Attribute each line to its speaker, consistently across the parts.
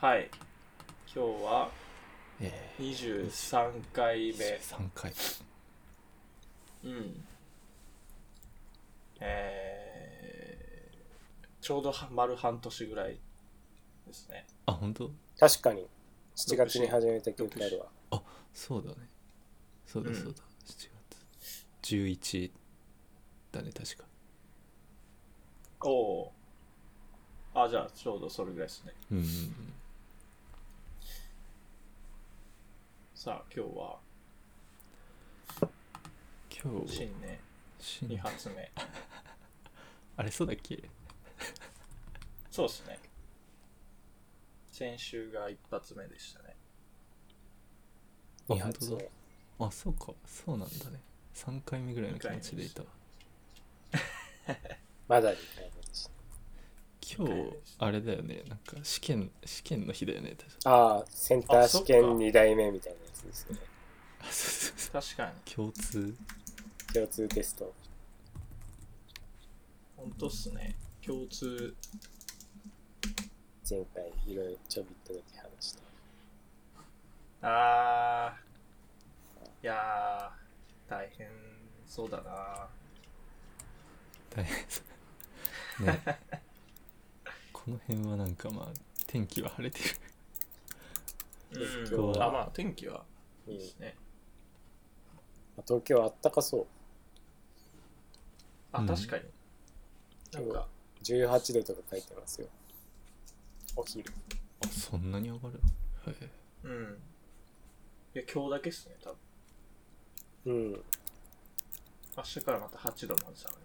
Speaker 1: はい今日は
Speaker 2: え
Speaker 1: 23回
Speaker 2: ー、
Speaker 1: 目
Speaker 2: 3回
Speaker 1: うんえー、ちょうどは丸半年ぐらいですね
Speaker 2: あ本当
Speaker 3: 確かに7月に始めた記憶あるわ
Speaker 2: そうだねそうだ
Speaker 1: うん
Speaker 2: そうだ、7月11だね確か
Speaker 1: おおーあじゃあちょうどそれぐらいですね
Speaker 2: うんうん
Speaker 1: さあ今日は
Speaker 2: うん今日
Speaker 1: 新年
Speaker 2: 新
Speaker 1: 2発目
Speaker 2: あれそうだっけ
Speaker 1: そうですね先週が1発目でしたね
Speaker 2: あ
Speaker 3: 二
Speaker 2: 本
Speaker 3: 発
Speaker 2: 当だ
Speaker 3: 目
Speaker 2: あそうかそうなんだね3回目ぐらいの気持ちでいたわ
Speaker 3: まだ2回目です
Speaker 2: 今
Speaker 1: 回目
Speaker 2: 日
Speaker 1: です
Speaker 2: あれだよねなんか試験試験の日だよね 確か
Speaker 3: ああセンター
Speaker 1: あそっ
Speaker 3: 試
Speaker 1: か
Speaker 3: 験2代目みたいなやつですね
Speaker 2: あそうそう
Speaker 1: 確
Speaker 2: そ
Speaker 1: かに
Speaker 2: う共通
Speaker 3: 共通テスト
Speaker 1: 本当っすね共通
Speaker 3: 前回いろいろちょびっとだけ話した
Speaker 1: あーいやー大変そうだな
Speaker 2: 大変そう ねこの辺はなんかまあ天気は晴れてる
Speaker 1: う
Speaker 2: そ
Speaker 1: ん
Speaker 2: う
Speaker 1: あまあ天気は
Speaker 3: う
Speaker 1: い
Speaker 3: ん
Speaker 1: いですね
Speaker 3: 東京はあったかそう
Speaker 1: あ
Speaker 2: うん
Speaker 1: 確かに、なんか
Speaker 3: 18度とか書いてますよお昼
Speaker 2: あそんなに上がるはい
Speaker 1: うんいや今日だけっすね多分
Speaker 3: うん
Speaker 1: 明日からまた8度まで下がる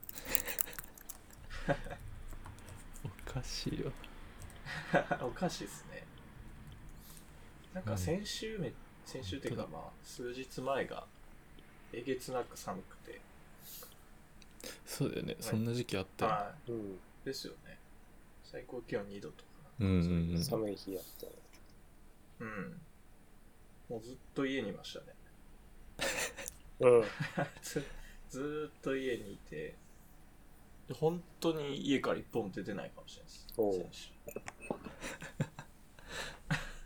Speaker 2: おかしいよ
Speaker 1: おかしいですねなんか先週め、先週っていうかまあ数日前がえげつなく寒くて
Speaker 2: そうだよね、そんな時期あったよ
Speaker 1: は
Speaker 3: うん
Speaker 1: いですよね最高気温2度とか
Speaker 2: うんうんうん
Speaker 3: 寒い日やったね
Speaker 1: なうんもうずっと家にいましたね
Speaker 3: うん
Speaker 1: ずずーっと家にいてで本当に家から一歩も出てないかもしれ
Speaker 3: お
Speaker 1: な
Speaker 3: う
Speaker 1: いです先週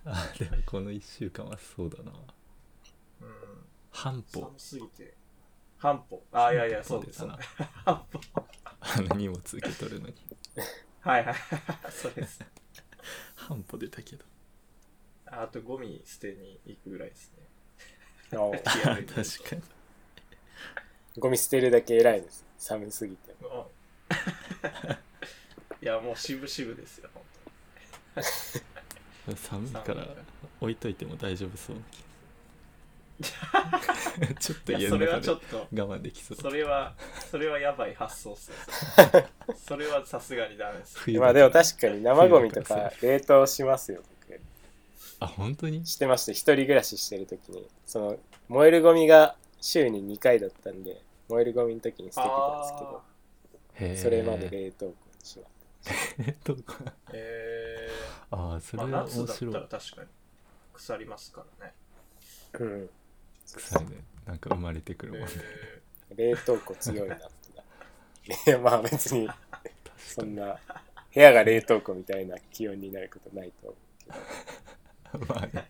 Speaker 2: あでもこの1週間はそうだな
Speaker 1: うん
Speaker 2: 半
Speaker 1: 寒
Speaker 2: 歩
Speaker 1: すぎて半歩あいやいやそう
Speaker 2: 半歩
Speaker 1: で
Speaker 2: ですたな
Speaker 1: 半歩
Speaker 2: あの荷物受け取るのに
Speaker 1: はいはいそうです
Speaker 2: 半歩出たけど
Speaker 1: あとゴミ捨てに行くぐらいです ね。
Speaker 3: あ あ
Speaker 2: あ
Speaker 1: いや
Speaker 2: 確かに
Speaker 3: ゴミ捨てるだけ偉いです寒すぎて
Speaker 1: もう いや、もう渋々ですよ、本
Speaker 2: 寒いから
Speaker 1: 寒いから
Speaker 2: 置いといても大丈夫そうな気ちょっ
Speaker 1: 当
Speaker 2: と
Speaker 1: に。い
Speaker 2: 家
Speaker 1: や、そ
Speaker 2: の
Speaker 1: れは
Speaker 2: 中
Speaker 1: ち
Speaker 2: で
Speaker 1: ょ
Speaker 2: 我
Speaker 1: っと、
Speaker 2: 慢できそう
Speaker 1: それは、それはやばい発想っすよ。それはさすがにダメ です。
Speaker 2: 冬
Speaker 3: まあ
Speaker 2: だか
Speaker 3: で
Speaker 2: ら
Speaker 3: も確かに生ゴミとか冷凍しますよ僕
Speaker 2: あ本当に
Speaker 3: してました一人暮らししてる時にその燃えるゴミが週に2回だったんで燃えるゴミの時に捨ててたんですけ
Speaker 1: あ
Speaker 3: ど
Speaker 2: へー
Speaker 3: それまで冷凍庫にしまっ
Speaker 2: え どうか
Speaker 1: ーえ
Speaker 2: ああそ
Speaker 1: ー、
Speaker 2: れ
Speaker 1: まあ
Speaker 2: は
Speaker 1: 夏
Speaker 2: 面
Speaker 1: だっ
Speaker 2: 白
Speaker 1: た
Speaker 2: い
Speaker 1: ら確かに腐りますからね。
Speaker 3: た、うん、
Speaker 2: 臭いねなんか生まれてくるもんね
Speaker 1: え
Speaker 3: 冷凍庫強いなっていやまあ別に
Speaker 2: 確
Speaker 3: そ
Speaker 2: か
Speaker 3: ん
Speaker 2: に
Speaker 3: な部屋が冷凍庫みたいな気温になることないと思
Speaker 2: まあね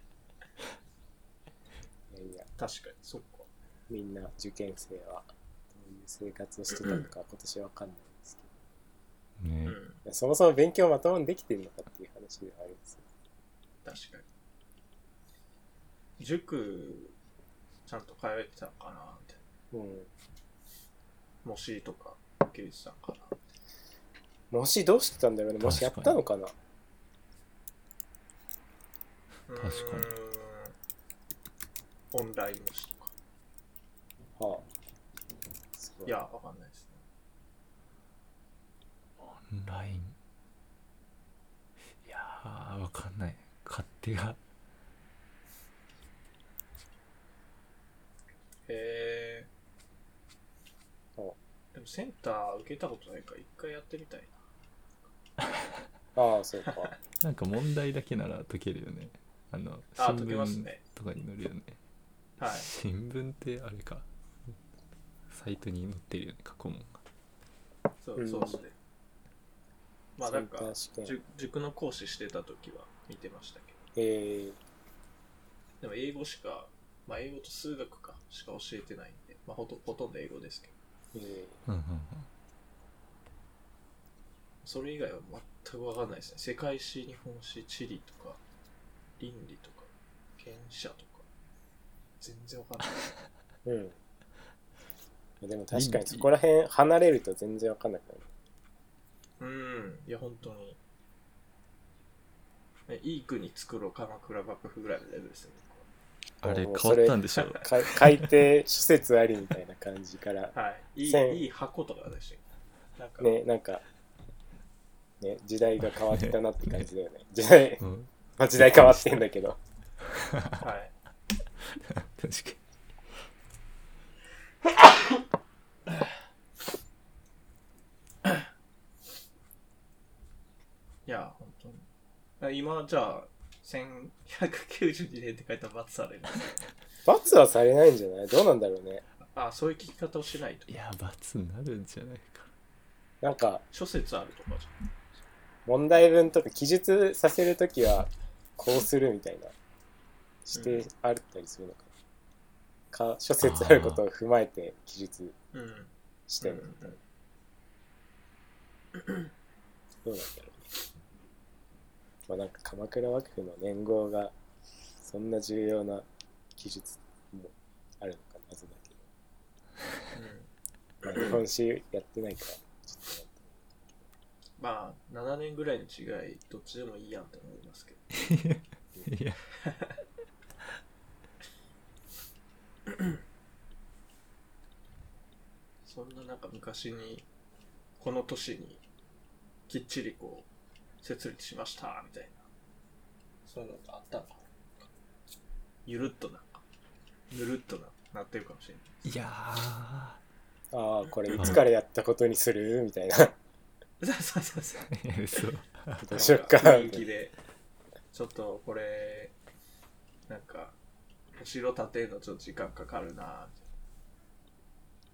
Speaker 3: ういやいや
Speaker 1: ー、確かに、そっか。
Speaker 3: みんな受験生はどういう生活をしてたのか今年はわかんないですけど
Speaker 1: う
Speaker 2: ね
Speaker 1: ん、
Speaker 3: いやそもそも勉強まともにできてるのかっていう話ではあるんですよ
Speaker 1: 確かに。塾、ちゃんと通えてたのかなみたいな。
Speaker 3: うん
Speaker 1: 模試とか受け入れてたのかな
Speaker 3: もしどうしてたんだろうねもしやったのかな
Speaker 1: 確
Speaker 2: かに
Speaker 1: オンライン模試とか
Speaker 3: はあ。すご
Speaker 1: いやわかんないですね
Speaker 2: オンラインいやーわかんない勝手が
Speaker 1: へえ
Speaker 3: お
Speaker 1: でもセンター受けたことないから一回やってみたいな
Speaker 3: ああ、そうか。
Speaker 2: なんか問題だけなら解けるよねあの新
Speaker 1: あ解けます
Speaker 2: 聞
Speaker 1: ね
Speaker 2: とかに載るよね
Speaker 1: はい
Speaker 2: 新聞ってあれかサイトに載ってるよね過去問が
Speaker 1: そううん そうですねまあなんか
Speaker 3: センター試験
Speaker 1: 塾塾の講師してた時は見てましたけど。
Speaker 3: え
Speaker 1: でも英語しか、まあ英語と数学かしか教えてないんで、まあほとほとんど英語ですけど、
Speaker 3: ー、え
Speaker 2: うんうんうん
Speaker 1: それ以外は全くわかんないですね。世界史、日本史、地理とか、倫理とか、権者とか、全然わかんない。
Speaker 3: ー、うん。でも確かにそこら辺離れると全然わかんなくなる。
Speaker 1: うん、いや本当に。ねいい国作ろう鎌倉幕府ぐらいのレベルですね。
Speaker 2: あれ
Speaker 3: もう
Speaker 2: 変わったんでしょう
Speaker 3: か 海底諸説ありみたいな感じから、
Speaker 1: はい。い
Speaker 3: せん
Speaker 1: いいい箱とかでしたよなんか、
Speaker 3: ね、なんか、ね、時代が変わったなって感じだよね。時代、
Speaker 2: うん、
Speaker 3: まあ時代変わってんだけど。
Speaker 1: はい。
Speaker 2: 確かに
Speaker 1: いや、本当に。だから今、じゃあ、1192年って書いたら罰される。
Speaker 3: 罰はされないんじゃないどうなんだろうね。
Speaker 1: あ、そういう聞き方をしないと
Speaker 2: い。や罰になるんじゃないか
Speaker 3: なんか、
Speaker 1: 諸説あるとかじ
Speaker 3: 問題文とか記述させるときは、こうするみたいな、指定あったりするのかな。か、諸説あることを踏まえて記述
Speaker 1: ゃん。うん。
Speaker 3: してる
Speaker 1: う
Speaker 3: の
Speaker 1: ん
Speaker 3: どうなんだろうね。まあなんか鎌倉幕府の年号がそんな重要な記述もあるのか謎だけど。まあ、日本史やってないから、ちょっとなんか
Speaker 1: まあ、7年ぐらいの違い、どっちでもいいやんって思いますけど。
Speaker 2: いや
Speaker 1: そんななんか昔に、この年に、きっちりこう、設立しました、みたいな。そういうのがあったのかな。ゆるっとなんか、ぬるっとな、なってるかもしれない。
Speaker 2: いやー
Speaker 3: ああ、これいつからやったことにするみたいな。
Speaker 1: そうそうそう。
Speaker 2: えそう
Speaker 3: どうしよっか。
Speaker 1: 雰囲気で、ちょっとこれ、なんか、お城建てるのちょっと時間かかるな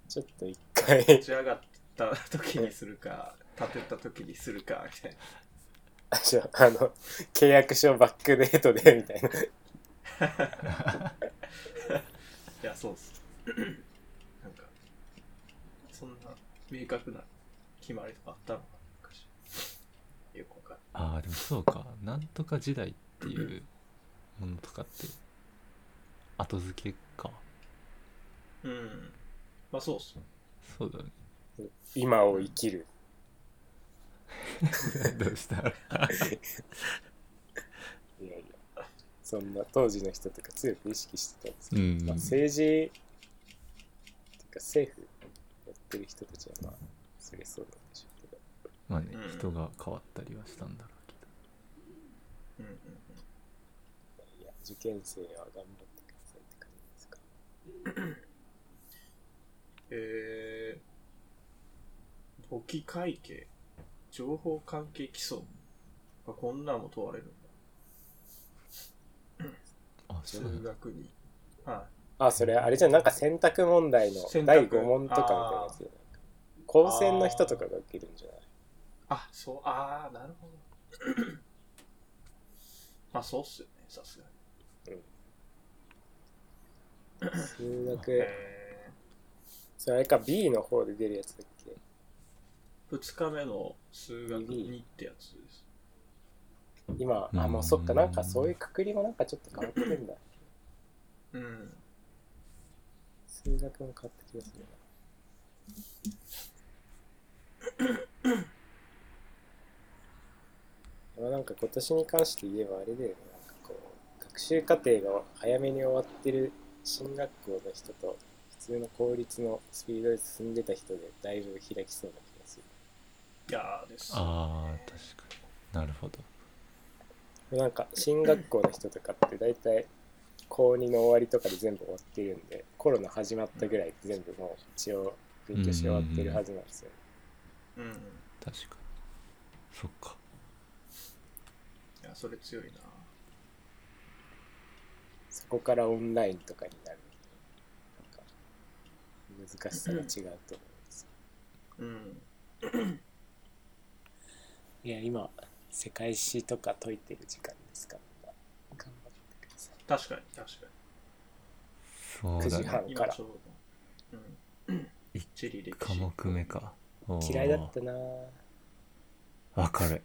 Speaker 3: ちょっと一回、
Speaker 1: 立ち上がった時にするか、建てた時にするか、みたいな。
Speaker 3: あじゃああの、契約書バックデートで、みたいな。
Speaker 1: いや、そうっす。 なんか、そんな明確な決まりとかあったのかな、昔。よくわかんない。
Speaker 2: ああでもそうかなんとか時代っていうものとかって後付けか
Speaker 1: うん。まあそうっす。
Speaker 2: そうだね
Speaker 3: 今を生きる。
Speaker 2: どうした
Speaker 3: いやいや。そんな当時の人とか強く意識してたんですけ
Speaker 2: う
Speaker 3: ど、
Speaker 2: ん
Speaker 3: まあ、政治、とか政府やってる人たちはまあ、それそうなんでしょうけど。
Speaker 2: まあね
Speaker 1: うん
Speaker 2: 人が変わったりはしたんだろうけど
Speaker 1: うんうんうん。
Speaker 3: いや、受験生は頑張ってくださいって感じですか。
Speaker 1: えー、簿記会計、情報関係基礎。あこんなんも問われるんだ。
Speaker 2: あそうなん
Speaker 1: 数
Speaker 2: だ
Speaker 1: 学に。は
Speaker 3: あ、それ、あれじゃん、なんか選択問題の
Speaker 1: 選択
Speaker 3: 第5問とかみたいなやつじゃない高専の人とかが受けるんじゃない
Speaker 1: い。あ、そう、あー、なるほど。 まあ、そうっすよね、さすがに。
Speaker 3: 数学、
Speaker 1: え
Speaker 3: それあれか B の方で出るやつだっけ
Speaker 1: ー、2日目の数学にってやつです。
Speaker 3: 今、あ、もう
Speaker 2: うん
Speaker 3: そっか、なんかそういうくくりもなんかちょっと変わってるんだ。
Speaker 1: うん。
Speaker 3: 数学も変わった気がするな。まあなんか今年に関して言えばあれだよね、なんかこう、学習課程が早めに終わってる進学校の人と、普通の公立のスピードで進んでた人で、だいぶ開きそうな気がする。
Speaker 1: いやーです。
Speaker 2: ああ確かになるほど
Speaker 3: なんか進学校の人とかって大体高2の終わりとかで全部終わってるんでコロナ始まったぐらいで全部もう一応勉強し終わってるはずなんですよ、
Speaker 1: うんうん。い
Speaker 2: 確かにそっか
Speaker 1: や、それ強いな。
Speaker 3: そこからオンラインとかになるなんか難しさが違うと思うんですよ
Speaker 1: うん。
Speaker 3: いや今世界史とか解いてる時間です暑かった。頑張ってください。
Speaker 1: 確かに、確かに。
Speaker 2: そうだ
Speaker 3: 9時半
Speaker 2: ね。
Speaker 3: か
Speaker 1: 今
Speaker 3: ら
Speaker 1: ちょうど。うん。一理歴
Speaker 2: 科
Speaker 1: 史。
Speaker 2: 目目か。おー
Speaker 3: 嫌いだったなぁ
Speaker 2: わかる。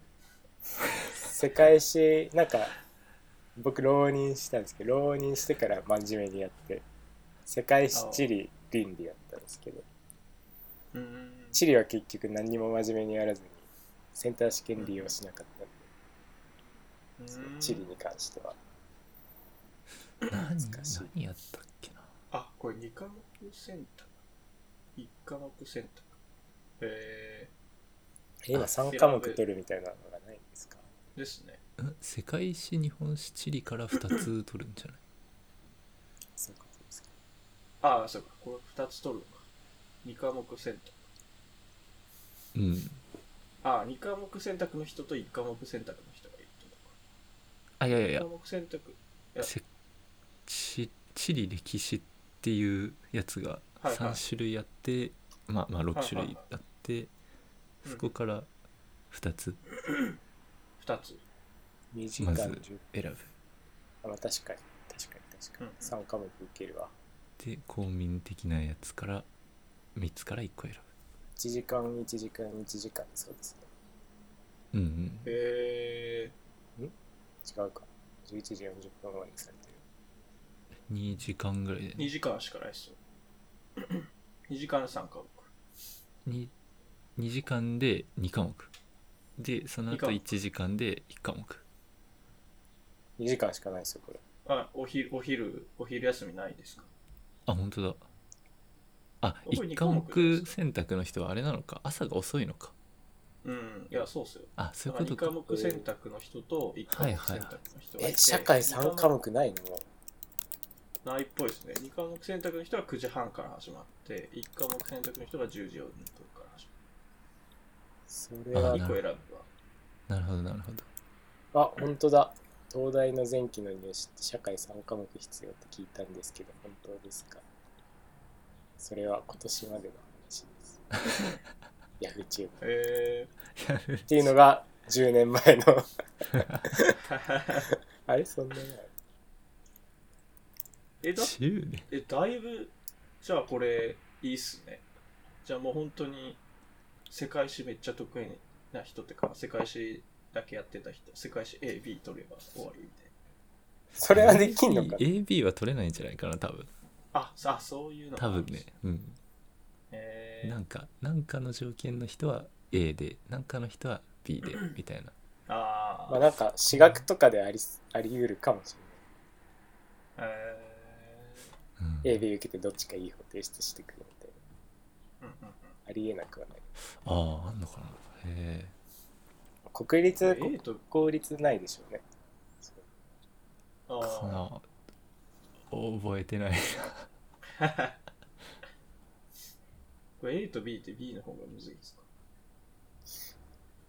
Speaker 3: 世界史、なんか、僕浪人したんですけど、浪人してから真面目にやって、世界史、地理、倫理やったんですけど、
Speaker 1: うん。
Speaker 3: 地理は結局何にも真面目にやらずに、センター試験利用しなかったんで、
Speaker 1: うん
Speaker 3: 地理に関しては。
Speaker 2: 何
Speaker 3: 難しい
Speaker 2: 何やったっけな。
Speaker 1: あ、これ二科目選択。一科目選択。え
Speaker 3: 今
Speaker 2: あ
Speaker 3: 3科目取るみたいなのがないんですか
Speaker 1: ー、ですね。
Speaker 2: うん世界史、日本史、地理から2つ取るんじゃない
Speaker 3: そういうことですか
Speaker 1: ああ、そうか。これ二つ取るのか。二科目選択。
Speaker 2: うん。
Speaker 1: ああ、二科目選択の人と一科目選択の人がいるってことか。
Speaker 2: あ、いやいやい
Speaker 1: 二
Speaker 2: や
Speaker 1: 科、目選択。いや
Speaker 2: せ地地理、歴史っていうやつが
Speaker 1: はいはい
Speaker 2: 3種類あって、まあまあ6種類あって、
Speaker 1: うん
Speaker 2: そこから2つ
Speaker 1: 二つ。
Speaker 3: 2時間10
Speaker 2: ま
Speaker 3: 分、
Speaker 2: ず選
Speaker 3: あまあ、確かに確かに確か
Speaker 1: う
Speaker 3: に、
Speaker 1: ん
Speaker 3: 3科目いけるわ
Speaker 2: ぶ。で、公民的なやつから3つから1個選
Speaker 3: 1時間1時間1時間そうですね
Speaker 2: ぶ。うん
Speaker 1: え
Speaker 3: 違うか11時40分までされてる
Speaker 2: うん。2時間ぐらいで、
Speaker 1: ー、二時間しかないっすよ。 二時間三科目。
Speaker 2: に2時間で2科目でその
Speaker 1: 二科
Speaker 2: 後
Speaker 1: 目
Speaker 2: 1時間で1科目
Speaker 3: 2時間しかないですよこれ
Speaker 1: あ、お昼、お昼、お昼休みないですか
Speaker 2: あ本当だあ
Speaker 1: これ
Speaker 2: 1
Speaker 1: 二
Speaker 2: 科
Speaker 1: 科目なん
Speaker 2: 目
Speaker 1: です
Speaker 2: 選択の人はあれなのか朝が遅いのか
Speaker 1: うん。いや、そうっすよ。
Speaker 2: あそういう
Speaker 1: だから
Speaker 2: こと
Speaker 1: 二科
Speaker 2: か
Speaker 1: 目選択の人と一科目選択の人がいて
Speaker 3: え社会3科目ないのもう
Speaker 1: ないっぽいですね。2科目選択の人は9時半から始まって、1科目選択の人が10時40分から始
Speaker 3: それ
Speaker 2: あ
Speaker 3: は
Speaker 1: まる。2
Speaker 2: なるほ
Speaker 1: 個
Speaker 2: ど
Speaker 1: 選ぶわ。
Speaker 2: なるほどなるほど
Speaker 3: あ本当だ東大の前期の入試って社会3科目必要って聞いたんですけど本当ですかそれは今年までの話ですヤフチューブ
Speaker 1: え
Speaker 2: やる
Speaker 3: っていうのが10年前 の
Speaker 1: ー、
Speaker 3: あれそんな前
Speaker 1: え、だ、
Speaker 2: 10年
Speaker 1: え、だいぶ、じゃあこれ、いいっすね。じゃあもう本当に、世界史めっちゃ得意な人ってか、世界史だけやってた人、世界史 A、B 取れば終わりみたい
Speaker 3: それはできんのか
Speaker 2: AB は取れないんじゃないかな多分
Speaker 1: な。あ、さあ、そういうの
Speaker 2: 多分ね。うん
Speaker 1: え
Speaker 2: な
Speaker 1: ー、
Speaker 2: んかなんかの条件の人は A でなんかの人は B でみたいな
Speaker 1: あ
Speaker 3: まあ
Speaker 1: ー、
Speaker 3: なんか、私学とかでありあり得るかもし
Speaker 1: え
Speaker 2: うん
Speaker 3: れない。A、B 受けてどっちかいい方提出してくるみたい
Speaker 1: ー、うんうんうん。
Speaker 3: な。ありえなくはない。
Speaker 2: あああんのかなへ
Speaker 3: 国立、
Speaker 1: A と、
Speaker 3: 公立ないでしょうね。そう
Speaker 1: あ
Speaker 2: えか
Speaker 1: ー
Speaker 2: な覚えてない
Speaker 1: これ A と B って B の方がむずいですか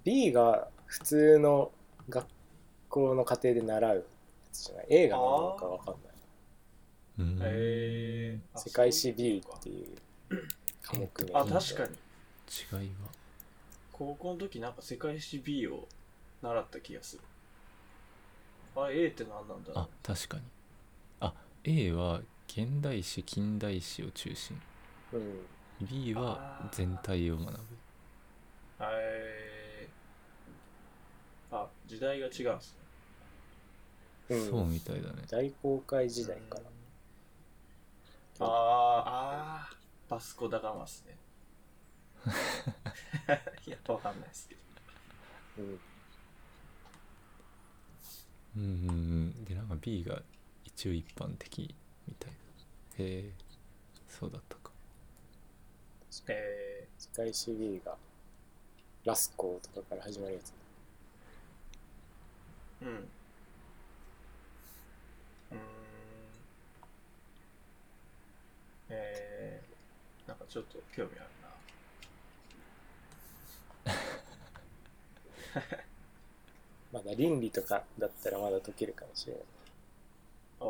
Speaker 3: B が普通の学校の家庭で習うやつじゃない。A が何なのかわかんない。
Speaker 2: うん
Speaker 1: へーあ
Speaker 3: 世界史
Speaker 1: そうい
Speaker 3: B
Speaker 1: うことか
Speaker 3: っていう科目名
Speaker 2: あ
Speaker 1: あ、確か
Speaker 3: に。
Speaker 1: に。
Speaker 2: 違いは
Speaker 1: 高校の時なんか世界史 B を習った気がする。あれ、A って何なんだろ
Speaker 2: あ確かにあ A は現代史近代史を中心
Speaker 3: うん。
Speaker 2: B は全体を学ぶ
Speaker 1: うえー、あ、時代が違うんですね。
Speaker 3: う、
Speaker 2: そうんみたいだね
Speaker 3: 大航海時代か
Speaker 1: うん
Speaker 3: ら。
Speaker 1: あーあー、バスコダガマですね。いや、わかんないですけど。
Speaker 3: うん。
Speaker 2: うんうんうんでなんか B が一応一般的みたいなへえそうだったか
Speaker 1: え
Speaker 3: 世界史 B がラスコーとかから始まるやつ。
Speaker 1: ー、うん。うーん。えー、なんかちょっと興味あるな。
Speaker 3: まだ倫理とかだったらまだ解けるかもしれない。
Speaker 1: おー。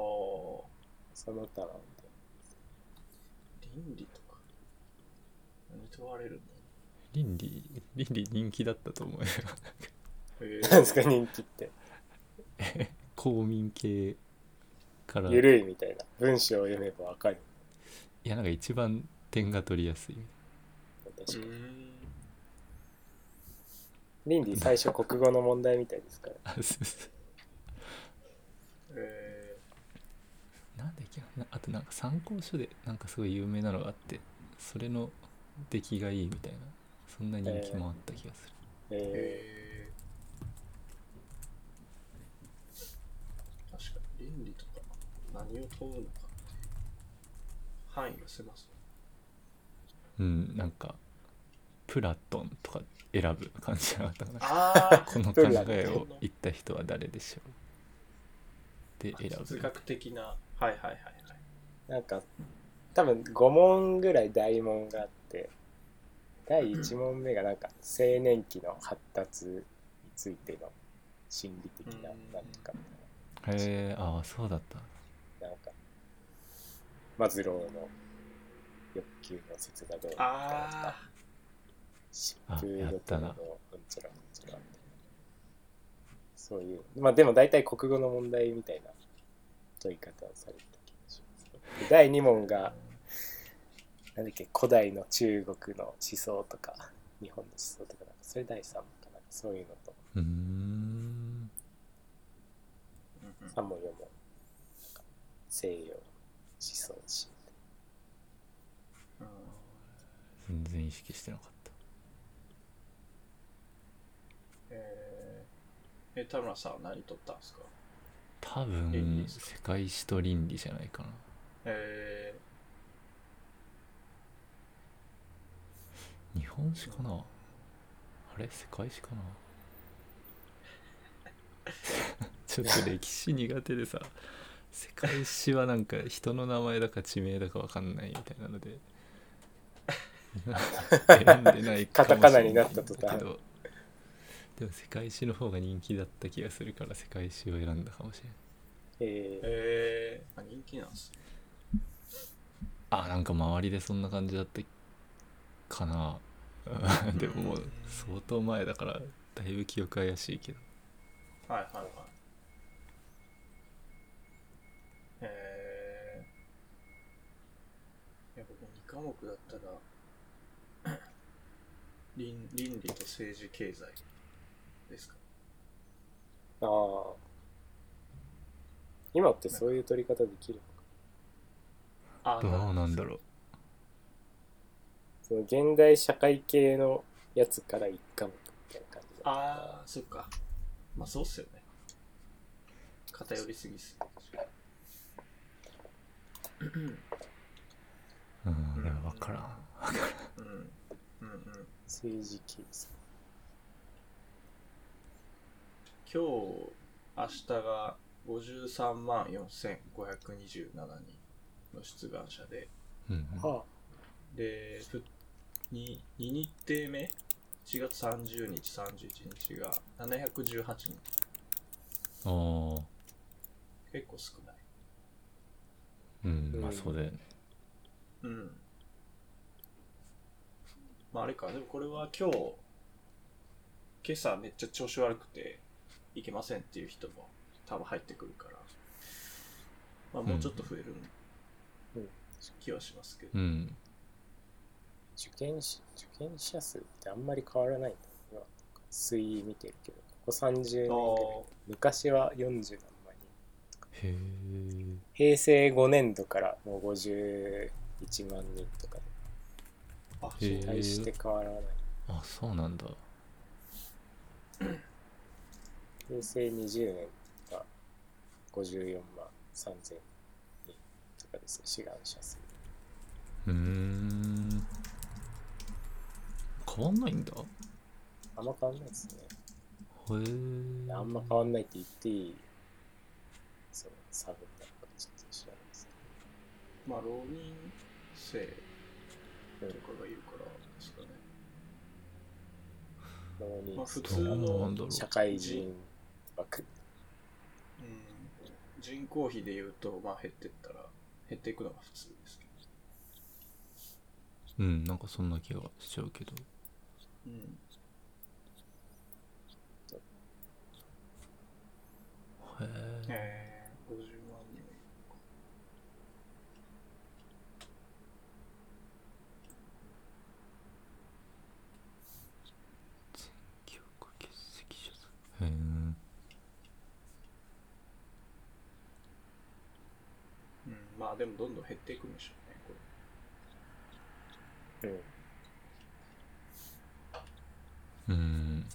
Speaker 3: その他なんで。
Speaker 1: 倫理とか何問われるの
Speaker 2: 倫理倫理人気だったと思うよ
Speaker 1: え
Speaker 3: なんですか人気って。
Speaker 2: 公民系から
Speaker 3: ゆるいみたいな文章を読めばわかる
Speaker 2: いやなんか一番点が取りやすい
Speaker 3: 確かに
Speaker 1: ん。
Speaker 3: リンディ最初国語の問題みたいですから
Speaker 2: あそうそう
Speaker 1: え
Speaker 2: なんだっけなあとなんか参考書でなんかすごい有名なのがあってそれの出来がいいみたいなそんな人気もあった気がする、
Speaker 1: ー、
Speaker 3: え
Speaker 1: えー。確かに、倫理とか、何を問うのかっていう範囲が狭そう。
Speaker 2: うんなんかプラトンとか選ぶ感じじゃなかったかな
Speaker 1: あ
Speaker 2: この考
Speaker 3: プラトン
Speaker 2: えを言った人は誰でしょう で選
Speaker 1: 哲
Speaker 2: ぶ
Speaker 1: 学的な、はいはいはいはい。
Speaker 3: ーなんか多分5問ぐらい大問があって第1問目がなんか青年期の発達についての心理的な
Speaker 1: うん
Speaker 3: なんとかみたいな
Speaker 2: へえああそうだった
Speaker 3: なんか、マズローの欲求の説がどうと
Speaker 1: あ
Speaker 3: か、
Speaker 1: あ、
Speaker 3: 疾
Speaker 2: あ
Speaker 3: 風
Speaker 2: やっ
Speaker 3: の
Speaker 2: たな
Speaker 3: うんちゃらうんちゃらみたいな。そういう、まあでも大体国語の問題みたいな問い方をされた気がしますね。第2問が、なんだっけ、古代の中国の思想とか、日本の思想とか、なんかそれ第3問かな。そういうのと、
Speaker 2: うーん
Speaker 1: うんうん
Speaker 3: 3問4問、なんか西洋思想史。
Speaker 1: うん
Speaker 2: 全然意識してなかった
Speaker 1: えー、え田村さんは何取ったんですか
Speaker 2: 多
Speaker 1: 倫理
Speaker 2: 分
Speaker 1: です
Speaker 2: 世界史と倫理じゃないかな
Speaker 1: え
Speaker 2: 日本史かなあれ世界史かな ちょっと歴史苦手でさ世界史はなんか人の名前だか地名だかわかんないみたいなので選んでないかもしれい
Speaker 3: カタカナになった途端
Speaker 2: けどでも世界史の方が人気だった気がするから世界史を選んだかもしれない
Speaker 3: え
Speaker 1: ー、
Speaker 3: ー
Speaker 1: えー、あ人気なんですね
Speaker 2: あなんか周りでそんな感じだったかなうん でももう相当前だからだいぶ記憶怪しいけど
Speaker 1: はいはいはいえー、いや僕2科目だったら 倫倫理と政治経済ですか
Speaker 3: ああ。今ってそういう取り方できるのか。
Speaker 1: あ
Speaker 2: どうなんだろう
Speaker 3: その現代社会系のやつから一科目みたいな感じだ
Speaker 1: あーそっかまあそうっすよね偏りすぎっす
Speaker 2: うんでも分からん
Speaker 1: うんうんうん
Speaker 3: 政治系です。
Speaker 1: 今日明日が53万4527人の出願者で
Speaker 2: うん
Speaker 3: は
Speaker 1: でふに2日程目1月30日31日が718人
Speaker 2: うんおー
Speaker 1: 結構少ない
Speaker 2: うんまあそうだよね
Speaker 1: うんまああれかでもこれは今日今朝めっちゃ調子悪くていけませんっていう人も多分入ってくるから、まあ、もうちょっと増える
Speaker 3: うん
Speaker 1: 気はしますけど、
Speaker 2: うん
Speaker 3: 受験し、受験者数ってあんまり変わらないんだよな。推移見てるけど、ここ30年ぐらい。昔は40何万人。
Speaker 2: へえ
Speaker 3: 平成5年度からもう51万人とか
Speaker 1: ああそ
Speaker 2: へ
Speaker 1: う
Speaker 2: え
Speaker 3: で、大して変わらない。
Speaker 2: あそうなんだ
Speaker 3: 平成20年が54万3000人とかですね、志願者数。
Speaker 2: うーん変わんないんだへ
Speaker 3: あんま変わんないですね。
Speaker 2: え
Speaker 3: あんま変わんないって言っていい、そのサブなのかちょっと知らないです
Speaker 1: まあ浪人生
Speaker 3: けど、
Speaker 1: とかがいるからですかね、
Speaker 3: 浪人
Speaker 1: まあ普通
Speaker 2: どうな
Speaker 1: の
Speaker 2: んだろう
Speaker 3: 社会人枠。
Speaker 1: うん人口比で言うと、まあ、減ってったら減っていくのが普通ですけど、
Speaker 2: うんなんかそんな気がしちゃうけど
Speaker 1: うん、
Speaker 2: へえ
Speaker 1: えー、50万人。
Speaker 2: 記憶欠席者数へえ
Speaker 1: うん、まあでもどんどん減っていくんでしょうね、これ。
Speaker 3: う
Speaker 2: う
Speaker 3: ん。
Speaker 2: ん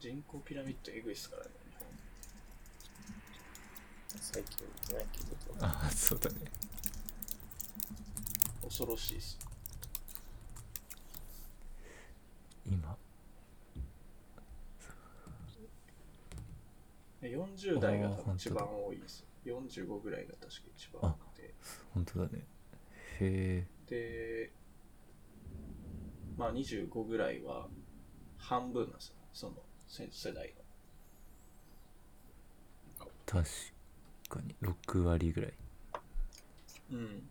Speaker 1: 人口ピラミッドえぐいっすからね、日本。
Speaker 3: 最近見てないけど。
Speaker 2: あそうだね
Speaker 1: 恐ろしいっす。
Speaker 2: 今
Speaker 1: 40代が多
Speaker 2: あー
Speaker 1: 分一番多いです。45ぐらいが確か一番多くて。
Speaker 2: 本当だねへえ
Speaker 1: で、まあ25ぐらいは半分なんですよ、その世世代の。
Speaker 2: 確かに6割ぐらい
Speaker 1: うん。だ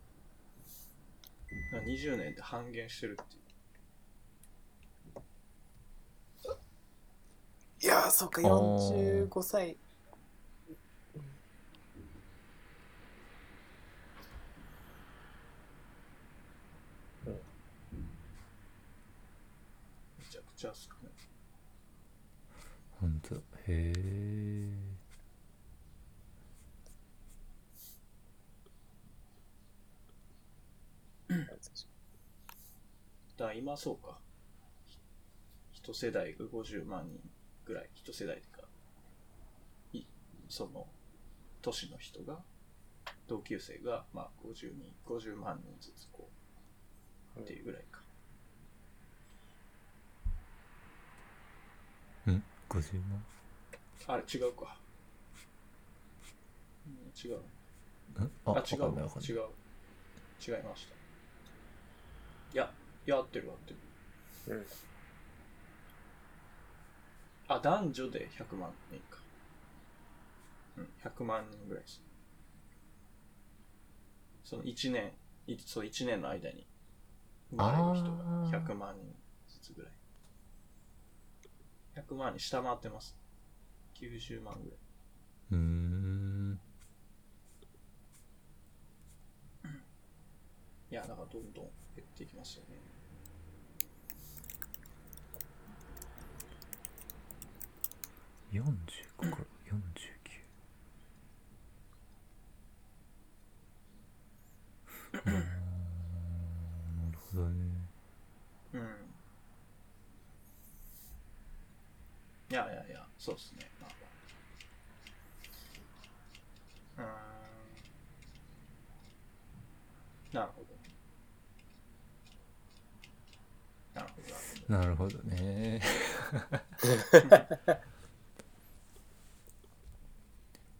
Speaker 1: から20年で半減してるっていう。
Speaker 3: いやー、そうか、
Speaker 2: あー
Speaker 3: 45歳。
Speaker 1: めちゃくちゃ少ない。
Speaker 2: 本当だへえ
Speaker 1: だから今そうか。ひ一世代が50万人ぐらい、一世代ってか、いその、都市の人が、同級生が、まあ、50人、50万人ずつこう、っていうぐらいか。
Speaker 2: うん50万
Speaker 1: あれ、違うか。うん違う。
Speaker 2: ん
Speaker 1: あ、
Speaker 2: あわ
Speaker 1: 違
Speaker 2: か
Speaker 1: うわ
Speaker 2: んないわかんない
Speaker 1: 違う。違いました。いや、いや、合ってる合ってる。
Speaker 3: うん。
Speaker 1: あ、男女で100万人か。うん、100万人ぐらいです。その1年、いその1年の間に生まれる人が100万人ずつぐらい。100万人下回ってます。90万ぐらい。
Speaker 2: うーん
Speaker 1: いや、だからどんどん減っていきますよね。
Speaker 2: 45から49あーなるほどね
Speaker 1: うん。いやいやいや、そうですね。まあまあ、うーん。なるほど。なるほどなるほど。
Speaker 2: なるほどね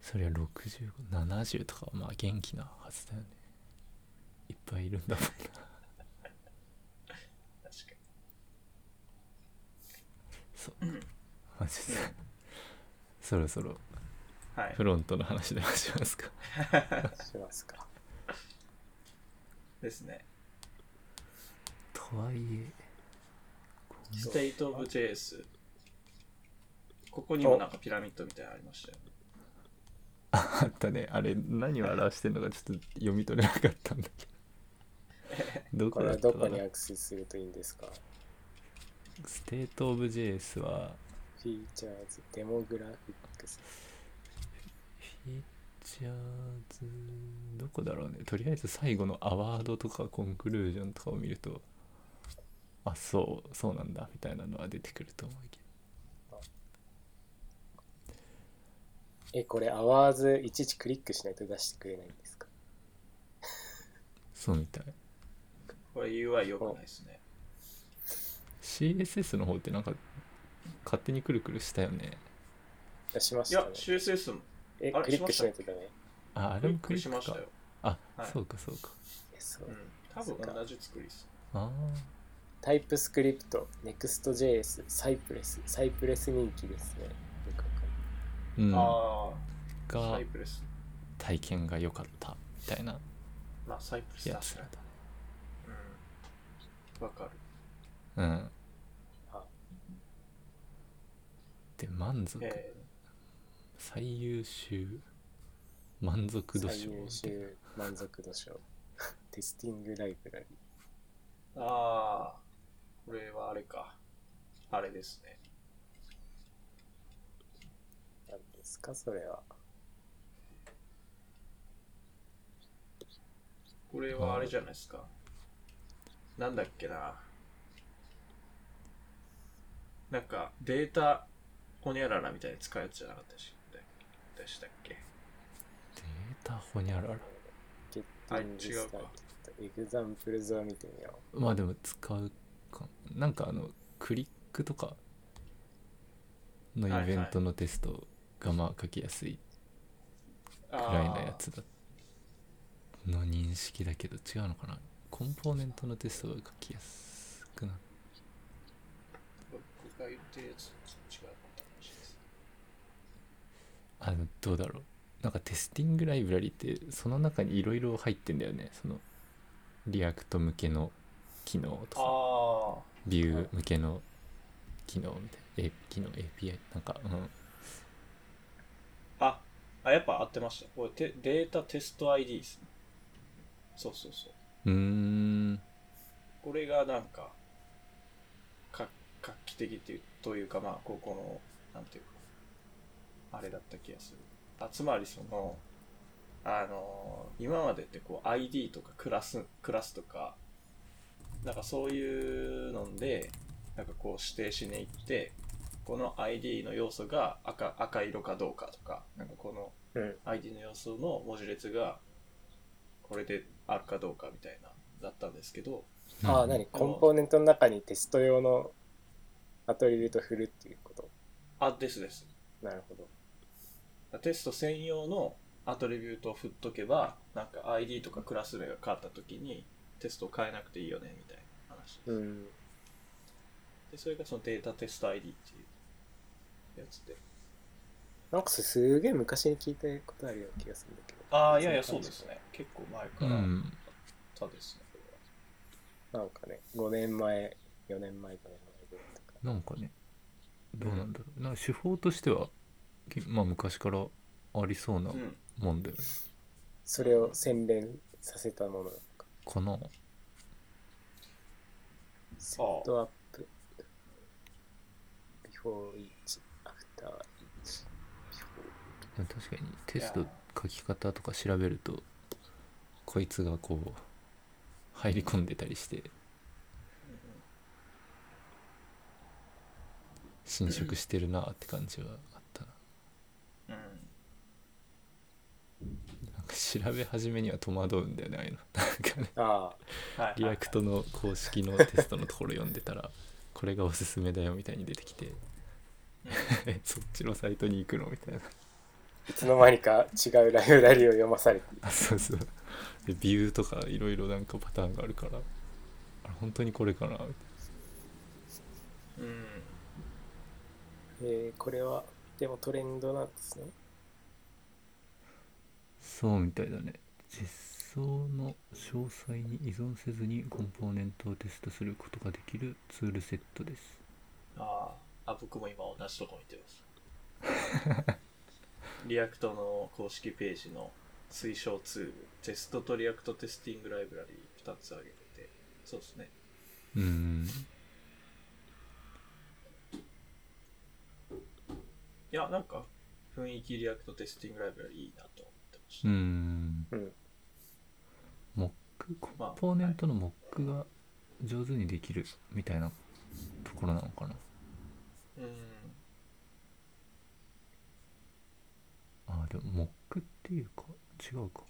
Speaker 2: そりゃ6570とかはまあ元気なはずだよねいっぱいいるん だもんな
Speaker 1: 確か
Speaker 2: そうマジでそろそろ
Speaker 1: に。はい
Speaker 2: フ。ロントの話でもしますか
Speaker 3: しますか。
Speaker 1: ですね。
Speaker 2: とはいえこん
Speaker 1: ステイトオブ JS。ここにもなんかピラミッドみたいなのありましたよね。
Speaker 2: あったねあれ何を表してるのかちょっと読み取れなかったんだけ どど
Speaker 3: こ
Speaker 2: こ
Speaker 3: れ
Speaker 2: だ
Speaker 3: は
Speaker 2: った
Speaker 3: ど
Speaker 2: か
Speaker 3: こ
Speaker 2: な
Speaker 3: にアクセスするといいんですか
Speaker 2: ステート・オブ・ジェイスは
Speaker 3: フィーチャーズ、デモグラフィックス。
Speaker 2: フィーチャーズどこだろうねとりあえず最後のアワードとかコンクルージョンとかを見るとあそうそうなんだみたいなのは出てくると思うけど
Speaker 3: え、これ、アワーズいちいちクリックしないと出してくれないんですか
Speaker 2: そうみたい
Speaker 1: これ UI 良くないですね。
Speaker 2: CSS の方ってなんか勝手にくるくるしたよね
Speaker 3: 出しま
Speaker 1: い
Speaker 3: した
Speaker 1: や
Speaker 3: ね、。
Speaker 1: CSS も
Speaker 3: え、
Speaker 1: あれ
Speaker 3: クリックしないとダメ
Speaker 2: ああ
Speaker 1: ク
Speaker 2: れ
Speaker 1: リ
Speaker 2: も
Speaker 1: ッ
Speaker 2: ク
Speaker 1: ク
Speaker 2: リ
Speaker 1: し
Speaker 2: ッ
Speaker 1: ま
Speaker 2: ク
Speaker 1: した
Speaker 2: か
Speaker 1: よ。
Speaker 2: あ、
Speaker 1: はい
Speaker 2: そうかそうか
Speaker 3: えそう
Speaker 1: うん。多
Speaker 3: そっか
Speaker 1: 分同じ作りです。
Speaker 2: ああ
Speaker 3: タイプスクリプト、Next.js、サイプレス。サイプレス人気ですね。よくわかんない
Speaker 2: うん
Speaker 1: ああ、
Speaker 2: が
Speaker 1: サイプレス。
Speaker 2: 体験が良かったみたいな
Speaker 1: まあ、サイプレス
Speaker 2: や
Speaker 1: だ
Speaker 2: つ
Speaker 1: し
Speaker 2: らだね
Speaker 1: うん。わかる。
Speaker 2: うん
Speaker 3: あ
Speaker 2: で満足
Speaker 1: え
Speaker 2: 最優秀満足度賞
Speaker 3: 最優秀満足度賞。 テスティングライブラリ。
Speaker 1: ー、ああ、これはあれか。あれですね。
Speaker 3: なんですか、それは。
Speaker 1: これはあれじゃないですか。なんだっけな。なんか、データ、ほにゃららみたいに使うやつじゃなかったでしたでしたっけ
Speaker 2: データほにゃらら
Speaker 3: ゲッティング
Speaker 1: あ違う
Speaker 3: ス
Speaker 1: か
Speaker 3: タート。エグザンプルズを見てみよ
Speaker 2: まあでも使うかなんかあのクリックとかのイベントのテストがまあ書きやすい
Speaker 1: あ
Speaker 2: く
Speaker 1: ー
Speaker 2: らいのやつだの認識だけど違うのかなコンポーネントのテストが書きやすくなっ
Speaker 1: 僕が言ってるやつと違うことかもしれないです。
Speaker 2: あのどうだろうなんかテスティングライブラリってその中にいろいろ入ってんだよねそのリアクト向けの機能とか
Speaker 1: あ
Speaker 2: ビュー向けの機能みたいな、A、機能 API なんかうん
Speaker 1: あ。あ、あ、やっぱ合ってました。これテデータテスト ID ですね。そうそうそう。
Speaker 2: うーん
Speaker 1: これがなんか、か画期的っていうというか、まあ、ここの、なんていうか、あれだった気がする。あつまりその、あのー今までってこう ID とかクラス、クラスとか、なんかそういうので、なんかこう指定しに行って、この ID の要素が赤赤色かどうかとか、なんかこの
Speaker 3: う。うん。
Speaker 1: ID の要素の文字列がこれであるかどうかみたいな、だったんですけど、
Speaker 3: ああ、
Speaker 2: な
Speaker 3: な
Speaker 2: に
Speaker 3: にコンポーネントの中にテスト用のアトリビュート振るっていうこと。
Speaker 1: あ、ですです。
Speaker 3: なるほど。
Speaker 1: テスト専用のアトリビュートを振っとけば、なんか ID とかクラス名が変わった時にテストを変えなくていいよね、みたいな話です。
Speaker 3: うん。
Speaker 1: で、それがそのデータテスト ID っていうやつで。
Speaker 3: なんかすげえ昔に聞いたことあるような気がするんだけど。
Speaker 1: ああ、いやいや、そうですね。結構前
Speaker 2: う
Speaker 1: からだ
Speaker 2: ん
Speaker 1: ったですね、これは
Speaker 3: なんかね、5年前、4年前、5年前ぐらいとか。
Speaker 2: なんかねどうなんだろうなんか手法としてはきまあ昔からありそうな
Speaker 1: うん。
Speaker 2: もんだよね
Speaker 3: それを洗練させたものなのか。
Speaker 2: かな
Speaker 3: セットアップ。ビフォーイチ、アフターイチ。
Speaker 2: でも確かにテスト書き方とか調べるとこいつがこう入り込んでたりして侵食してるなって感じはあったな
Speaker 1: うん。
Speaker 2: なんか調べ始めには戸惑うんだよねああいうのなんかね
Speaker 3: ああ、
Speaker 1: はい。
Speaker 2: リアクトの公式のテストのところ読んでたらこれがおすすめだよみたいに出てきて えそっちのサイトに行くのみたいない
Speaker 3: つの間にか違うライブラリを読まされて
Speaker 2: あそうそうでビューとかいろいろなんかパターンがあるからあれ本当にこれかなみたいな
Speaker 1: うん。
Speaker 3: えー、これは、でもトレンドなんですね。
Speaker 2: そうみたいだね実装の詳細に依存せずにコンポーネントをテストすることができるツールセットです
Speaker 1: あーあ、僕も今同じとこ見てます。 リアクトの公式ページの推奨ツール、テストとリアクトテスティングライブラリー2つ挙げてて、そうですね。
Speaker 2: うん
Speaker 1: いや、なんか、雰囲気リアクトテスティングライブラリーいいなと思ってまし
Speaker 2: う
Speaker 1: た。
Speaker 2: ん
Speaker 3: うん。
Speaker 2: モックコンポーネントのモックが上手にできるみたいなところなのかな
Speaker 1: うん。
Speaker 2: あでもモックっていうか違うか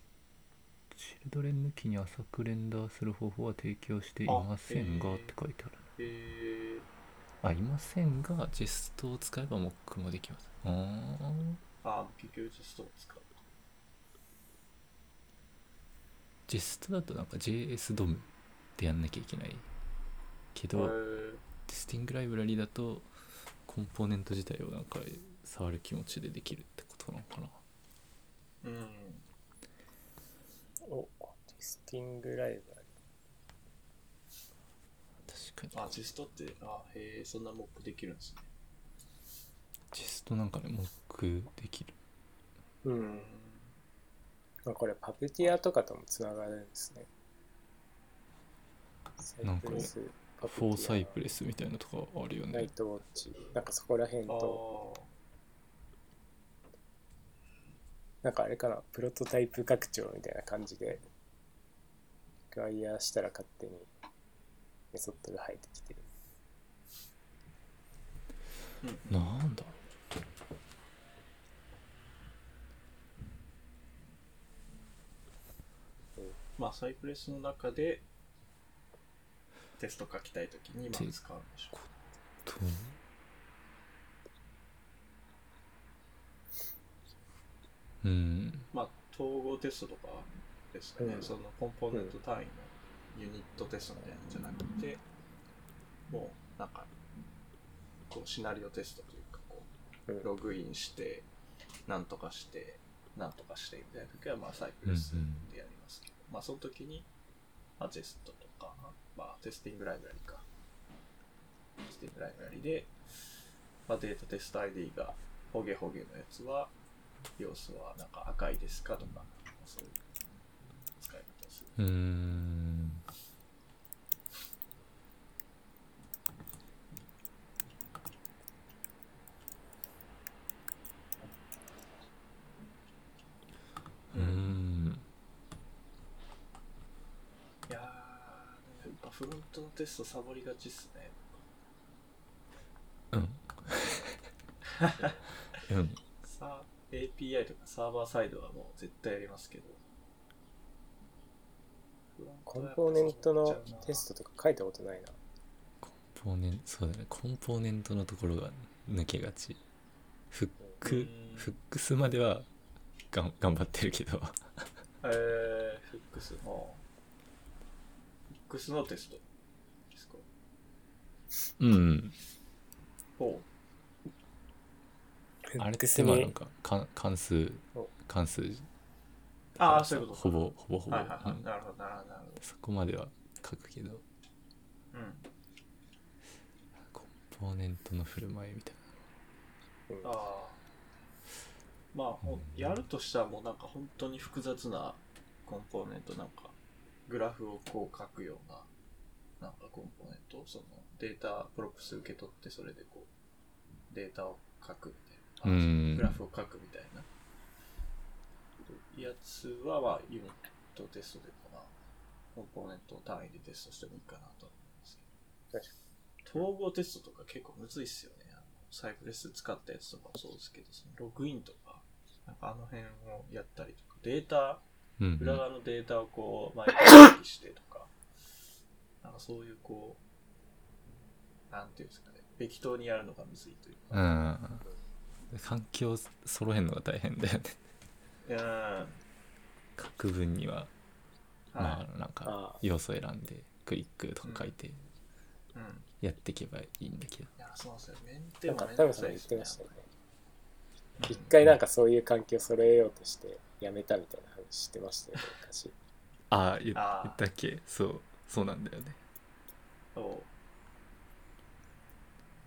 Speaker 2: チルドレン抜きに浅くレンダーする方法は提供していませんが
Speaker 1: あへー
Speaker 2: って書いてある
Speaker 1: えー、
Speaker 2: あいませんがジェストを使えばモックもできますああ
Speaker 1: あー、結局テストを使う。
Speaker 2: ジェストだとなんか JS ドムでやんなきゃいけないけ
Speaker 1: え
Speaker 2: ど、
Speaker 1: ー
Speaker 2: テスティングライブラリだとコンポーネント自体をなんか触る気持ちでできるってことなのかな
Speaker 1: うん。
Speaker 3: お、テスティングライブラリ。
Speaker 2: 確かに
Speaker 1: あ、テストって、あ、へえ、そんなモックできるんですね。
Speaker 2: ジェトなんかで、ね、モックできる。
Speaker 3: うん。まあ、これ、パペティアとかともつながるんですね。サイプレス、パ
Speaker 2: フォーサイプ
Speaker 3: レ
Speaker 2: レスみたいなとかあるよ
Speaker 3: ライ
Speaker 2: ね。
Speaker 3: トウォッチ。なんかそこら辺
Speaker 1: ああ
Speaker 3: と、なんかあれかな、プロトタイプ拡張みたいな感じで、ワイヤーしたら勝手にメソッドが入ってきてる。
Speaker 2: なんだろ
Speaker 1: まあサイプレスの中でテスト書きたいときにまあ使うんでしょ
Speaker 2: うと。うん。
Speaker 1: うまあ統合テストとかですかね、
Speaker 3: うん
Speaker 1: そのコンポーネント単位のユニットテストみたいなのじゃなくてもうなんかこうシナリオテストというかこ
Speaker 3: う。
Speaker 1: うんログインしてなんとかしてなんとかしてみたいな時はまあサイプレスでやりますけど、まあその時にまあテストとか、まあ、テスティングライブラリかテスティングライブラリで、まあ、データテスト ID がホゲホゲのやつは様子はなんか赤いですかとかそういう使い方をする
Speaker 2: うーん。うーん。
Speaker 1: いやーやっぱフロントのテストサボりがちっすね
Speaker 2: うん。うん。
Speaker 1: さ API とかサーバーサイドはもう絶対やりますけど。
Speaker 3: コンポーネントのテ
Speaker 1: ト。
Speaker 3: ストとか書いたことないな。
Speaker 2: コンポーネント、そうだね。コンポーネントのところが抜けがち。フッ
Speaker 1: う
Speaker 2: ク
Speaker 1: ん、
Speaker 2: フックスまではがん頑張ってるけど。
Speaker 1: えー、フックスの。フックスのテストですか。
Speaker 2: うん。
Speaker 1: ほ
Speaker 2: あれっ
Speaker 3: 複
Speaker 2: て
Speaker 3: 数
Speaker 2: まあ
Speaker 3: に
Speaker 2: なんか関関数
Speaker 3: そう、
Speaker 2: 関数。
Speaker 1: う。ああ、そういうこと。
Speaker 2: ほぼ、ほぼほぼ。
Speaker 1: はいはいは
Speaker 2: う
Speaker 1: い。
Speaker 2: ん
Speaker 1: なるほど、なるほど、なるほ
Speaker 2: そこまでは書くけど、
Speaker 1: ど。うん。
Speaker 2: コンポーネントの振る舞いみたい
Speaker 3: う
Speaker 1: あ
Speaker 3: ん
Speaker 1: あ。まあ、ほんやるとしたらもうなんか本当に複雑なコンポーネント、なんか、グラフをこう書くような、なんかコンポーネント、そのデータ、プロプス受け取って、それでこう、データを書くみたいな、
Speaker 2: うん
Speaker 1: グラフを書くみたいな、やつは、まあ、ユニットテストでかな、コンポーネントを単位でテストしてもいいかなと思うんですけど
Speaker 3: 確か。
Speaker 1: 統合テストとか結構むずいっすよね。あのサイプレス使ったやつとかもそうですけど、そのログインとか、なんかあの辺をやったりとか、データ、
Speaker 2: な。うん、う
Speaker 1: 裏
Speaker 2: ん。
Speaker 1: 側のデータをこ う、前に意識してとか、なんかそういうこう、なんていうんですかね、適当にやるのがむずいという
Speaker 2: う
Speaker 1: か、
Speaker 2: ん。環境揃えるのが大変だよね。
Speaker 1: うん、は
Speaker 2: 書く分には、
Speaker 1: い、
Speaker 2: まあなんか
Speaker 3: ああ
Speaker 2: 要素選んでクリックとか書いて
Speaker 1: うん。い
Speaker 2: やっていけばいいんだけど。
Speaker 1: や、そうなんですよ。メンテ
Speaker 3: なん
Speaker 1: も
Speaker 3: か
Speaker 1: めん
Speaker 3: 田
Speaker 1: どく
Speaker 3: 村さ
Speaker 1: さ
Speaker 3: ん
Speaker 1: いで
Speaker 3: 言っ
Speaker 1: す
Speaker 3: て
Speaker 1: ね
Speaker 3: ま。したよね。一回
Speaker 2: だ
Speaker 3: なんかそういう環境揃えようとしてやめたみたいな話してましたよね、昔。
Speaker 2: ああ言っ
Speaker 1: ああ
Speaker 2: 言ったっけそうそうなんだよね。
Speaker 1: そう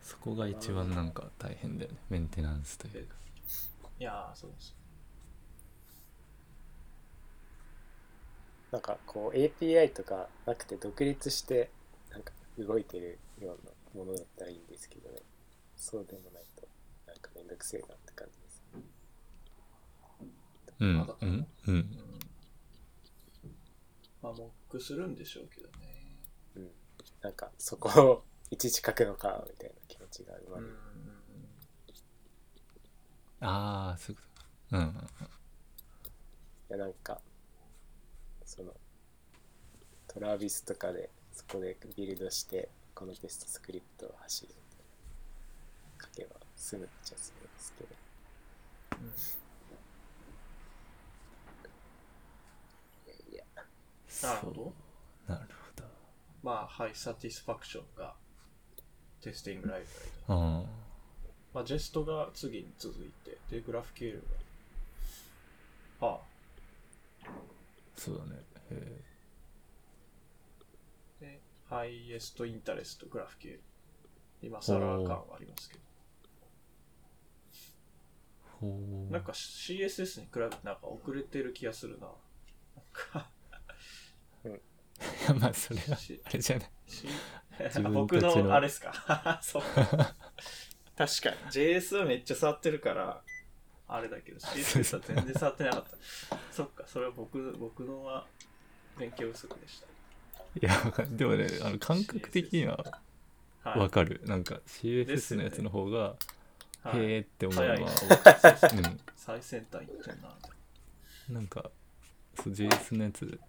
Speaker 2: そこが一番なんか大変だよね。メンテナンスというか。
Speaker 1: いやー、そうです。
Speaker 3: なんかこう API とかなくて独立してなんか動いてるようなものだったらいいんですけどね。そうでもないとなんかめんどくせえなって感じです。
Speaker 2: うんうんう。
Speaker 1: うんん。まあ、モックするんでしょうけどね。
Speaker 3: うん。なんかそこをいちいち書くのかみたいな気持ちが生ま
Speaker 1: う
Speaker 3: れ
Speaker 1: ん
Speaker 3: る。。
Speaker 2: ああそういうことか。うん
Speaker 3: いやなんかそのトラビスとかでそこでビルドしてこのテストスクリプトを走る書けば済むっちゃ済むんですけど
Speaker 1: うん
Speaker 3: いや
Speaker 1: なるほど。
Speaker 2: ど。なるほ
Speaker 1: まあ、ハイサティスファクションがテスティングライブラリだ。
Speaker 2: ど。ああ。
Speaker 1: まあ、ジェストが次に続いて、で、グラフ q l が。はあ。
Speaker 2: そうだね。え
Speaker 1: で、ハイエストインタレスト、グラフ q l 今更感はありますけど。
Speaker 2: ほう
Speaker 1: なんか CSS に比べてなんか遅れてる気がするな。なんか
Speaker 2: いやまあそれは
Speaker 1: し
Speaker 2: あれじゃない
Speaker 1: し
Speaker 2: 自分たちの
Speaker 1: 僕のあれですか そう確かに JS はめっちゃ触ってるからあれだけど CSS は全然触ってな かったそっかそれは僕僕のは勉強不足でし
Speaker 2: いやわかんでもねあの感覚的には
Speaker 1: たはい
Speaker 2: わかる、なんか
Speaker 1: です
Speaker 2: CSS
Speaker 1: よ
Speaker 2: の
Speaker 1: ね
Speaker 2: やつの方が、
Speaker 1: はい
Speaker 2: へえって思うのは、
Speaker 1: 早い最先端行ってんな
Speaker 2: うん、なんかそう JS のやつ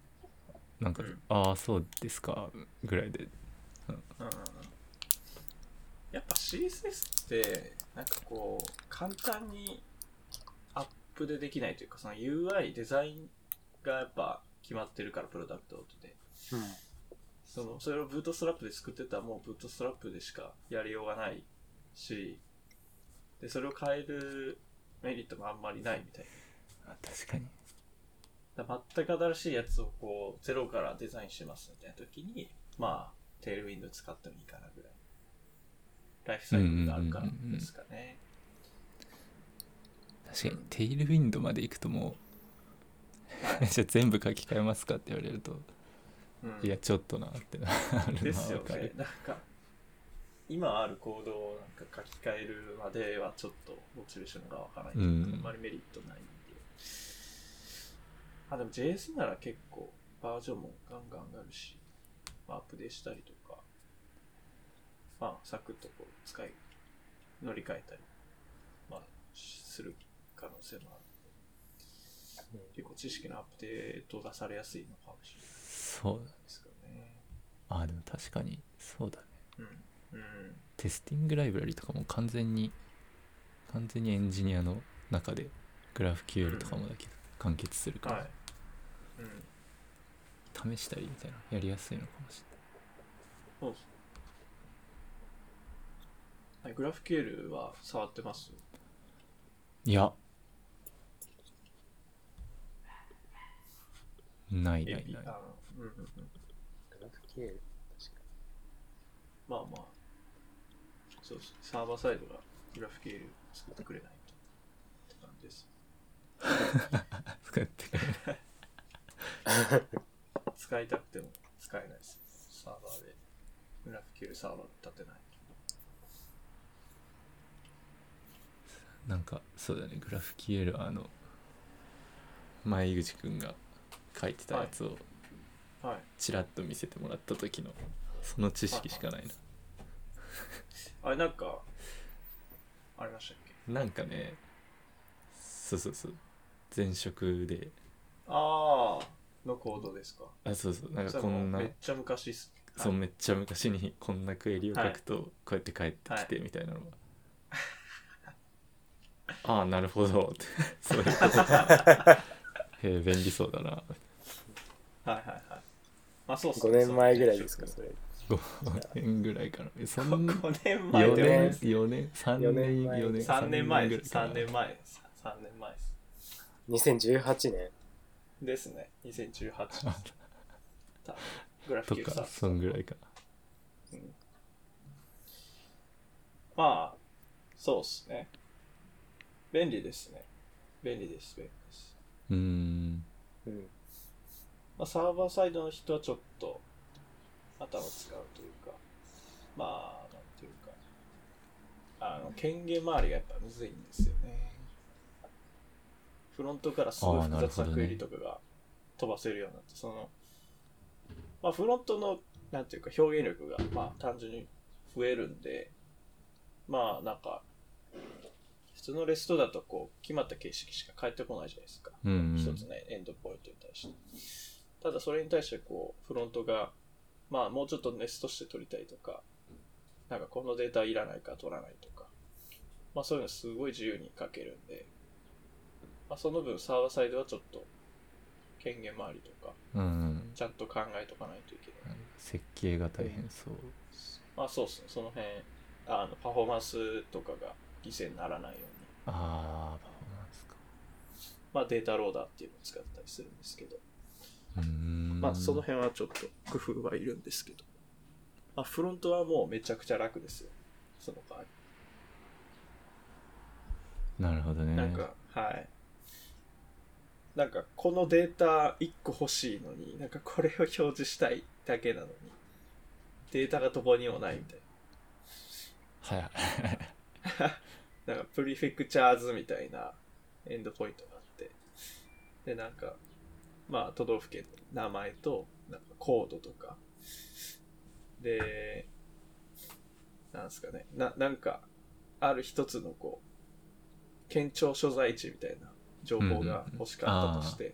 Speaker 2: なんか、
Speaker 1: うん
Speaker 2: ああそうですかぐらいで
Speaker 1: うんうんうんやっぱ CSS ってなんかこう簡単にアップでできないというかその UI デザインがやっぱ決まってるからプロダクトでそのそれをブートストラップで作ってたらもうブートストラップでしかやりようがないしでそれを変えるメリットもあんまりないみたい
Speaker 2: あ確かに
Speaker 1: なだから全く新しいやつをこうゼロからデザインしますみたいな時にまあテールウィンドウ使ってもいいかなぐらいライフサイクルがあるからですかね
Speaker 2: 確かにテイルウィンドまで行くともう じゃあ全部書き換えますかって言われると、
Speaker 1: うん
Speaker 2: いやちょっとなってな る
Speaker 1: で
Speaker 2: のは
Speaker 1: すよ
Speaker 2: わか
Speaker 1: ね
Speaker 2: る、
Speaker 1: なんか今ある行動をなんか書き換えるまではちょっとモチベーションがわからない、
Speaker 2: うん
Speaker 1: あんまりメリットないんであでも JS なら結構バージョンもガンガン上がるし、まあ、アップデートしたりとかまあサクッとこう使い乗り換えたり、まあ、しする可能性もあるんで結構知識のアップデートがされやすいのかもしれない
Speaker 2: そう
Speaker 1: ですけどね
Speaker 2: あでも確かにそうだね
Speaker 1: うんうん
Speaker 2: テスティングライブラリとかも完全に完全にエンジニアの中でグラフ QL とかもだけど完結するから、
Speaker 1: はい。うん。
Speaker 2: 試したりみたいなやりやすいのかもし
Speaker 1: そうですねはい。グラフ QL は触ってます
Speaker 2: れないいやないない
Speaker 1: AP
Speaker 2: ない
Speaker 1: あの、うんうんうん。
Speaker 3: グラフ系確か
Speaker 1: まあまあ、そうですね。サーバーサイドがグラフ QL 作ってくれないと。って感じです。
Speaker 2: 使ってくれる
Speaker 1: 使いたくても使えないです。サーバーで。グラフ QL サーバー立てない
Speaker 2: なんかそうだねグラフ QL あの前井口くんが書いてたやつを
Speaker 1: と。はい。
Speaker 2: ちらっと見せてもらった時のその知識しかないな
Speaker 1: あれ、なんか、ありましたっけ
Speaker 2: なんかねそうそうそう前職で
Speaker 1: ああ、のコードですか。
Speaker 2: あそうそうなん
Speaker 1: そ
Speaker 2: か
Speaker 1: れ
Speaker 2: こ
Speaker 1: も
Speaker 2: んな
Speaker 1: めっちゃ昔っす。
Speaker 2: そう
Speaker 1: はい
Speaker 2: めっちゃ昔に こんなクエリを書くとこうやって帰ってきてみたいなのが、 ああなるほどって そういうこと かへえ便利そうだな
Speaker 1: はいはいはい。まあ、そうっす
Speaker 3: 5年前ぐらいですか、それ。
Speaker 2: 5年ぐらいからえそんな
Speaker 1: 5年前
Speaker 2: 4
Speaker 1: で
Speaker 3: 四
Speaker 1: は
Speaker 2: 年4年3年
Speaker 3: 四年前
Speaker 2: 4年
Speaker 1: 3年前で
Speaker 2: ぐらい
Speaker 1: す
Speaker 2: かな
Speaker 1: 3年前です3年前です
Speaker 3: 2018年。
Speaker 1: ですね2018です多分グラフ
Speaker 2: と
Speaker 1: ィック
Speaker 2: か
Speaker 1: さ
Speaker 2: そんぐらいか
Speaker 1: まあそうっすね便利ですね便利です便利です、
Speaker 2: うーん
Speaker 3: うん。
Speaker 1: まあ、サーバーサイドの人はちょっと頭を使うというかまあなんていうかあの権限周りがやっぱむずいんですよねフロントからすごい
Speaker 2: あーな
Speaker 1: 複
Speaker 2: る
Speaker 1: 雑
Speaker 2: ほどね
Speaker 1: なクエリとかが飛ばせるようになって、その、まあ、フロントの、なんていうか、表現力が、まあ、単純に増えるんで、まあ、なんか、普通のレストだと、こう、決まった形式しか返ってこないじゃないですか。
Speaker 2: うんうん
Speaker 1: 一つね、エンドポイントに対して。ただ、それに対して、こう、フロントが、まあ、もうちょっとネストして取りたいとか、なんか、このデータいらないから取らないとか、まあ、そういうのすごい自由に書けるんで、まあ、その分、サーバーサイドはちょっと、権限周りとか、
Speaker 2: うんうん
Speaker 1: ちゃんと考えとかないといけない。
Speaker 2: 設計が大変そう
Speaker 1: まあ、そうですね、その辺、あの、パフォーマンスとかが犠牲にならないように、
Speaker 2: ああパフォーマンスか
Speaker 1: まあ、データローダーっていうのを使ったりするんですけど、
Speaker 2: うーん
Speaker 1: まあその辺はちょっと工夫はいるんですけど、まあ、フロントはもうめちゃくちゃ楽ですよその代わり
Speaker 2: なるほどね
Speaker 1: なんか、はい。なんか、このデータ1個欲しいのに、なんかこれを表示したいだけなのに、データがどこにもないみたい
Speaker 2: はいはい
Speaker 1: な。なんか、プリフィクチャーズみたいなエンドポイントがあって、で、なんか、まあ、都道府県の名前と、なんかコードとか、で、なんですかね、な、なんか、ある一つのこう、県庁所在地みたいな情報が欲しかったとして、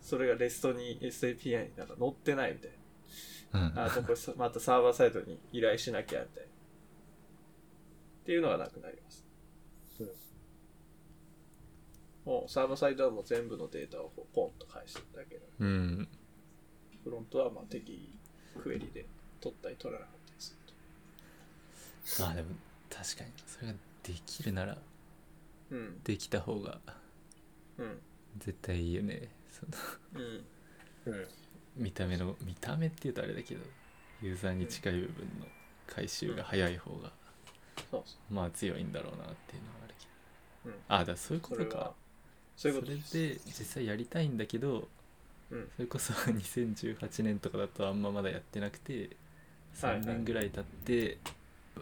Speaker 1: それがレストに SAPI になんか載ってないみたい
Speaker 2: うん
Speaker 1: な。あ、じゃあこれさまたサーバーサイトに依頼しなきゃみたいな。っていうのがなくなります。
Speaker 3: うん
Speaker 1: もうサーバーサイトはもう全部のデータをこうポンと返してるだけで、
Speaker 2: うん
Speaker 1: フロントはまあ適宜クエリで取ったり取らなかったりする
Speaker 2: まあでも確かにそれができるなら
Speaker 1: と。うん。
Speaker 2: できた方が
Speaker 1: うん。
Speaker 2: 絶対いいよねその
Speaker 1: うん。
Speaker 3: うん。
Speaker 2: 見た目の見た目っていうとあれだけどユーザーに近い部分の回収が早い方が
Speaker 1: そうそう。
Speaker 2: まあ強いんだろうなっていうのはあるけ
Speaker 1: うん
Speaker 2: ど、あだからそういうこ
Speaker 1: それ
Speaker 2: とか
Speaker 1: は、そういうことです。
Speaker 2: それで実際やりたいんだけど、
Speaker 1: うん
Speaker 2: それこそ 2018年とかだとあんままだやってなくて
Speaker 1: はいはい
Speaker 2: 3年ぐらい経って、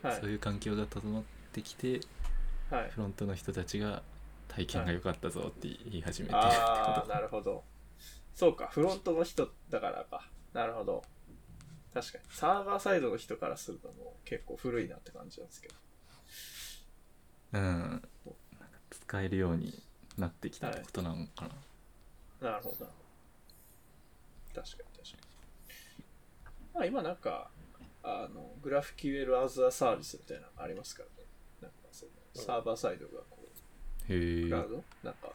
Speaker 1: はい
Speaker 2: そういう環境が整ってきて、
Speaker 1: はい。
Speaker 2: フロントの人たちが体験が良かったぞって言い始めてるって
Speaker 1: あ
Speaker 2: こ
Speaker 1: あ、なるほど。そうか、フロントの人だからか。なるほど。確かに。サーバーサイドの人からするともう結構古いなって感じなんですけど。
Speaker 2: と、うん、なんか使えるようになってきたってことなのかな、
Speaker 1: なるほどな。確かに確かに。まあ今なんか、あの、グラフ QL アザーサービスみたいなのありますからね。なんかそのサーバーサイドがこう、クラ
Speaker 2: へ
Speaker 1: ウドなんか、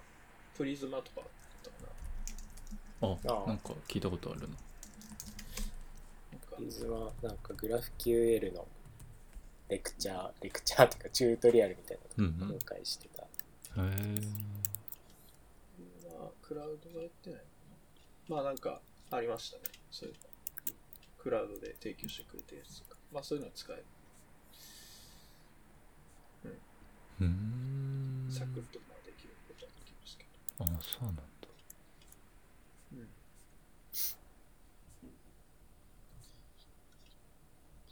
Speaker 1: プリズマとかだったかな。
Speaker 2: えあ
Speaker 3: あ
Speaker 2: なんか聞いたことあるな
Speaker 1: なんか
Speaker 3: ビズはなんかグラフ QL のレクチャー、レクチャーとかチュートリアルみたい
Speaker 2: うん
Speaker 3: な
Speaker 2: う
Speaker 3: の
Speaker 2: ん
Speaker 3: を公開してた。
Speaker 2: へえ
Speaker 1: まあ、クラウドがやってないかな。まあなんか、ありましたね。そういうのクラウドで提供してくれてるやつとか。まあそういうのは使える。
Speaker 2: うーん
Speaker 1: サクッとまあできることはできますけ
Speaker 2: あそうなんだ
Speaker 1: ど。うん。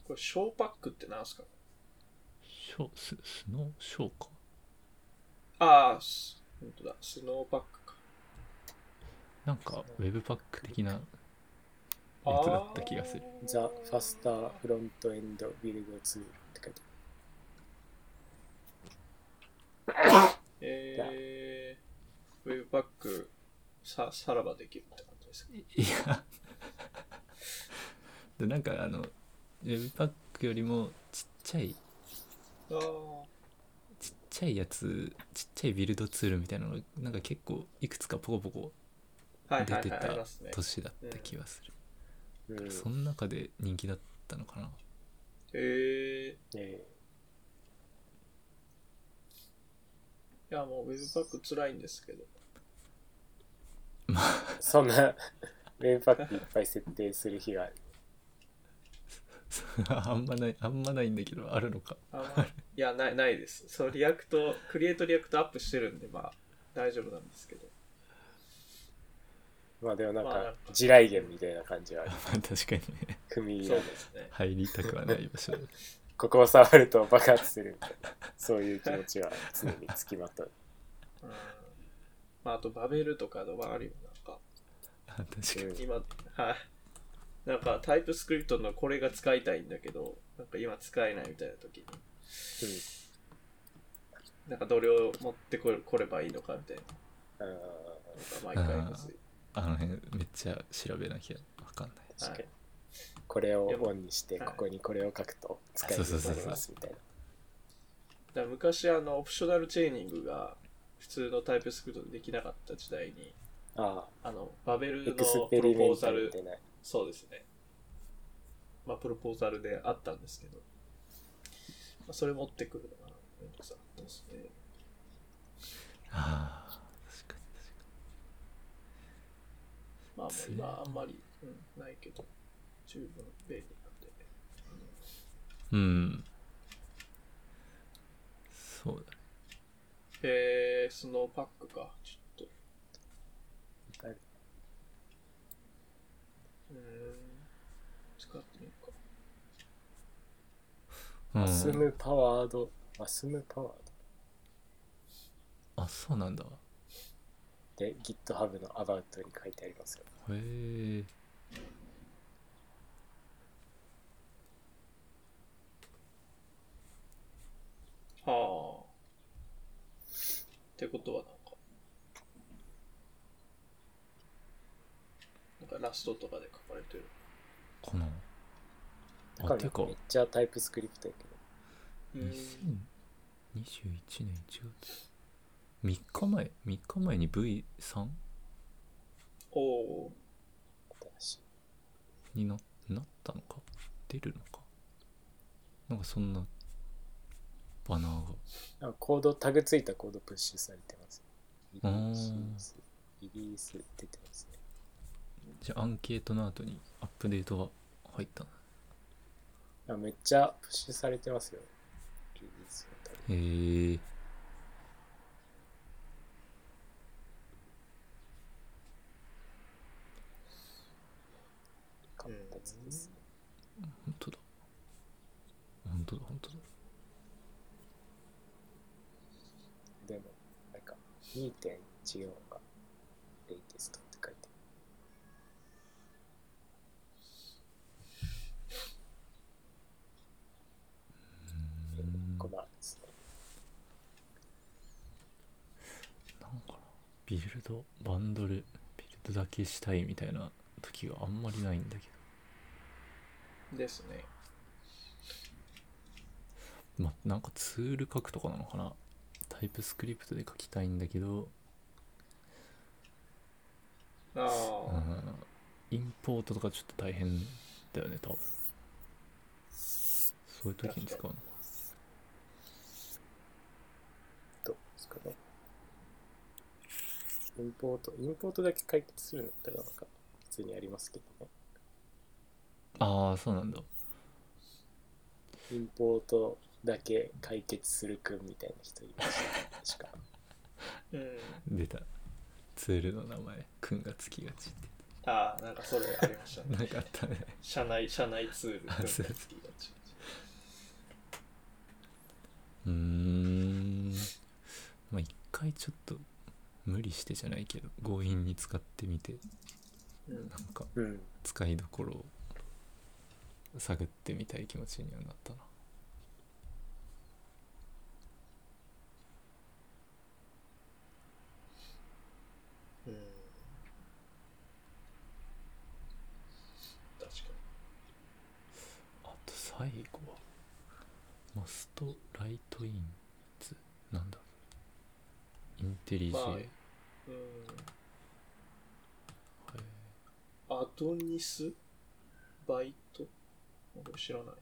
Speaker 1: これ、ショーパックってなんすか
Speaker 2: ショススノーショーか
Speaker 1: ああ、すほんとだ。スノーパックか。
Speaker 2: なんかウェブパック的なやつだった気がする
Speaker 1: あー。
Speaker 3: ザ・ファスター・フロント・エンド・ビルド・ツールって書いて
Speaker 1: えー、ウェブパック、さ、さらばできるって感じですか
Speaker 2: いやでなんかあのウェブパックよりもちっちゃい
Speaker 1: ああ。
Speaker 2: ちっちゃいやつちっちゃいビルドツールみたいなのがなんか結構いくつかポコポコ
Speaker 1: はい
Speaker 2: 出
Speaker 1: は
Speaker 2: て
Speaker 1: いはい、あり
Speaker 2: た
Speaker 1: ますね。
Speaker 2: 年だった気がする、
Speaker 3: ある。うん。
Speaker 2: その中で人気だったのかな
Speaker 1: え
Speaker 3: え
Speaker 1: ー、いやもうウェブパック辛いんですけど。
Speaker 3: ーそんなウェブパックいっぱい設定する日は
Speaker 2: そあんまないあんまないんだけどあるのか
Speaker 1: あんまいやない、ないです。そう、リアクト、クリエイトリアクトアップしてるんで、まあ、大丈夫なんですけど。
Speaker 3: まあでもなん
Speaker 1: まあなん
Speaker 3: か
Speaker 1: か
Speaker 3: 地雷原みたいな感じはある
Speaker 2: まあ確かにね
Speaker 3: 組み入
Speaker 1: そう
Speaker 3: れ
Speaker 1: ですね。
Speaker 2: 入りたくはない場 所だ
Speaker 3: ここを触ると爆発するみたいなそういう気持ちは常につきまとう
Speaker 1: うん。まあ、あと、バベルとかの周りもなんか、
Speaker 2: あ確かに
Speaker 1: 今、はい。なんか、タイプスクリプトのこれが使いたいんだけど、なんか今使えないみたいな時に、なんかどれを持ってこれこればいいのかみたいな
Speaker 3: うん、うん、
Speaker 1: のが毎回です。
Speaker 2: あの辺めっちゃ調べなきゃわかんない
Speaker 3: 確かにこれをオンにして
Speaker 1: はい
Speaker 3: ここにこれを書くと使えるようになりますみたいな
Speaker 1: だから昔あのオプショナルチェーニングが普通のタイプスクリプトでできなかった時代に
Speaker 3: あ
Speaker 1: あのバベ
Speaker 3: あ
Speaker 1: ル
Speaker 3: エ
Speaker 1: のプ
Speaker 3: クス
Speaker 1: ロポ
Speaker 3: ペリメン
Speaker 1: ー
Speaker 3: タ
Speaker 1: ザ
Speaker 3: ル
Speaker 1: ル
Speaker 3: みたいな
Speaker 1: そうですねまあプロポーザルであったんですけど、まあ、それ持ってくるのがめんどくさかったですね
Speaker 2: ああ確かに確か
Speaker 1: まあもう
Speaker 2: そう
Speaker 1: 今あんまり、うん、ないけど十分便利なんでね
Speaker 2: にうんそうだね
Speaker 1: えー、スノーパックか。ちょっと。
Speaker 3: はい。
Speaker 1: うーん。使ってみようか。
Speaker 2: うん
Speaker 3: マスムパワード、マスムパワー
Speaker 2: あそうなんだへ
Speaker 3: ドで GitHub のアバウトに書いてありますよ。
Speaker 2: え
Speaker 1: はあ。ってことはなんか、なんかラストとかで書かれてる。
Speaker 2: かな
Speaker 3: だ
Speaker 2: あ
Speaker 3: か
Speaker 2: て
Speaker 3: ら
Speaker 2: か
Speaker 3: めっちゃタイプスクリプトやけど。
Speaker 1: う
Speaker 2: 2021
Speaker 1: ん。
Speaker 2: 年1月3日前3日前に V3
Speaker 1: おお
Speaker 3: 新しい
Speaker 2: にななったのか出るのかなんかそんなバナーが
Speaker 3: あコード、タグついたコードプッシュされてます。リリー
Speaker 2: うん
Speaker 3: ス、リリース出てますね。
Speaker 2: じゃあアンケートの後にアップデートが入ったな
Speaker 3: あめっちゃプッシュされてますよ。リリースのタグ
Speaker 2: へえ
Speaker 3: 簡単ですね。
Speaker 2: 本当だ本当だ本当だ
Speaker 3: でも、なんか2.14がレイテストって書いてある。
Speaker 2: うん
Speaker 3: 5番ですね。
Speaker 2: なんかなビルドバンドルビルドだけしたいみたいな時があんまりないんだけ
Speaker 1: ですね。
Speaker 2: どまなんかツール書くとかなのかなタイプスクリプトで書きたいんだけど
Speaker 1: あ
Speaker 2: う
Speaker 1: あ、
Speaker 2: んインポートとかちょっと大変だよね多分そういう時に使うの
Speaker 3: どうですかね。インポート、インポートだけ解決するんだったら、なんか、普通にありますけどね。
Speaker 2: ああそうなんだ
Speaker 3: インポートだけ解決するくんみたいな人いま した。確か。
Speaker 1: うん。
Speaker 2: 出たツールの名前くんがつきがちっ
Speaker 1: ああ、なんかそれありました
Speaker 2: て
Speaker 1: ね。
Speaker 2: なんかあったね
Speaker 1: 社内、社内ツール。
Speaker 2: あそうそ
Speaker 1: 文
Speaker 2: う
Speaker 1: 化っていうやつ
Speaker 2: うーんまあ一回ちょっと無理してじゃないけど強引に使ってみて
Speaker 1: うん。
Speaker 2: なんか
Speaker 3: うん。
Speaker 2: 使いどころを探ってみたい気持ちにはなったな
Speaker 1: うん確か
Speaker 2: あと最後はマストライトインズなんだインテリジェ、
Speaker 1: まあに。
Speaker 2: へ
Speaker 1: うん。
Speaker 2: え
Speaker 1: アドニスバイトなんか知らないな。へ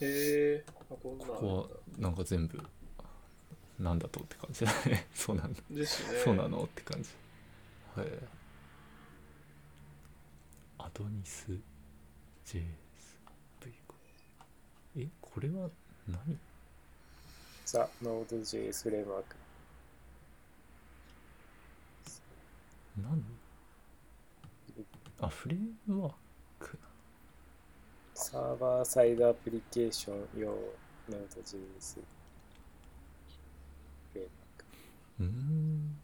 Speaker 1: えー、あ、こんなんあ
Speaker 2: こ
Speaker 1: るんだ
Speaker 2: こはなんか全部なんだとって感じだ ねそうなんだ、
Speaker 1: ですね。
Speaker 2: そうなのって感じはいアドニス JS ということえこれは何
Speaker 3: ザ・ノード JS フレームワーク。
Speaker 2: 何あフレームワーク
Speaker 3: サーバーサイドアプリケーション用ノード JS フレームワーク。
Speaker 2: うーん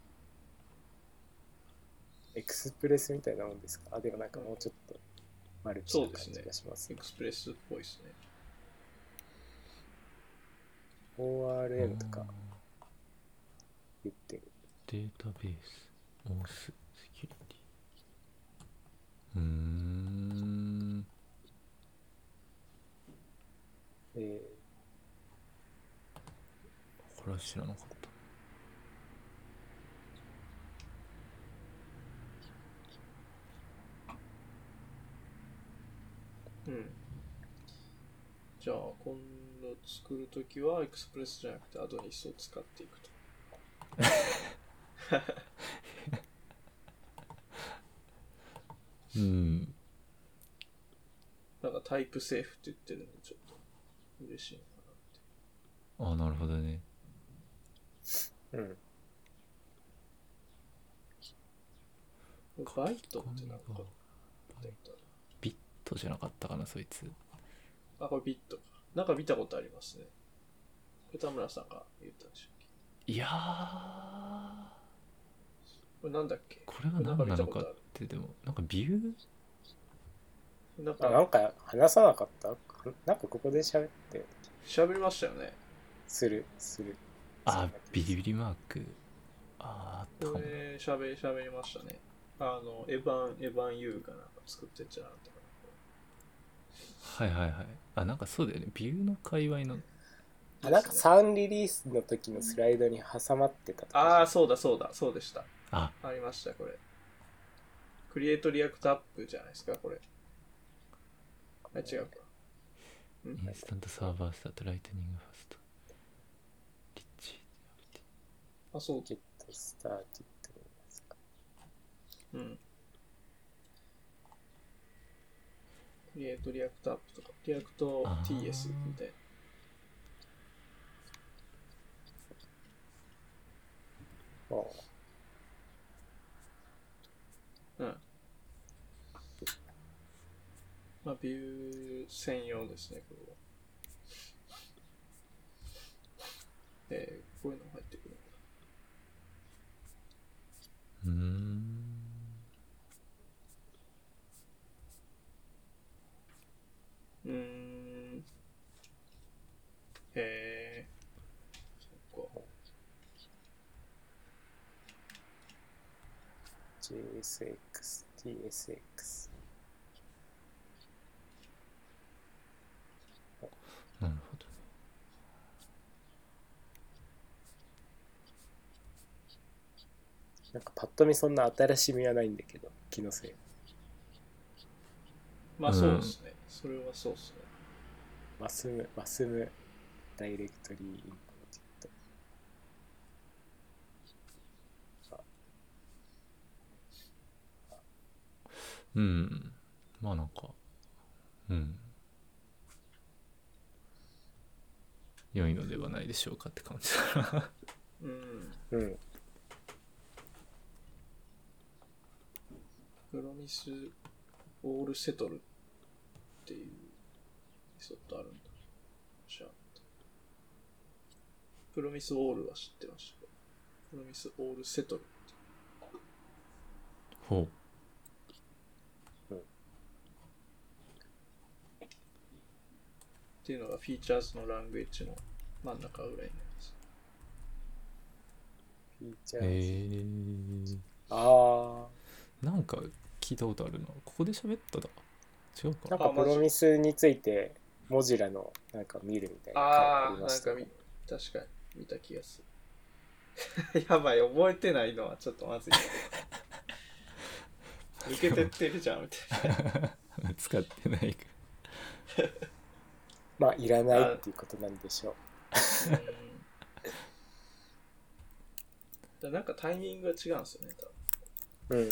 Speaker 3: エクスプレスみたいなもんですかあ、でもなんかもうちょっとマルチな感じがします
Speaker 1: エ
Speaker 3: ね。
Speaker 1: クスプレスっぽいですね。
Speaker 3: ORM とか
Speaker 2: あー
Speaker 3: 言ってる。
Speaker 2: データベース、オース、セキュリティ。うーん。
Speaker 3: え
Speaker 2: これは知らなかった。
Speaker 1: うん。じゃあ、今度作るときはエクスプレスじゃなくてアドニスを使っていくと。
Speaker 2: うん。
Speaker 1: なんかタイプセーフって言ってるので、ちょっと嬉しいのかなって。
Speaker 2: あ、なるほどね。
Speaker 1: バイトってなんかあったな
Speaker 2: ビットじゃなかったかなそいつ
Speaker 1: あ、これビットか。なんか見たことありますね。これ田村さんが言ったんでしょう
Speaker 2: いやー
Speaker 1: これなんだっけ
Speaker 2: これは何なのかってでもなんかビュー
Speaker 1: なん
Speaker 3: あなん
Speaker 1: か
Speaker 3: か話さなかったなんかここで喋ってる
Speaker 1: 喋りましたよね。
Speaker 3: するする
Speaker 2: あビリビリマークあーあった
Speaker 1: こ
Speaker 2: かも
Speaker 1: れ喋り喋りましたね。あの、エヴァン、エヴァンユーかなんか作ってんじゃなかったか
Speaker 2: はいはいはいあなんかそうだよねビューの界隈の
Speaker 3: あなんかサウンリリースの時のスライドに挟まってたとか
Speaker 1: な。ああー、そうだそうだ、そうでした。
Speaker 2: あ
Speaker 1: ありました、これ。クリエイトリアクトアップじゃないですか、これ。あ、違うか。
Speaker 2: インスタントサーバースタートライトニングファーストリッチ
Speaker 1: あ、そう。
Speaker 3: ゲットスタートってことですか
Speaker 1: うん。クリエイトリアクトアップとか、リアクト
Speaker 2: あー
Speaker 1: TS みたいな。
Speaker 3: おう
Speaker 1: うん。まあ、ビュー専用ですね、これは。えー、こういうのも入ってくる。
Speaker 2: うーん
Speaker 1: うーん。へえ。そっか。
Speaker 3: JSX、TSX。
Speaker 2: なるほど
Speaker 3: なんかパッと見そんな新しみはないんだけど、気のせい。
Speaker 1: まあ、そうですね。それはそうですね。
Speaker 3: マスム、マスム、ダイレクトリーインポーテ
Speaker 2: うんまあなんかうん良いのではないでしょうかって感じだな
Speaker 1: うん。
Speaker 3: ィット。うん。
Speaker 1: プロミスオールセトルっていうメソッドあるんだ。じゃあ。プロミスオールは知ってましたけど。プロミスオールセトル。
Speaker 2: ほ
Speaker 1: っていうのがフィーチャーズのラングエッジの真ん中ぐらいになります。
Speaker 3: フィーチ
Speaker 2: う
Speaker 3: ャ
Speaker 2: へ
Speaker 3: ーズ。
Speaker 2: え
Speaker 3: あ
Speaker 2: なんか聞いたことあるなここで喋っただ違う
Speaker 3: あ。な
Speaker 2: か
Speaker 3: んかプロミスについて、モジュラのなんか見るみたいな回
Speaker 1: あ
Speaker 3: り
Speaker 1: あ、
Speaker 3: ま
Speaker 1: な
Speaker 3: し
Speaker 1: ん
Speaker 3: た
Speaker 1: か
Speaker 3: ね
Speaker 1: み確かに見た気がする。 やばい、覚えてないのはちょっとまず い。抜けてってるじゃん、みたいな。
Speaker 2: な 使ってないか
Speaker 3: まあ、いらないっていうことなんでしょう。
Speaker 1: うんだからなんかタイミングが違うんですよね、多
Speaker 3: うん。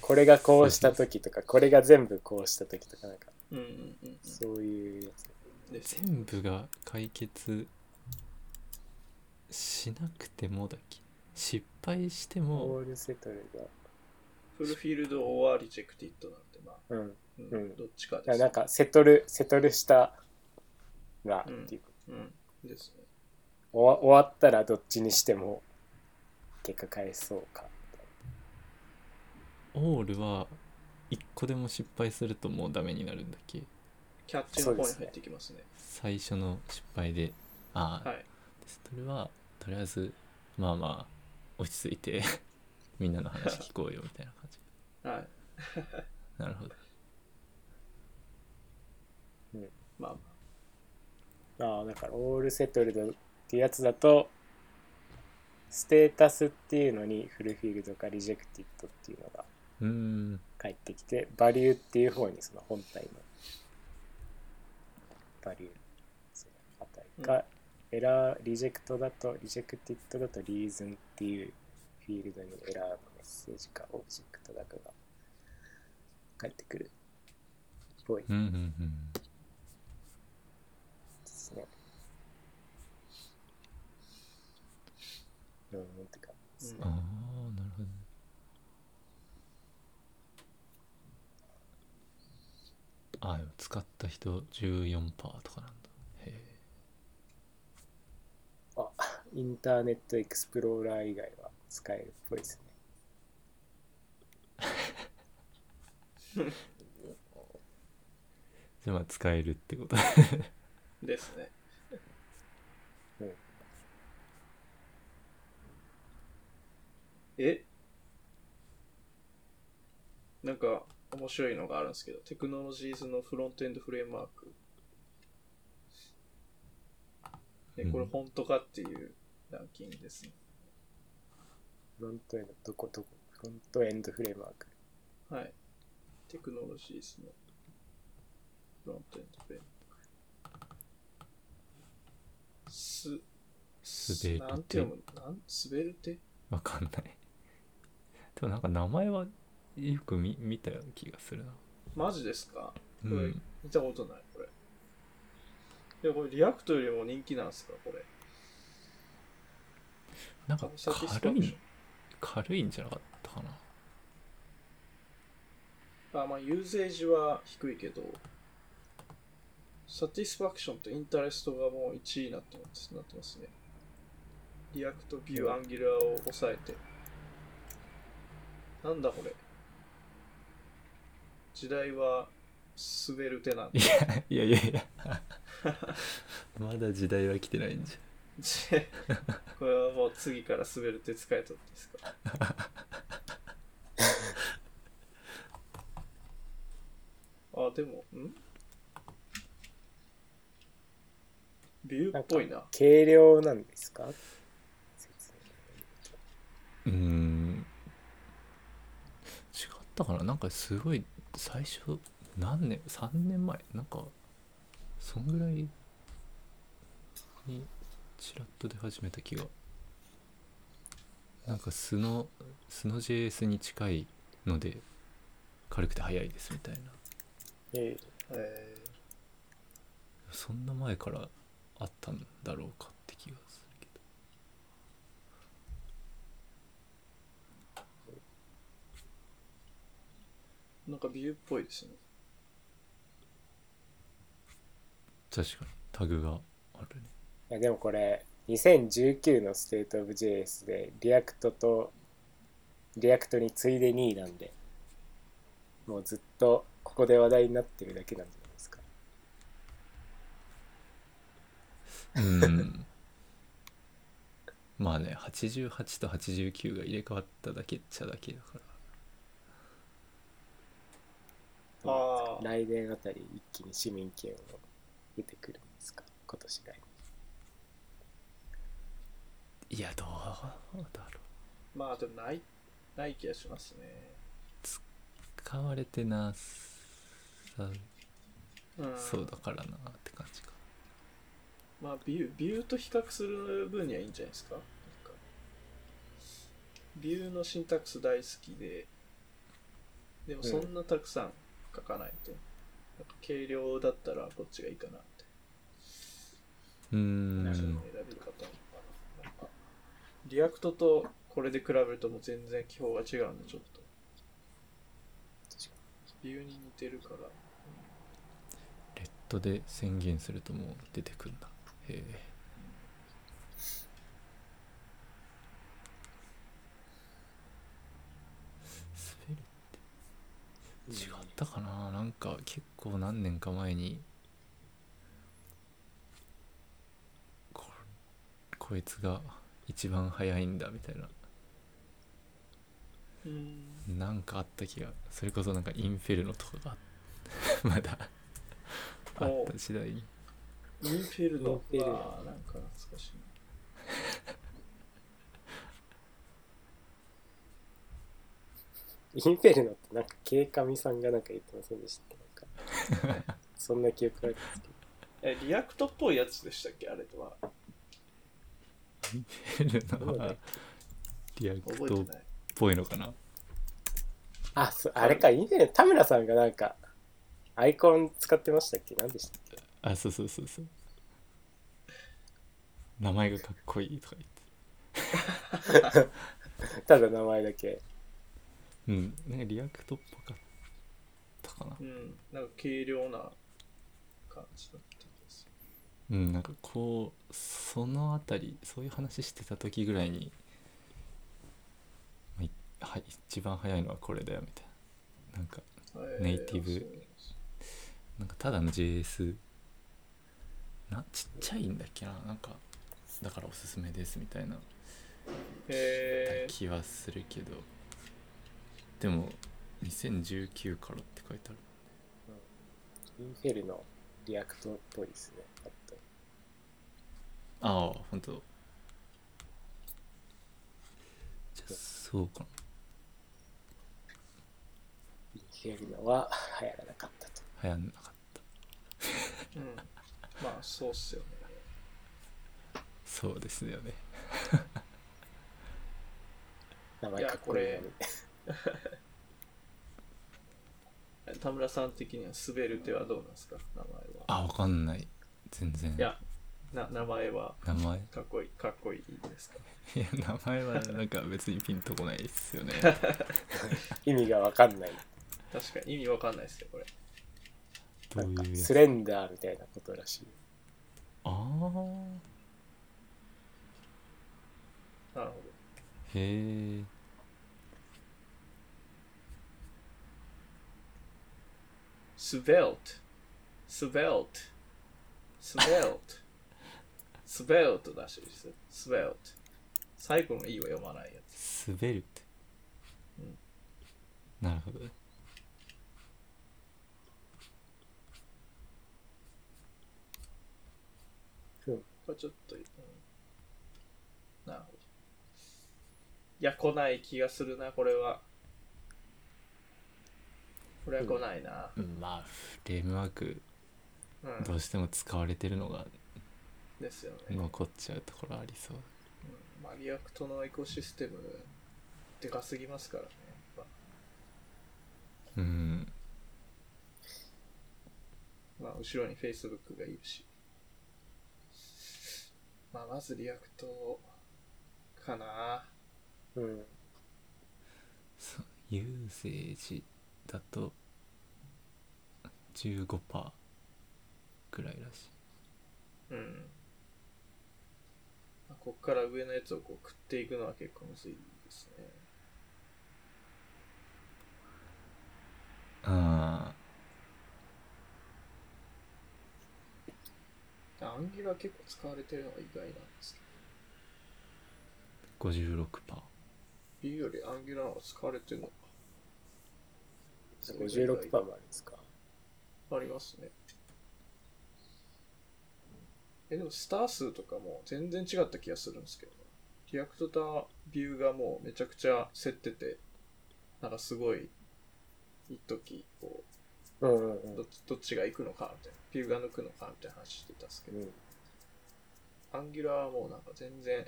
Speaker 3: これがこうした時とか、これが全部こうした時とか、なんか、
Speaker 1: 分。うんうんうんう
Speaker 3: そういうやつ。
Speaker 1: ん。です。
Speaker 2: 全部が解決しなくてもだっけ失敗して
Speaker 3: オ
Speaker 2: も
Speaker 3: ールセトル
Speaker 1: フルフィールドオアリジェクティッドなんて、まあ、
Speaker 3: が。うん。
Speaker 1: うん
Speaker 3: うん
Speaker 1: どっちかで
Speaker 3: あ
Speaker 1: す。
Speaker 3: なんか、セトル、セトルしたらっていうか、
Speaker 1: うん。ですね。
Speaker 3: 終わ終わったらどっちにしても結果返そうか。
Speaker 2: オールは一個でも失敗するともうダメになるんだっけ
Speaker 1: キャッチの方に入ってきますね。
Speaker 2: 最初の失敗でああ、
Speaker 1: はい。
Speaker 2: それはとりあえずまあまあ落ち着いて みんなの話聞こうよみたいな感じ
Speaker 1: はい。
Speaker 2: なるほど
Speaker 1: まあ、
Speaker 3: ああ、だから、オールセトルドってやつだと、ステータスっていうのにフルフィールドかリジェクティッドっていうのが
Speaker 2: うーん
Speaker 3: 返ってきて、バリューっていう方にその本体のバリュー、その値が、エラー、リジェクトだと、リジェクティッドだとリーズンっていうフィールドにエラーのメッセージかオブジェクトだかが返ってくるっぽい
Speaker 2: うんうんうん
Speaker 3: ですね。うん、なんていうか、
Speaker 1: うん
Speaker 2: ああなるほどあでも使った人14%とかなんだへえ
Speaker 3: インターネットエクスプローラー以外は使えるっぽいですね。
Speaker 2: じゃあまあ使えるってこと
Speaker 1: ですね。
Speaker 3: うん
Speaker 1: えなんか面白いのがあるんですけど、テクノロジーズのフロントエンドフレームワーク。え、これ
Speaker 2: うん
Speaker 1: 本当かっていうランキングですね。
Speaker 3: フロントエンド、どこどこフロントエンドフレームワーク。
Speaker 1: はい。テクノロジーズのフロントエンドフレームワーク。す、
Speaker 2: すべるて
Speaker 1: なんて読むなん滑るて
Speaker 2: わかんないでもなんか名前はよく見見たような気がするな
Speaker 1: マジですか
Speaker 2: う
Speaker 1: これ
Speaker 2: ん
Speaker 1: 見たことない、これ。いや、これリアクトよりも人気なんですか、これ。
Speaker 2: なんか
Speaker 1: サティスファク
Speaker 2: 軽
Speaker 1: ショ
Speaker 2: い
Speaker 1: ン
Speaker 2: 軽いんじゃなかったかな
Speaker 1: あ、まあ、ユーゼージは低いけど、サティスファクションとインタレストがもう1位になってますなってますね。リアクト、ビュー、アンギュラーを抑えて。なんだこれ。時代は滑る手なんだ。
Speaker 2: いやいやい やまだ時代は来てないんじ
Speaker 1: で これはもう次から滑る手使えとってですかあでもんビューっぽいな
Speaker 3: 軽量なんですか説
Speaker 2: ゃんうーん違ったかななんかすごい最初何年3年前なんかそんぐらいにちらっと出始めた気がなんか素の素の JS に近いので軽くて速いですみたいな
Speaker 3: 明え
Speaker 1: え
Speaker 2: そんな前からあったんだろうかって気がするけど
Speaker 1: ーなんかビューっぽいですね
Speaker 2: 確かにタグがあるね
Speaker 3: いやでもこれ、2019のステートオブ JS で、リアクトと、リアクトに次いで2位なんで、もうずっとここで話題になってるだけなんじゃないですか。
Speaker 2: うん まあね88と89が入れ替わっただけっちゃだけだから
Speaker 1: ああ
Speaker 3: 来年あたり一気に市民権を出てくるんですか今年来
Speaker 2: いやどうだろう
Speaker 1: まあでもないない気がしますね
Speaker 2: 使われてなさ
Speaker 1: うん
Speaker 2: そうだからなって感じか
Speaker 1: まあビュービューと比較する分にはいいんじゃないですかなんかビューのシンタックス大好きででもそんなたくさん書かないと、なんか軽量だったらこっちがいいかなって
Speaker 2: うー
Speaker 1: その
Speaker 2: ん
Speaker 1: 選び方なのかななんかリアクトとこれで比べるともう全然基本が違うんでちょっと
Speaker 3: 確か
Speaker 1: ビューに似てるから
Speaker 2: レッドで宣言するともう出てくるんだへえスペル
Speaker 3: に
Speaker 2: 違ったかななんか結構何年か前にここいつが一番早いんだみたいな
Speaker 1: うん
Speaker 2: なんかあった気がそれこそなんかインフェルノとかが まだあった時代に
Speaker 1: インフィールド
Speaker 3: インフィールド
Speaker 1: はなんか懐かしいな
Speaker 3: インフェルノってなんか警官さんがなんか言ってませんでしたなん かそんな記憶あるんですけど
Speaker 1: えリアクトっぽいやつでしたっけあれとは
Speaker 2: インフェルノはリアク
Speaker 1: 覚
Speaker 2: ト
Speaker 1: え
Speaker 2: って
Speaker 1: ない
Speaker 2: ぽいのかな
Speaker 3: あそあれかインフェルノ田村さんがなんかアイコン使ってましたっけ何でしたっけ
Speaker 2: あそうそうそうそう名前がかっこいいとか言って
Speaker 3: ただ名前だけ
Speaker 2: うん、なんかリアクトっぽかったったかな
Speaker 1: うん、なんか軽量な感じだったんですよ。
Speaker 2: うんなんかこうそのあたりそういう話してた時ぐらいに、まあいはい、一番早いのはこれだよみたいななんか
Speaker 1: え
Speaker 2: ネイティブ
Speaker 1: そうなんです
Speaker 2: なんかただの JS なちっちゃいんだっけななんかだからおすすめですみたいな
Speaker 1: へ
Speaker 2: 気はするけどでも2019からって書いてある
Speaker 3: インフェルのリアクトっぽいですね。あと
Speaker 2: ああ本当じゃあそうかな
Speaker 3: インフェルノは流行らなかったと。
Speaker 2: 流行んなかった
Speaker 1: ーうん、まあそうっすよね。
Speaker 2: そうですよね
Speaker 3: 名前かっこいいのに
Speaker 1: いや。田村さん的には滑る手はどうなんですか名前は。
Speaker 2: あわかんない全然
Speaker 1: いや、な名前は
Speaker 2: 名前
Speaker 1: かっこいい、かっこいいですか
Speaker 2: いや名前はなんか別にピンとこないですよね
Speaker 3: 意味がわかんない。
Speaker 1: 確かに意味わかんないですよ、これ。
Speaker 2: ど
Speaker 3: な
Speaker 2: うん
Speaker 3: か
Speaker 2: いうや
Speaker 3: ス
Speaker 2: つ
Speaker 3: レンダーみたいなことらしい。
Speaker 2: ああ
Speaker 1: なるほ
Speaker 2: へえ。
Speaker 1: ど。滑る。滑る。滑る。滑るらしいです。滑る。最後の E は読まないやつ。
Speaker 2: 滑るって
Speaker 1: うん。
Speaker 2: なるほどね。
Speaker 1: これちょっと、うんなるほど。いや、来ない気がするな、これは。これは来ないな。
Speaker 2: まあ、フレームワーク、
Speaker 1: うん。
Speaker 2: どうしても使われてるのが
Speaker 1: ですよね。
Speaker 2: 残っちゃうところありそう。
Speaker 1: まあ、リアクトのエコシステム、でかすぎますからね。やっ
Speaker 2: うん。
Speaker 1: ぱまあ、後ろに Facebook がいるし。まあ、まずリアクトかな。
Speaker 3: うん。
Speaker 2: そうユーセージだと15%ぐらいらしい。
Speaker 1: うん。まあこっから上のやつをこう食っていくのは結構むずいですね。
Speaker 2: あ
Speaker 1: アンギュラー結構使われてるのが意外なんですけど、
Speaker 2: あ、56%。
Speaker 1: B よりアンギュラーの方が使われてるのか
Speaker 3: 56%もあるんですか。
Speaker 1: ありますね。え、でもスター数とかも全然違った気がするんですけど、リアクトとビューがもうめちゃくちゃ競ってて、なんかすごい、一時こ
Speaker 3: うんうん
Speaker 1: うどっち、どっちが行くのかみたいな、ビューが抜くのかみたいな話してたんですけ
Speaker 3: う
Speaker 1: ど、
Speaker 3: ん。うん。
Speaker 1: アンギュラーはもうなんか全然、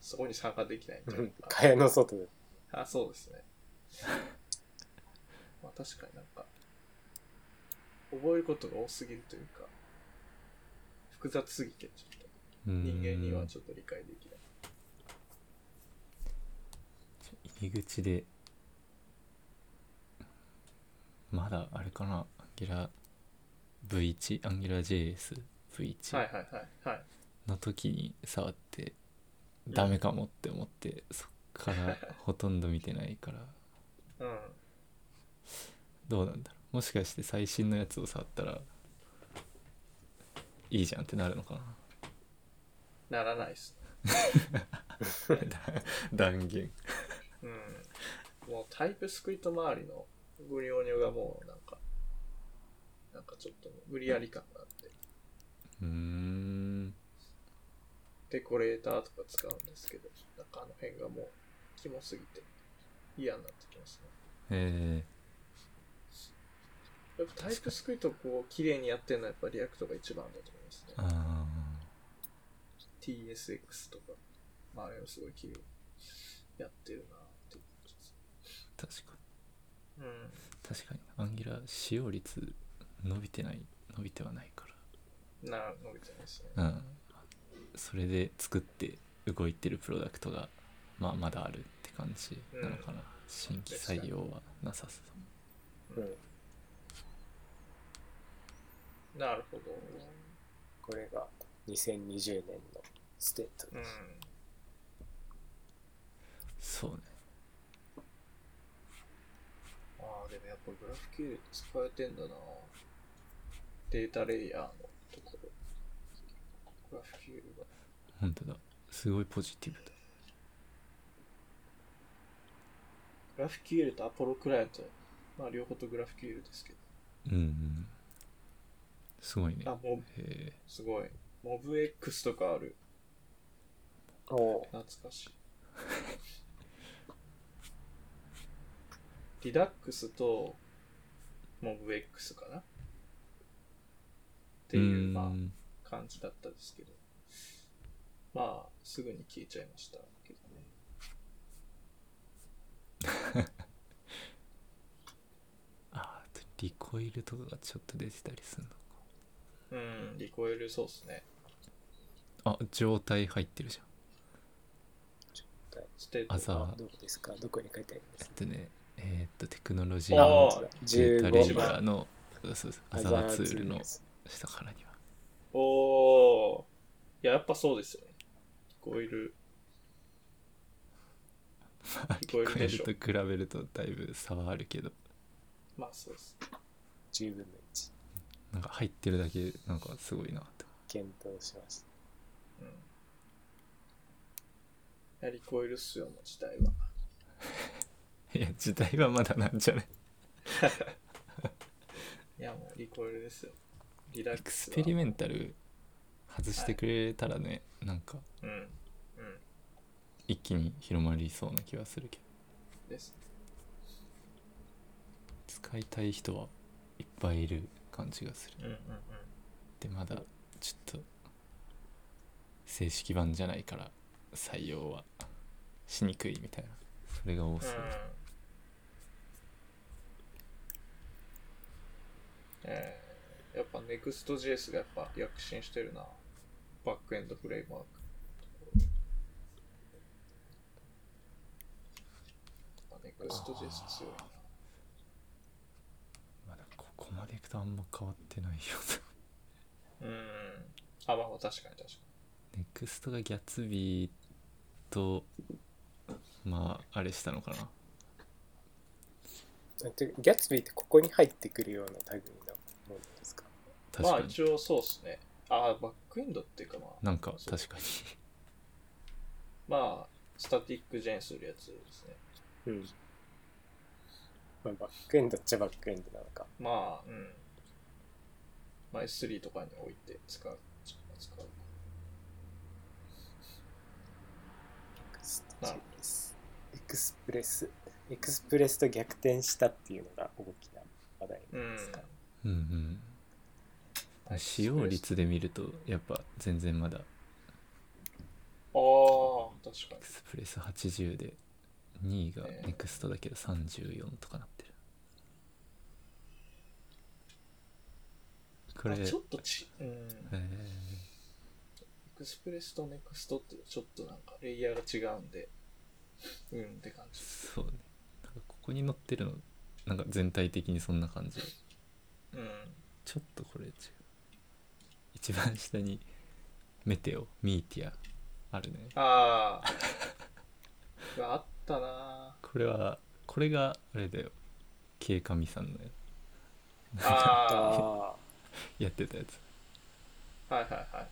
Speaker 1: そこに参加できないみたいな。
Speaker 3: 蚊帳の外で。
Speaker 1: あ、そうですね。 まあ確かになんか、覚えることが多すぎるというか、複雑すぎて、ちょっと人間には
Speaker 2: うん
Speaker 1: ちょっと理解できない。
Speaker 2: 入り口でまだあれかなアンギュラ V1 アンギュラ JSV1、
Speaker 1: はいはいはい。はい、
Speaker 2: の時に触ってダメかもって思ってそっからほとんど見てないから
Speaker 1: うん。
Speaker 2: どうなんだろうもしかして最新のやつを触ったらいいじゃんってなるのかな
Speaker 1: ならないっす
Speaker 2: 断言
Speaker 1: ね。うん。もうタイプスクリプト周りのグニョニョがもうなんか、なんかちょっと無理やり感があって、
Speaker 2: うーん
Speaker 1: デコレーターとか使うんですけど、なんかあの辺がもう、キモすぎて嫌になってきますね。
Speaker 2: え
Speaker 1: やっぱタイプスクリプトをこう綺麗にやってるのはやっぱリアクトが一番だと思います
Speaker 2: ー、
Speaker 1: ね。
Speaker 2: あ
Speaker 1: TSX とか、まあ、あれをすごい綺麗にやってるなっていう感じです。
Speaker 2: ー確かに
Speaker 1: うん。
Speaker 2: 確かにアンギュラ使用率伸びてない伸びてはないか
Speaker 1: な、伸びてますね。
Speaker 2: らうんそれで作って動いてるプロダクトが、まあ、まだあるって感じなのかな、新規採用はなさそう
Speaker 3: うん。
Speaker 1: なるほど。
Speaker 3: これが2020年のステート
Speaker 1: う
Speaker 3: で
Speaker 1: ん
Speaker 3: す。。
Speaker 2: そうね
Speaker 1: ああ、でもやっぱグラフ q 使えてんだな。データレイヤーのところ。グラフ q が。
Speaker 2: 本当だすごいポジティブだ
Speaker 1: グラフ q とアポロクライアント。まあ両方とグラフ q ですけ
Speaker 2: うんうんすごいね
Speaker 1: ど。あ、モブ、
Speaker 2: へえ
Speaker 1: すごい。モブ X とかある。
Speaker 3: おお
Speaker 1: 懐かしい。 リダックスとモブ X かなっていう、まあ、感じだったんですけど、まあ、すぐに消えちゃいましたけどね。
Speaker 2: ああーあとリコイルとかがちょっと出てたりするの
Speaker 1: うん、リコイルそうっすね。
Speaker 2: あ状態入ってるじゃん
Speaker 1: ステート
Speaker 2: あさあ
Speaker 3: どこですかどこに書いてありま
Speaker 2: えっ
Speaker 3: す
Speaker 2: とねえーっとテクノロジー
Speaker 1: あ
Speaker 2: の
Speaker 1: ー
Speaker 2: データレイヤ
Speaker 3: 15
Speaker 2: ー
Speaker 3: 番
Speaker 2: のそうそうアザーツールの下からには
Speaker 1: おー、いや、やっぱそうですよね。リコイル、
Speaker 2: リ
Speaker 1: リ
Speaker 2: コ
Speaker 1: コイ
Speaker 2: イル
Speaker 1: ル
Speaker 2: と
Speaker 1: でしょ
Speaker 2: 比べるとだいぶ差はあるけど
Speaker 1: まあそうです。
Speaker 3: 10分の1
Speaker 2: なんか入ってるだけなんかすごいなって
Speaker 3: 検討しました。
Speaker 1: うん。いや、リコイルっすよ、もう時代は。
Speaker 2: いや時代はまだなんじゃない
Speaker 1: いや、もうリコイルですよ。リラ
Speaker 2: エ
Speaker 1: ック
Speaker 2: ク
Speaker 1: ス
Speaker 2: ス
Speaker 1: は。
Speaker 2: ペリメンタル外してくれたらね、なんか
Speaker 1: うん。うん。
Speaker 2: 一気に広まりそうな気はするけど
Speaker 1: です。
Speaker 2: 使いたい人はいっぱいいる感じがする
Speaker 1: うんうんうん。
Speaker 2: でまだちょっと正式版じゃないから採用はしにくいみたいなそれが多
Speaker 1: う。
Speaker 2: そうん
Speaker 1: えー、やっぱ NEXTJS がやっぱ躍進してるな。バックエンドフレームワーク。やっぱ NEXTJS 強いな。
Speaker 2: まだここまでいくとあんま変わって ないよ
Speaker 1: うん。あ、まあまあ確かに確かに。
Speaker 2: うネクストがギャツビーとまああれしたのかな
Speaker 3: あてギャツビーってここに入ってくるような類のものですか
Speaker 2: 確
Speaker 1: まあ
Speaker 2: かに
Speaker 1: 一応そうっすね。ああ、バックエンドっていうかまあ、
Speaker 2: なんか確かに
Speaker 1: まあ、スタティックジェンするやつですね。
Speaker 3: うん。まあ、バックエンドっちゃバックエンドなのか。
Speaker 1: まあ、うん。まあ S3 とかに置いて使う。使う。
Speaker 3: Next エクスプレス。エクスプレスと逆転したっていうのが大きな話題
Speaker 1: うん
Speaker 3: ですか。
Speaker 2: うんうん使用率で見るとやっぱ全然まだエ
Speaker 1: ああ、確か
Speaker 2: クスプレス80で2位がネクストだけど34とかなってるこれ
Speaker 1: に。あちょっとち、うん。
Speaker 2: え
Speaker 1: エクスプレスとネクストってちょっとなんかレイヤーが違うんで、うんって感
Speaker 2: ー
Speaker 1: じ。
Speaker 2: そうねなんかここに載ってるのなんか全体的にそんな感じ
Speaker 1: うん。
Speaker 2: ちょっとこれ違う一番下にメテオミーティアあるね
Speaker 1: ああ。 があったな
Speaker 2: これはこれがあれだよ K カミさんの
Speaker 1: ーあ
Speaker 3: ああ、
Speaker 2: やってたやつ
Speaker 1: あ。はいはいはい。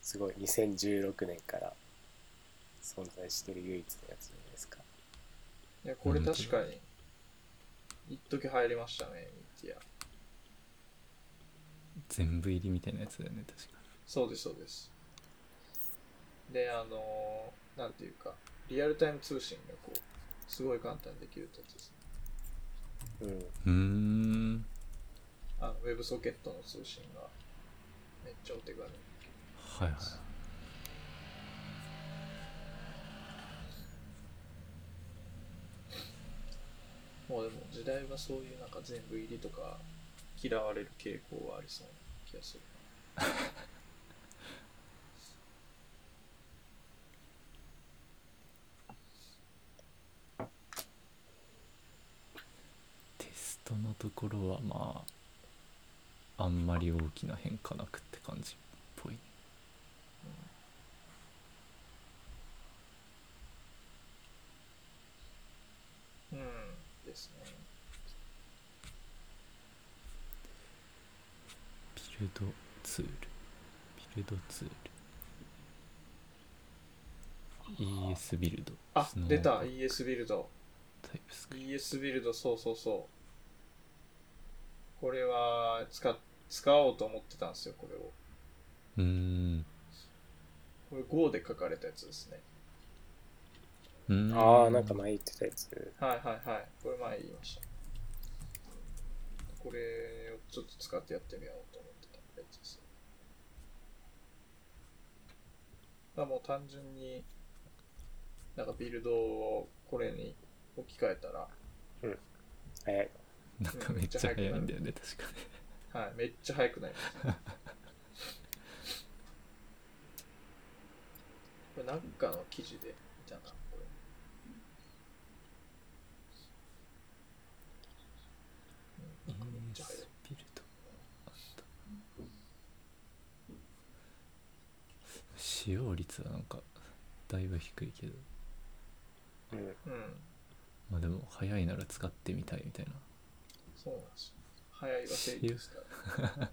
Speaker 3: すごい。2016年から存在してる唯一のやつじゃないですか。
Speaker 1: いや、これ確かに、一時入りましたね、ミティア。
Speaker 2: 全部入りみたいなやつだよね確か
Speaker 1: そうです、そうです。で、あのーなんていうか、リアルタイム通信がこう、すごい簡単にできるってやつですね。
Speaker 3: うん。
Speaker 2: うーん
Speaker 1: あの、ウェブソケットの通信が、めっちゃお手軽。
Speaker 2: はいはい
Speaker 1: もうでも、時代はそういうなんか全部入りとか、嫌われる傾向はありそうな気がする。
Speaker 2: テストのところはまああんまり大きな変化なくって感じっぽい
Speaker 4: うんですね
Speaker 2: ビルドツールビルドツール ES ビルド
Speaker 4: あ
Speaker 2: スノー
Speaker 4: 出た ES ビルド
Speaker 2: タイプスクリプ
Speaker 4: ES ビルドそうそうそうこれは使っ使おうと思ってたんですよこれを
Speaker 2: トうーん
Speaker 4: これ Go で書かれたやつですね
Speaker 2: うーん
Speaker 3: ああ、なんか前言ってたやつ。
Speaker 4: はいはいはいこれ前言いましたこれをちょっと使ってやってみようと思ってたやつですだからもう単純になんかビルドをこれに置き換えたら
Speaker 3: 早い。
Speaker 2: なんかめっちゃ早いんだよね確かね
Speaker 4: はい、 めっちゃ速くなります。これなんかの記事で見たな、これ。うんなんかめっちゃ速い
Speaker 2: ES ビルドあった使用率はなんかだいぶ低いけど
Speaker 3: うん。
Speaker 4: うん、
Speaker 2: まあでも早いなら使ってみたいみたいな
Speaker 4: そうなんですよ。速いが正義ですから。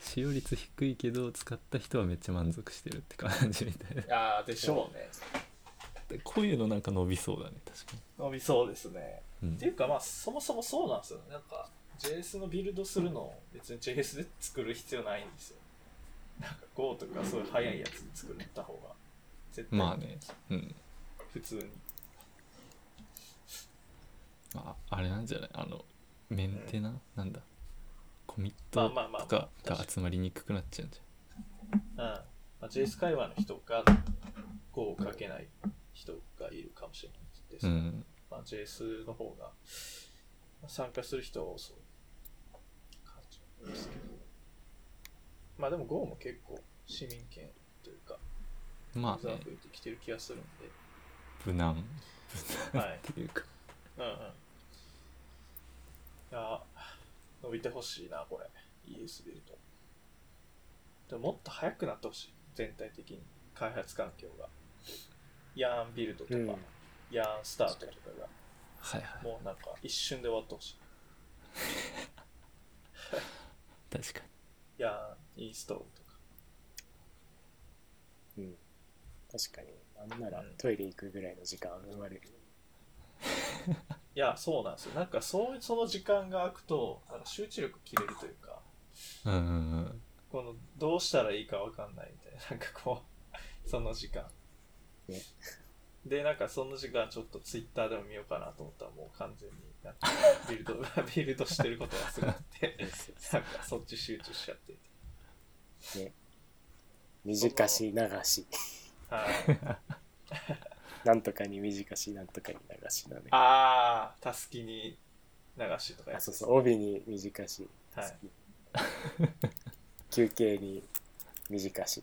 Speaker 2: 使用率低いけど使った人はめっちゃ満足してるって感じみたいな
Speaker 4: ああ、でしょうね。
Speaker 2: でこういうのなんか伸びそうだね確か
Speaker 4: 伸びそうですね。
Speaker 2: に、う
Speaker 1: ってい
Speaker 2: ん、
Speaker 1: うかまあそもそもそうなんですよねなんか JS のビルドするのを別に JS で作る必要ないんですよなんか Go とかそういう速いやつで作った方が絶対
Speaker 2: まあねうん
Speaker 1: 普通に、
Speaker 2: まああれなんじゃないあのメンテナ、なんだコミッ
Speaker 1: ま
Speaker 2: ト
Speaker 1: あまあまあ
Speaker 2: とか
Speaker 1: 確か
Speaker 2: が
Speaker 1: に
Speaker 2: 集まりにくくなっちゃうんじ
Speaker 1: うんまあ、JS 界隈の人が Go を書けない人がいるかもしれないですけ
Speaker 2: ゃ
Speaker 1: ど、
Speaker 2: んうん
Speaker 1: まあ、JS の方がまあ参加する人は多そうな感じなんですけどまあでも Go も結構市民権というか
Speaker 2: まあ
Speaker 1: ザ
Speaker 2: ね
Speaker 1: ー増えてきてる気がするんで
Speaker 2: 無難
Speaker 1: はい。
Speaker 2: っていうか
Speaker 1: うんうん。いや、伸びてほしいな、これ。ES ビルド。でももっと早くなってほしい。全体的に。開発環境が。ヤーンビルドとか、
Speaker 3: うん
Speaker 1: ヤーンスタートとか
Speaker 2: はい
Speaker 1: が、
Speaker 2: はい
Speaker 1: もうなんか一瞬で終わってほしい。
Speaker 2: 確か
Speaker 1: ヤーンインストールとか。
Speaker 3: うん。確かに。なんなら
Speaker 1: うん
Speaker 3: トイレ行くぐらいの時間生まれる。
Speaker 1: いや、そうなんですよ。なんかそういう、その時間が空くと、なんか集中力切れるというか、
Speaker 2: にうんうんうん
Speaker 1: この、どうしたらいいかわかんないみたいな、なんかこう、 その時間
Speaker 3: ね。
Speaker 1: で、なんかその時間ちょっとツイッターでも見ようかなと思ったらもう完全になん かビルド、 ビルドしてることがすごくて、なんかそっち集中しちゃ ってて。
Speaker 3: 短し流し。
Speaker 1: はい。
Speaker 3: なんとかに短し、なんとかに流しだね。
Speaker 1: あー、たすきに流しとかや
Speaker 3: あ、
Speaker 1: つ
Speaker 3: そう
Speaker 1: です
Speaker 3: そう。帯に短し。
Speaker 1: はい。
Speaker 3: 休憩に短し。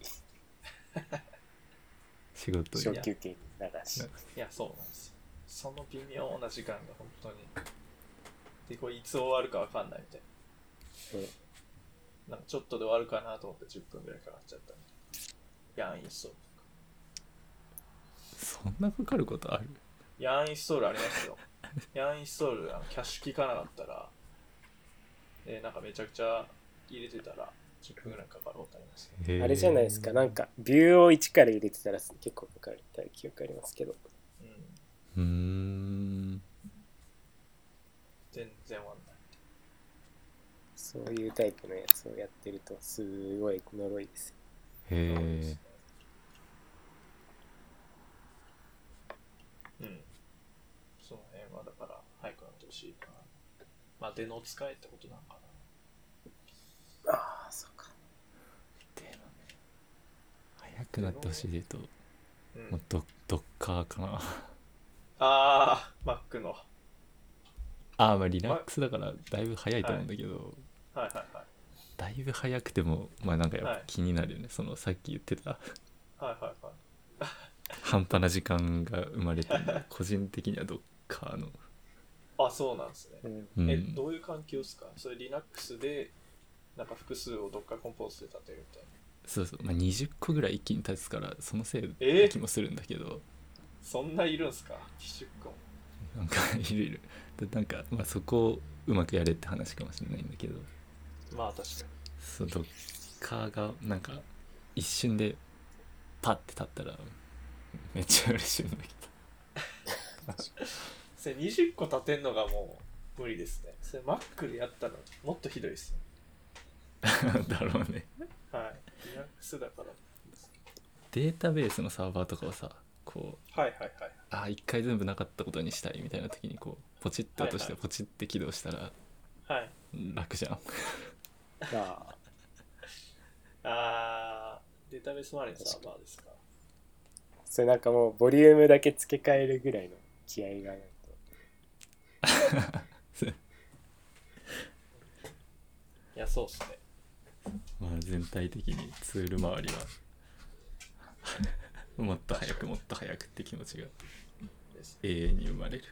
Speaker 2: 仕事
Speaker 3: 小
Speaker 2: に
Speaker 3: 休憩に流し。
Speaker 1: いや、そうなんですよ。その微妙な時間が本当に。で、これいつ終わるかわかんないみたい
Speaker 3: うん
Speaker 1: な。なんかちょっとで終わるかなと思って10分ぐらいかかっちゃったみたいな。ヤーンインストールとか。
Speaker 2: そんなかかることある
Speaker 1: ヤーンインストールありますよ。ヤーンインストール、あのキャッシュ効かなかったら、えなんかめちゃくちゃ入れてたら10分ぐらいかかることありますね。
Speaker 2: へー
Speaker 3: あれじゃないですか、なんか、ビューを1から入れてたら結構かかるみたいな記憶ありますけど。
Speaker 1: うん。
Speaker 2: うーん
Speaker 1: 全然終わんない。
Speaker 3: そういうタイプのやつをやってると、すごい呪いですよ。
Speaker 2: へえ
Speaker 1: うん。その辺はだから、早くなってほしいな。まあ、出の使えってことなのか
Speaker 3: ああ、そうか。
Speaker 2: 早くなってほしいで言
Speaker 1: な。う
Speaker 2: う
Speaker 1: ん
Speaker 2: ともうドドッカーかな
Speaker 1: ああ、Mac の。は
Speaker 2: ああまあリラックスだからだいぶ早いと思うんだけど、
Speaker 1: いはいはい。
Speaker 2: だいぶ早くてもまあなんかやっぱ気になるよね、そのさっき言ってた
Speaker 1: はいはいはい。
Speaker 2: 半端な時間が生まれてる の個人的にはどっかの、
Speaker 1: あ、そうなんですね。
Speaker 3: うん。
Speaker 2: うん、
Speaker 1: え、どういう環境ですかそれ Linux で
Speaker 5: なんか複数をどっかコンポーズで立てるみたいな。
Speaker 2: そうそう、まあ、20個ぐらい一気に立つからそのせい
Speaker 5: え
Speaker 2: な
Speaker 5: ー
Speaker 2: 気もするんだけど、
Speaker 5: そんないるんすか ?20 個も。
Speaker 2: なんかいろいろでなんか、まあ、そこをうまくやれって話かもしれないんだけど
Speaker 1: まあ確か
Speaker 2: そうどっかがなんか一瞬でパッて立ったらめっちゃ嬉しいんだけど
Speaker 5: それ20個立てんのがもう無理ですね。それ Mac でやったらもっとひどいですね。
Speaker 2: だろうね
Speaker 5: はい。Linux だから。
Speaker 2: データベースのサーバーとかをさこう
Speaker 5: はいはいはい。
Speaker 2: あー一回全部なかったことにしたいみたいな時にこうポチッと落とし
Speaker 5: は
Speaker 2: て
Speaker 5: いは
Speaker 2: ポチッて起動したら
Speaker 5: はい。
Speaker 2: 楽じゃん、
Speaker 3: ああ、
Speaker 5: あー、データベース周りのサーバーですか。
Speaker 3: それなんかもうボリュームだけ付け替えるぐらいの気合がないと。
Speaker 5: いや、そうっすね。
Speaker 2: まあ、全体的にツール周りは もっと早くもっと早くって気持ちが
Speaker 5: です
Speaker 2: 永遠に生まれる
Speaker 1: に。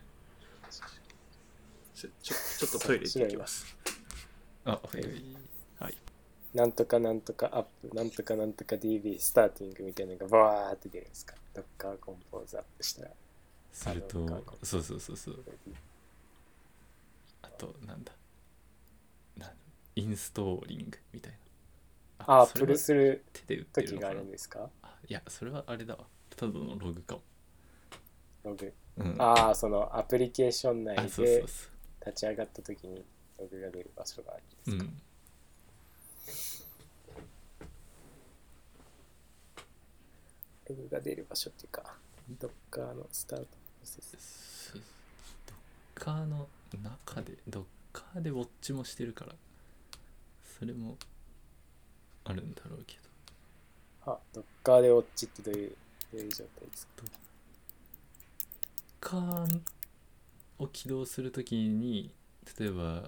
Speaker 1: ちょ、ちょちょっとトイレ行ってきます。
Speaker 2: あお早い
Speaker 3: なんとかなんとかアップ、なんとかなんとか DB スターティングみたいなのがバーって出るんですか。ドッカーコンポーズアップしたら。
Speaker 2: する
Speaker 3: あ
Speaker 2: と
Speaker 3: の韓国
Speaker 2: そうそうそうそうあとなんだなんインストーリングみたいな
Speaker 3: ああ、
Speaker 2: そ
Speaker 3: プ
Speaker 2: れ
Speaker 3: ル
Speaker 2: は
Speaker 3: する
Speaker 2: 手で打ってる
Speaker 3: 時
Speaker 2: の
Speaker 3: があ
Speaker 2: かな
Speaker 3: るんですか
Speaker 2: あいやそれはあれだわただのログかも
Speaker 3: ログ。
Speaker 2: うん
Speaker 3: ああ、そのアプリケーション内
Speaker 2: あそう
Speaker 3: で
Speaker 2: そうそ
Speaker 3: 立ち上がった時にログが出る場所があるんですか
Speaker 2: ううん
Speaker 3: ログが出る場所っていうか、ドッカーのスタートプロセス。
Speaker 2: すドッカーの中でドッカーでウォッチもしてるからそれもあるんだろうけど
Speaker 3: あ、ドッカーでウォッチってどういうどういう状態ですか
Speaker 2: ドッカーを起動するときに例えば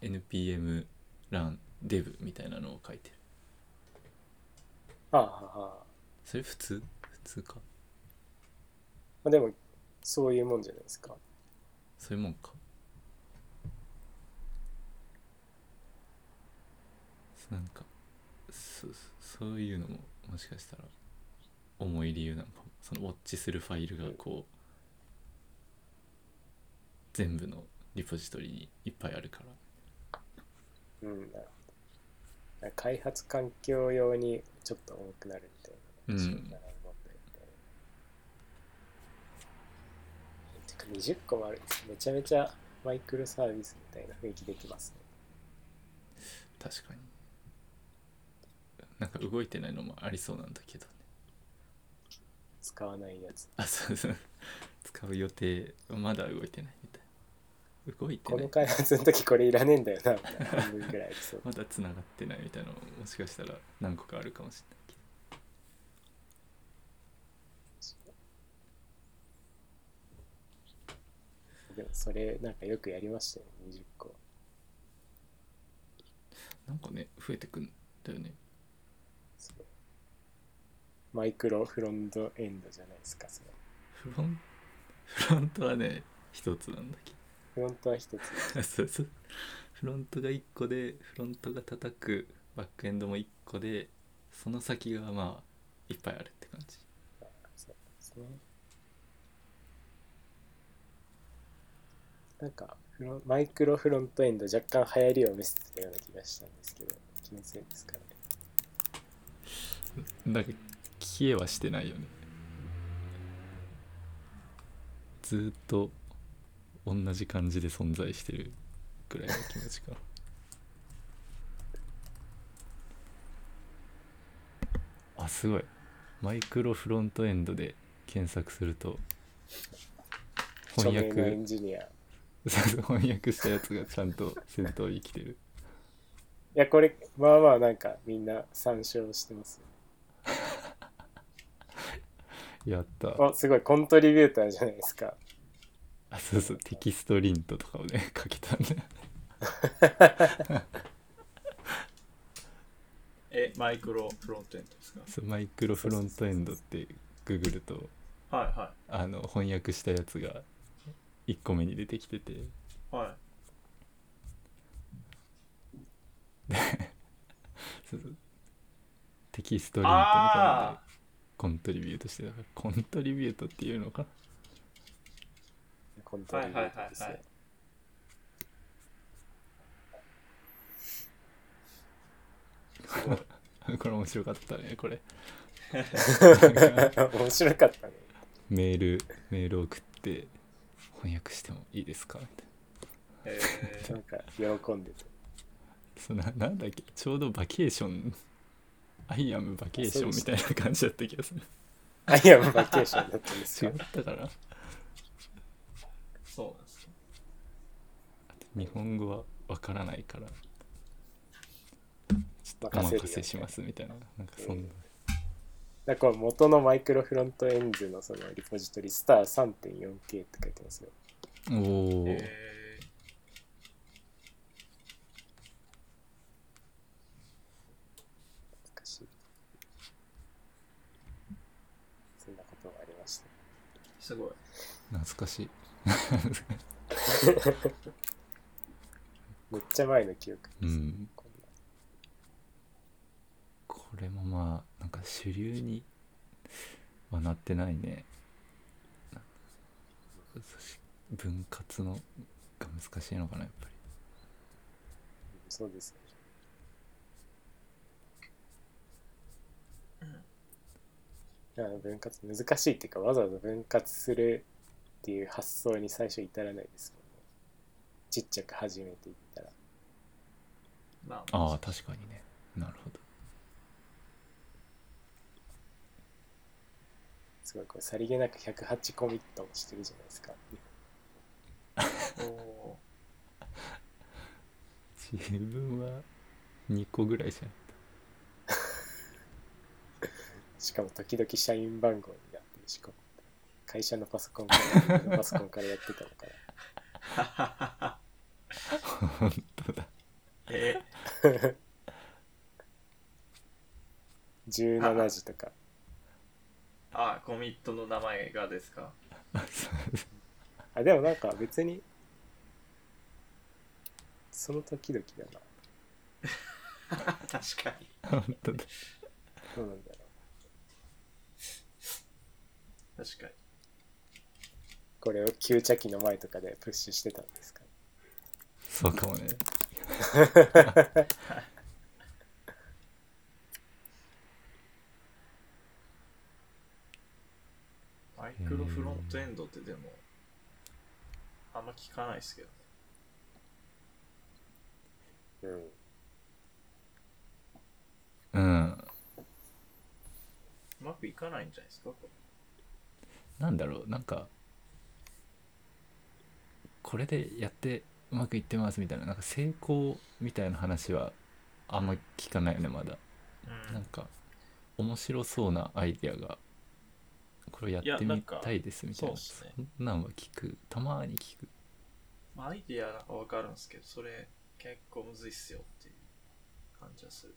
Speaker 2: npm run dev みたいなのを書いてる
Speaker 3: ああ、はあ。
Speaker 2: それ普通普通か
Speaker 3: まあでも、そういうもんじゃないですか。
Speaker 2: そういうもんかなんかそそういうのももしかしたら重い理由なのかもそのウォッチするファイルがこう全部のリポジトリにいっぱいあるから
Speaker 3: うん、なるほど。だから開発環境用にちょっと重くなるみたいな。
Speaker 2: うん
Speaker 3: そうだな思ったよねてか20個もあるんですめちゃめちゃマイクロサービスみたいな雰囲気できますね。
Speaker 2: 確かになんか動いてないのもありそうなんだけどね
Speaker 3: 使わないやつ。
Speaker 2: あそうそう使う予定まだ動いてないみたいな動いて
Speaker 3: こ
Speaker 2: な
Speaker 3: の
Speaker 2: い
Speaker 3: 開発の時これいらねえんだよな、みたいな半分ぐらいありそう。
Speaker 2: まだ繋がってないみたいなのももしかしたら何個かあるかもしれないけど
Speaker 3: でもそれなんかよくやりましたよ、ね、20個。
Speaker 2: なんかね増えてくんだよね
Speaker 3: すごいマイクロフロントエンドじゃないですか、それ。
Speaker 2: フロンフロントはね一つなんだけ
Speaker 3: フロントは一つ。
Speaker 2: どそうそうフロントが1個でフロントが叩くバックエンドも1個でその先がまあいっぱいあるって感じ
Speaker 3: そうですね。なんかフロンマイクロフロントエンド若干流行りを見せてたような気がしたんですけど、気のせいですかね。
Speaker 2: なんか消えはしてないよねずーっと同じ感じで存在してるぐらいの気持ちか あすごいマイクロフロントエンドで検索すると
Speaker 3: 著
Speaker 2: 翻
Speaker 3: 名なエ
Speaker 2: 訳
Speaker 3: ンジニア。い
Speaker 2: 翻訳したやつがちゃんと先頭に来てる
Speaker 3: や、これ、まあまあなんかみんな参照してますよ。
Speaker 2: やった
Speaker 3: あ、すごい、コントリビューターじゃないですか。
Speaker 2: あそうそうテキストリントとかをねかけたんだ
Speaker 1: え、マイクロフロントエンドですか
Speaker 2: そうマイクロフロントエンドってググると
Speaker 1: はいは
Speaker 2: あの翻訳したやつが1個目に出てきてて
Speaker 1: い。はい。
Speaker 2: するテキストリンクみたいなので
Speaker 5: あ
Speaker 2: コントリビュートしてたからコントリビュートっていうのかな
Speaker 3: コントロールです
Speaker 1: はいはいはいは
Speaker 3: ね
Speaker 1: い。
Speaker 2: これ面白かったねこれ
Speaker 3: 面白かったね。
Speaker 2: メールメール送って翻訳してもいいですかみたい
Speaker 1: え
Speaker 3: な
Speaker 1: ー、
Speaker 3: んか喜んでて。
Speaker 2: なそんななんだっけちょうどバケーションアイアムバケーションみたいな感じだった気がする
Speaker 3: アイアムバケーションだったんです
Speaker 2: 違
Speaker 3: よ
Speaker 2: っ。たから
Speaker 1: そうなんですね。
Speaker 2: 日本語はわからないからちょっとお
Speaker 3: 任せるよ
Speaker 2: 任せしますみたいななんかそんな、
Speaker 3: だからこう元のマイクロフロントエンズのそのリポジトリスター 3.4K って書いてますよ。
Speaker 2: おお、
Speaker 1: え
Speaker 3: 懐かしい。そんなことがありました。
Speaker 1: ー、すごい。
Speaker 2: 懐かしい
Speaker 3: めっちゃ前の記憶
Speaker 2: う
Speaker 3: です。
Speaker 2: ん
Speaker 3: こんな
Speaker 2: これもまあなんか主流にはなってないね分割のが難しいのかなやっぱり
Speaker 3: そうですね。だから分割難しいっていうかわざわざ分割するっていう発想に最初至らないですもんね。ちっちゃく始めていったら。
Speaker 1: まあ、
Speaker 2: ああ確かにねなるほど
Speaker 3: すごいこうさりげなく108コミットもしてるじゃないですか。
Speaker 1: お
Speaker 2: 自分は2個ぐらいじゃない
Speaker 3: しかも時々社員番号になってるしかも会社のパソコンから自分のパソコンからやってたのから。
Speaker 1: ー
Speaker 2: 本当だ
Speaker 1: え
Speaker 3: 17時とか。
Speaker 1: ー、あー、コミットの名前がですか。
Speaker 2: あそう
Speaker 3: あ、でもなんか別に、その時々だな。
Speaker 1: 確かに。
Speaker 2: 本当だ
Speaker 3: どうなんだろう。
Speaker 1: 確かに。
Speaker 3: これを旧茶器の前とかでプッシュしてたんですかね
Speaker 2: そうかもね
Speaker 1: マイクロフロントエンドってでも、あんま聞かないですけど。
Speaker 3: うん。
Speaker 2: うん
Speaker 1: うまくいかないんじゃないですかこれ
Speaker 2: なんだろうなんかこれでやってうまくいってますみたいななんか成功みたいな話はあんま聞かないよねまだ
Speaker 1: うん
Speaker 2: なんか面白そうなアイデアがこれやってみたいですみたいな
Speaker 1: なんかそうっす
Speaker 2: そんなんは聞くたまに聞く
Speaker 1: まあアイディアなんかわかるんですけど、それ結構むずいっすよっていう感じはする。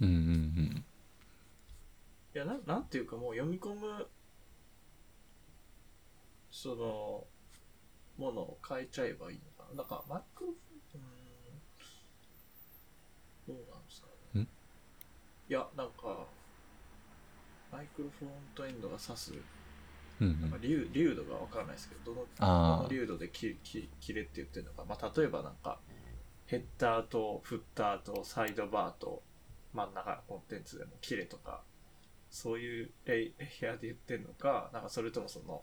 Speaker 2: うんうん
Speaker 1: いや、ななんていうかもう読み込む、その、ものを変えちゃえばいいのかな。だから、マイクロフうーん、どうなんですかね。
Speaker 2: ん
Speaker 1: いや、なんか、マイクロフロントエンドが指す、
Speaker 2: うんうん
Speaker 1: なん
Speaker 2: う
Speaker 1: か
Speaker 2: ん
Speaker 1: 流流度がわからないですけど、どのこ
Speaker 2: あ
Speaker 1: の
Speaker 2: あ
Speaker 1: 流度で切切切れって言ってるのか、まあ、例えばなんかヘッダーとフッターとサイドバーと真ん中のコンテンツでも切れとかそういうレイレイヤーで言ってるのかなんかそれともその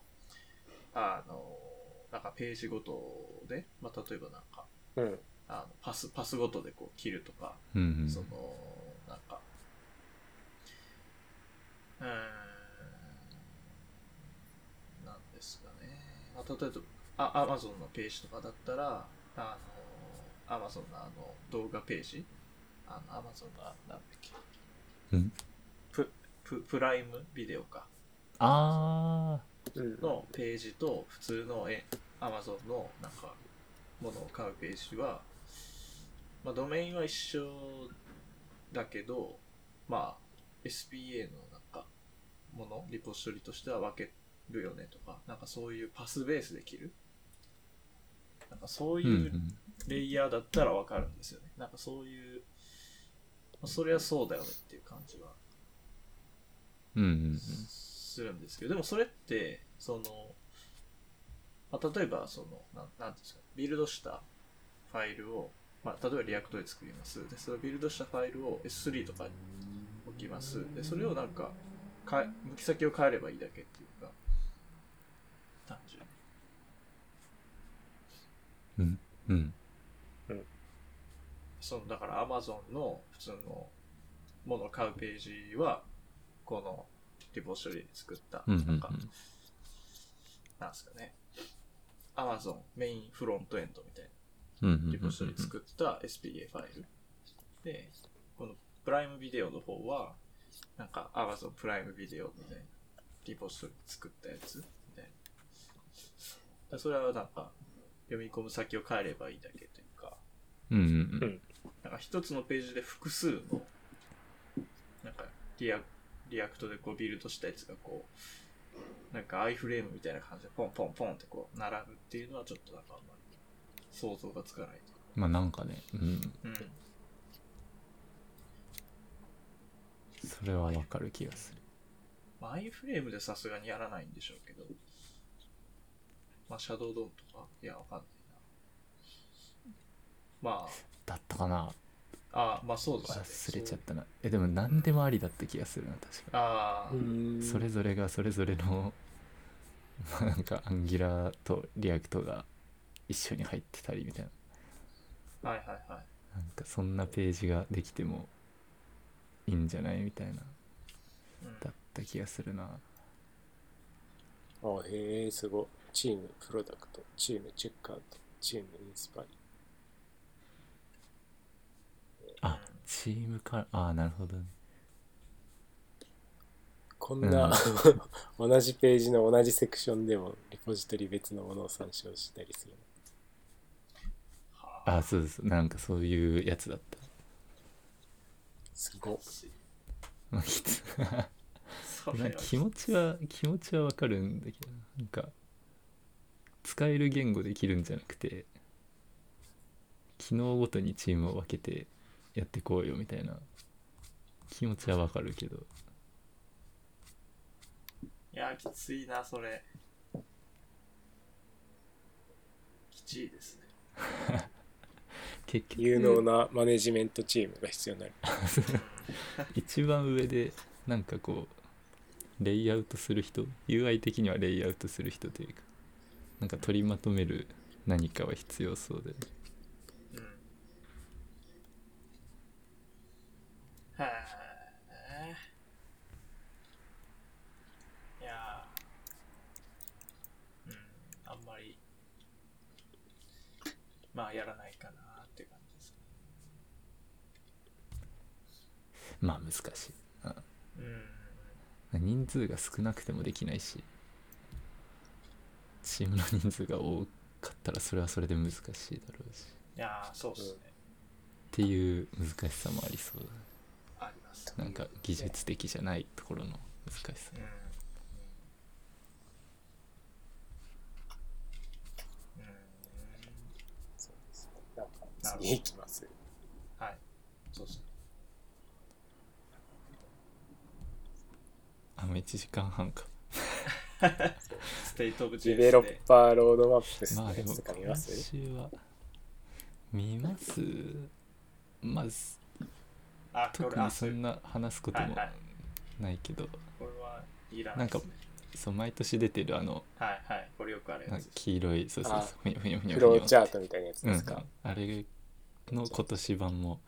Speaker 1: あのなんかページごとで、まあ、例えばなんか
Speaker 3: うん。
Speaker 1: あのパスパスごとでこう切るとか
Speaker 2: うんうん
Speaker 1: そのなんかうーんなんですかね、まあ、例えばあ Amazon のページとかだったらあの Amazon のあの動画ページあの Amazon のあなんだっけ、
Speaker 2: うん
Speaker 1: プププライムビデオか
Speaker 2: あ
Speaker 3: うん。
Speaker 1: のページと普通のえ Amazon のなんかものを買うページは、まあ、ドメインは一緒だけど、まあ、SPA のなんかものリポジトリとしては分けるよねとかなんかそういうパスベースできるなんかそう
Speaker 2: うんう
Speaker 1: いうんレイヤーだったらわかるんですよね。なんかそういう、まあそりゃそうだよねっていう感じは
Speaker 2: うんうん
Speaker 1: するんですけど、でもそれって、その、まあ、例えば、その、なんなんていうんですか、ビルドしたファイルを、まあ、例えばリアクトで作ります。で、そのビルドしたファイルを S3 とかに置きます。で、それをなんか、かえ向き先を変えればいいだけっていうか、単純に。
Speaker 2: うんうん
Speaker 1: そのだから Amazon の普通のものを買うページはこのリポジトリで作った
Speaker 2: うんう
Speaker 1: なん
Speaker 2: うん
Speaker 1: んかなんですかね Amazon メインフロントエンドみたい
Speaker 2: うんうんうんうん
Speaker 1: なリポジトリ作った SPA ファイルでこのプライムビデオの方はなんか Amazon プライムビデオみたいなリポジトリ作ったやつみたいなだからそれはなんか読み込む先を変えればいいだけというか
Speaker 2: うんうんうん
Speaker 1: なんか一つのページで複数の、なんかリア、リアクトでこうビルドしたやつがこう、なんかアイフレームみたいな感じでポンポンポンってこう並ぶっていうのはちょっとなんかあんまり想像がつかない
Speaker 2: まあなんかねうん
Speaker 1: というか。
Speaker 2: それはわかる気がする
Speaker 1: まあ、アイフレームでさすがにやらないんでしょうけど、まあシャドウドームとか、いやわかんないな。ま
Speaker 2: だったかな
Speaker 1: あ、ああ、まあそうです
Speaker 2: 忘
Speaker 1: ね。
Speaker 2: れちゃったなえでも何でもありだった気がするな確か
Speaker 1: ああ、
Speaker 2: それぞれがそれぞれのまあなんかアンギュラーとリアクトが一緒に入ってたりみたいな
Speaker 1: はいはいはい。
Speaker 2: なんかそんなページができてもいいんじゃないみたいな
Speaker 1: うん
Speaker 2: だった気がするな
Speaker 3: あへえすごいチームプロダクトチームチェックアウトチームインスパイ
Speaker 2: あチームからああなるほどね
Speaker 3: こんな、 同じページの同じセクションでもリポジトリ別のものを参照したりする
Speaker 2: あそうですなんかそういうやつだった
Speaker 3: すごっ
Speaker 2: まあきつ
Speaker 1: それ
Speaker 2: な
Speaker 1: は
Speaker 2: んか気持ちは気持ちはわかるんだけどなんか使える言語できるんじゃなくて機能ごとにチームを分けてやってこうよみたいな気持ちはわかるけど
Speaker 1: いやー、きついな、それ。きちいですね。
Speaker 2: 結局
Speaker 3: 有能なマネジメントチームが必要になる
Speaker 2: 一番上でなんかこうレイアウトする人 UI 的にはレイアウトする人というかなんか取りまとめる何かは必要そうで
Speaker 1: うん。はあ。いやーうん、あんまり、まあ、やらないかなって感じですね。
Speaker 2: まあ難しい
Speaker 1: うん。
Speaker 2: 人数が少なくてもできないしチームの人数が多かったらそれはそれで難しいだろうしっ
Speaker 1: いやー、そうっすね。
Speaker 2: ていう難しさもありそうだね
Speaker 1: あります。
Speaker 2: なんか技術的じゃないところの難しさ
Speaker 1: うんうん
Speaker 3: そうですねなんか
Speaker 1: なるほど
Speaker 3: 次行きます
Speaker 1: はい。そうですね。
Speaker 2: あもう1時間半か
Speaker 1: ステートオブ JS で。
Speaker 3: ディベロッパーロードマップス
Speaker 2: ま
Speaker 3: の
Speaker 2: あで
Speaker 3: や
Speaker 2: も
Speaker 3: つとか見ま
Speaker 2: 今
Speaker 3: す
Speaker 2: 週は見ますまあす
Speaker 1: あ、こ
Speaker 2: 特
Speaker 1: れ、あ、
Speaker 2: に
Speaker 1: そ
Speaker 2: そ
Speaker 1: れ、
Speaker 2: んな話すこと
Speaker 1: はい
Speaker 2: も
Speaker 1: はい。
Speaker 2: ないけど
Speaker 1: これはいらないですね。
Speaker 2: そう毎年出てるあの
Speaker 1: はいはい。これよくあるやつです。
Speaker 2: 黄色いそうそう
Speaker 3: あ
Speaker 2: そうふにょふにょふにょふ
Speaker 3: フ
Speaker 2: にょ
Speaker 3: ローチャートみたいなやつ
Speaker 2: う
Speaker 3: で
Speaker 2: ん
Speaker 3: すか、、
Speaker 2: あれの今年版も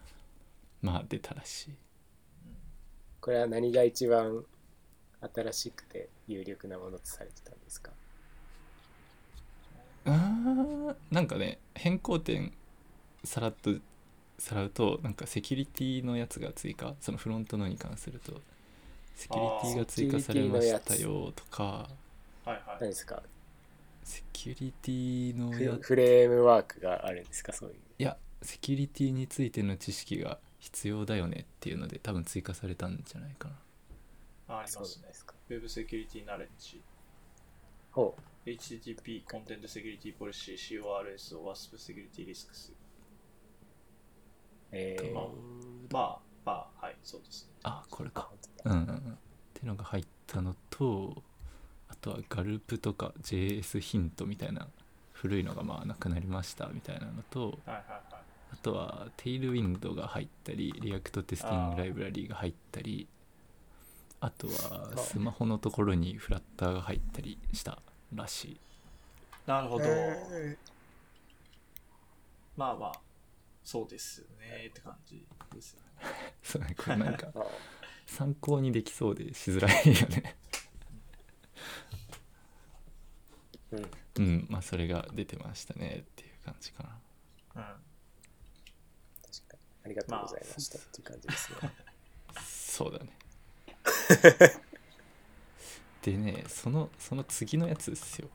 Speaker 2: まあ出たらしい
Speaker 3: これは何が一番新しくて有力なものとされてたんですか
Speaker 2: あーなんかね変更点さらっとさらうとなんかセキュリティのやつが追加そのフロントのに関するとセキュリティが追加されましたよとか
Speaker 1: はいはい。
Speaker 3: 何ですか
Speaker 2: セキュリティの
Speaker 3: フ
Speaker 2: や
Speaker 3: フレームワークがあるんですかそういう
Speaker 2: いやセキュリティについての知識が必要だよねっていうので多分追加されたんじゃないかな
Speaker 1: あり
Speaker 3: そう
Speaker 1: ます
Speaker 3: なん
Speaker 1: ね
Speaker 3: で。すか
Speaker 1: ウェブセキュリティナレッジ
Speaker 3: ほう
Speaker 1: HTTP コンテンツセキュリティポリシー CORS を WASP セキュリティリスクス。
Speaker 3: えー、
Speaker 1: まあ
Speaker 3: 本、
Speaker 1: まあ、まあ、はい、そうですね。
Speaker 2: あこれか
Speaker 3: 当
Speaker 2: う
Speaker 3: だ
Speaker 2: んうんうんってのが入ったのとあとはガルプとか JS ヒントみたいな古いのがまあなくなりましたみたいなのと
Speaker 1: はいはいはい。
Speaker 2: あとはテイルウィンドが入ったりリアクトテスティングライブラリーが入ったりあとは
Speaker 5: あ
Speaker 2: スマホのところにフラッターが入ったりしたらしい
Speaker 1: なるほど。
Speaker 5: え
Speaker 1: まあまあ、そうですよねって感じですよね。
Speaker 2: そうねこれなん か
Speaker 3: ああ
Speaker 2: 参考にできそうでしづらいよね
Speaker 3: うん、
Speaker 2: うんまあそれが出てましたねっていう感じかな
Speaker 1: うん。
Speaker 3: 確かに。ありがとうございました、っていう感じですね。
Speaker 2: そ うだねでねそのその次のやつですよ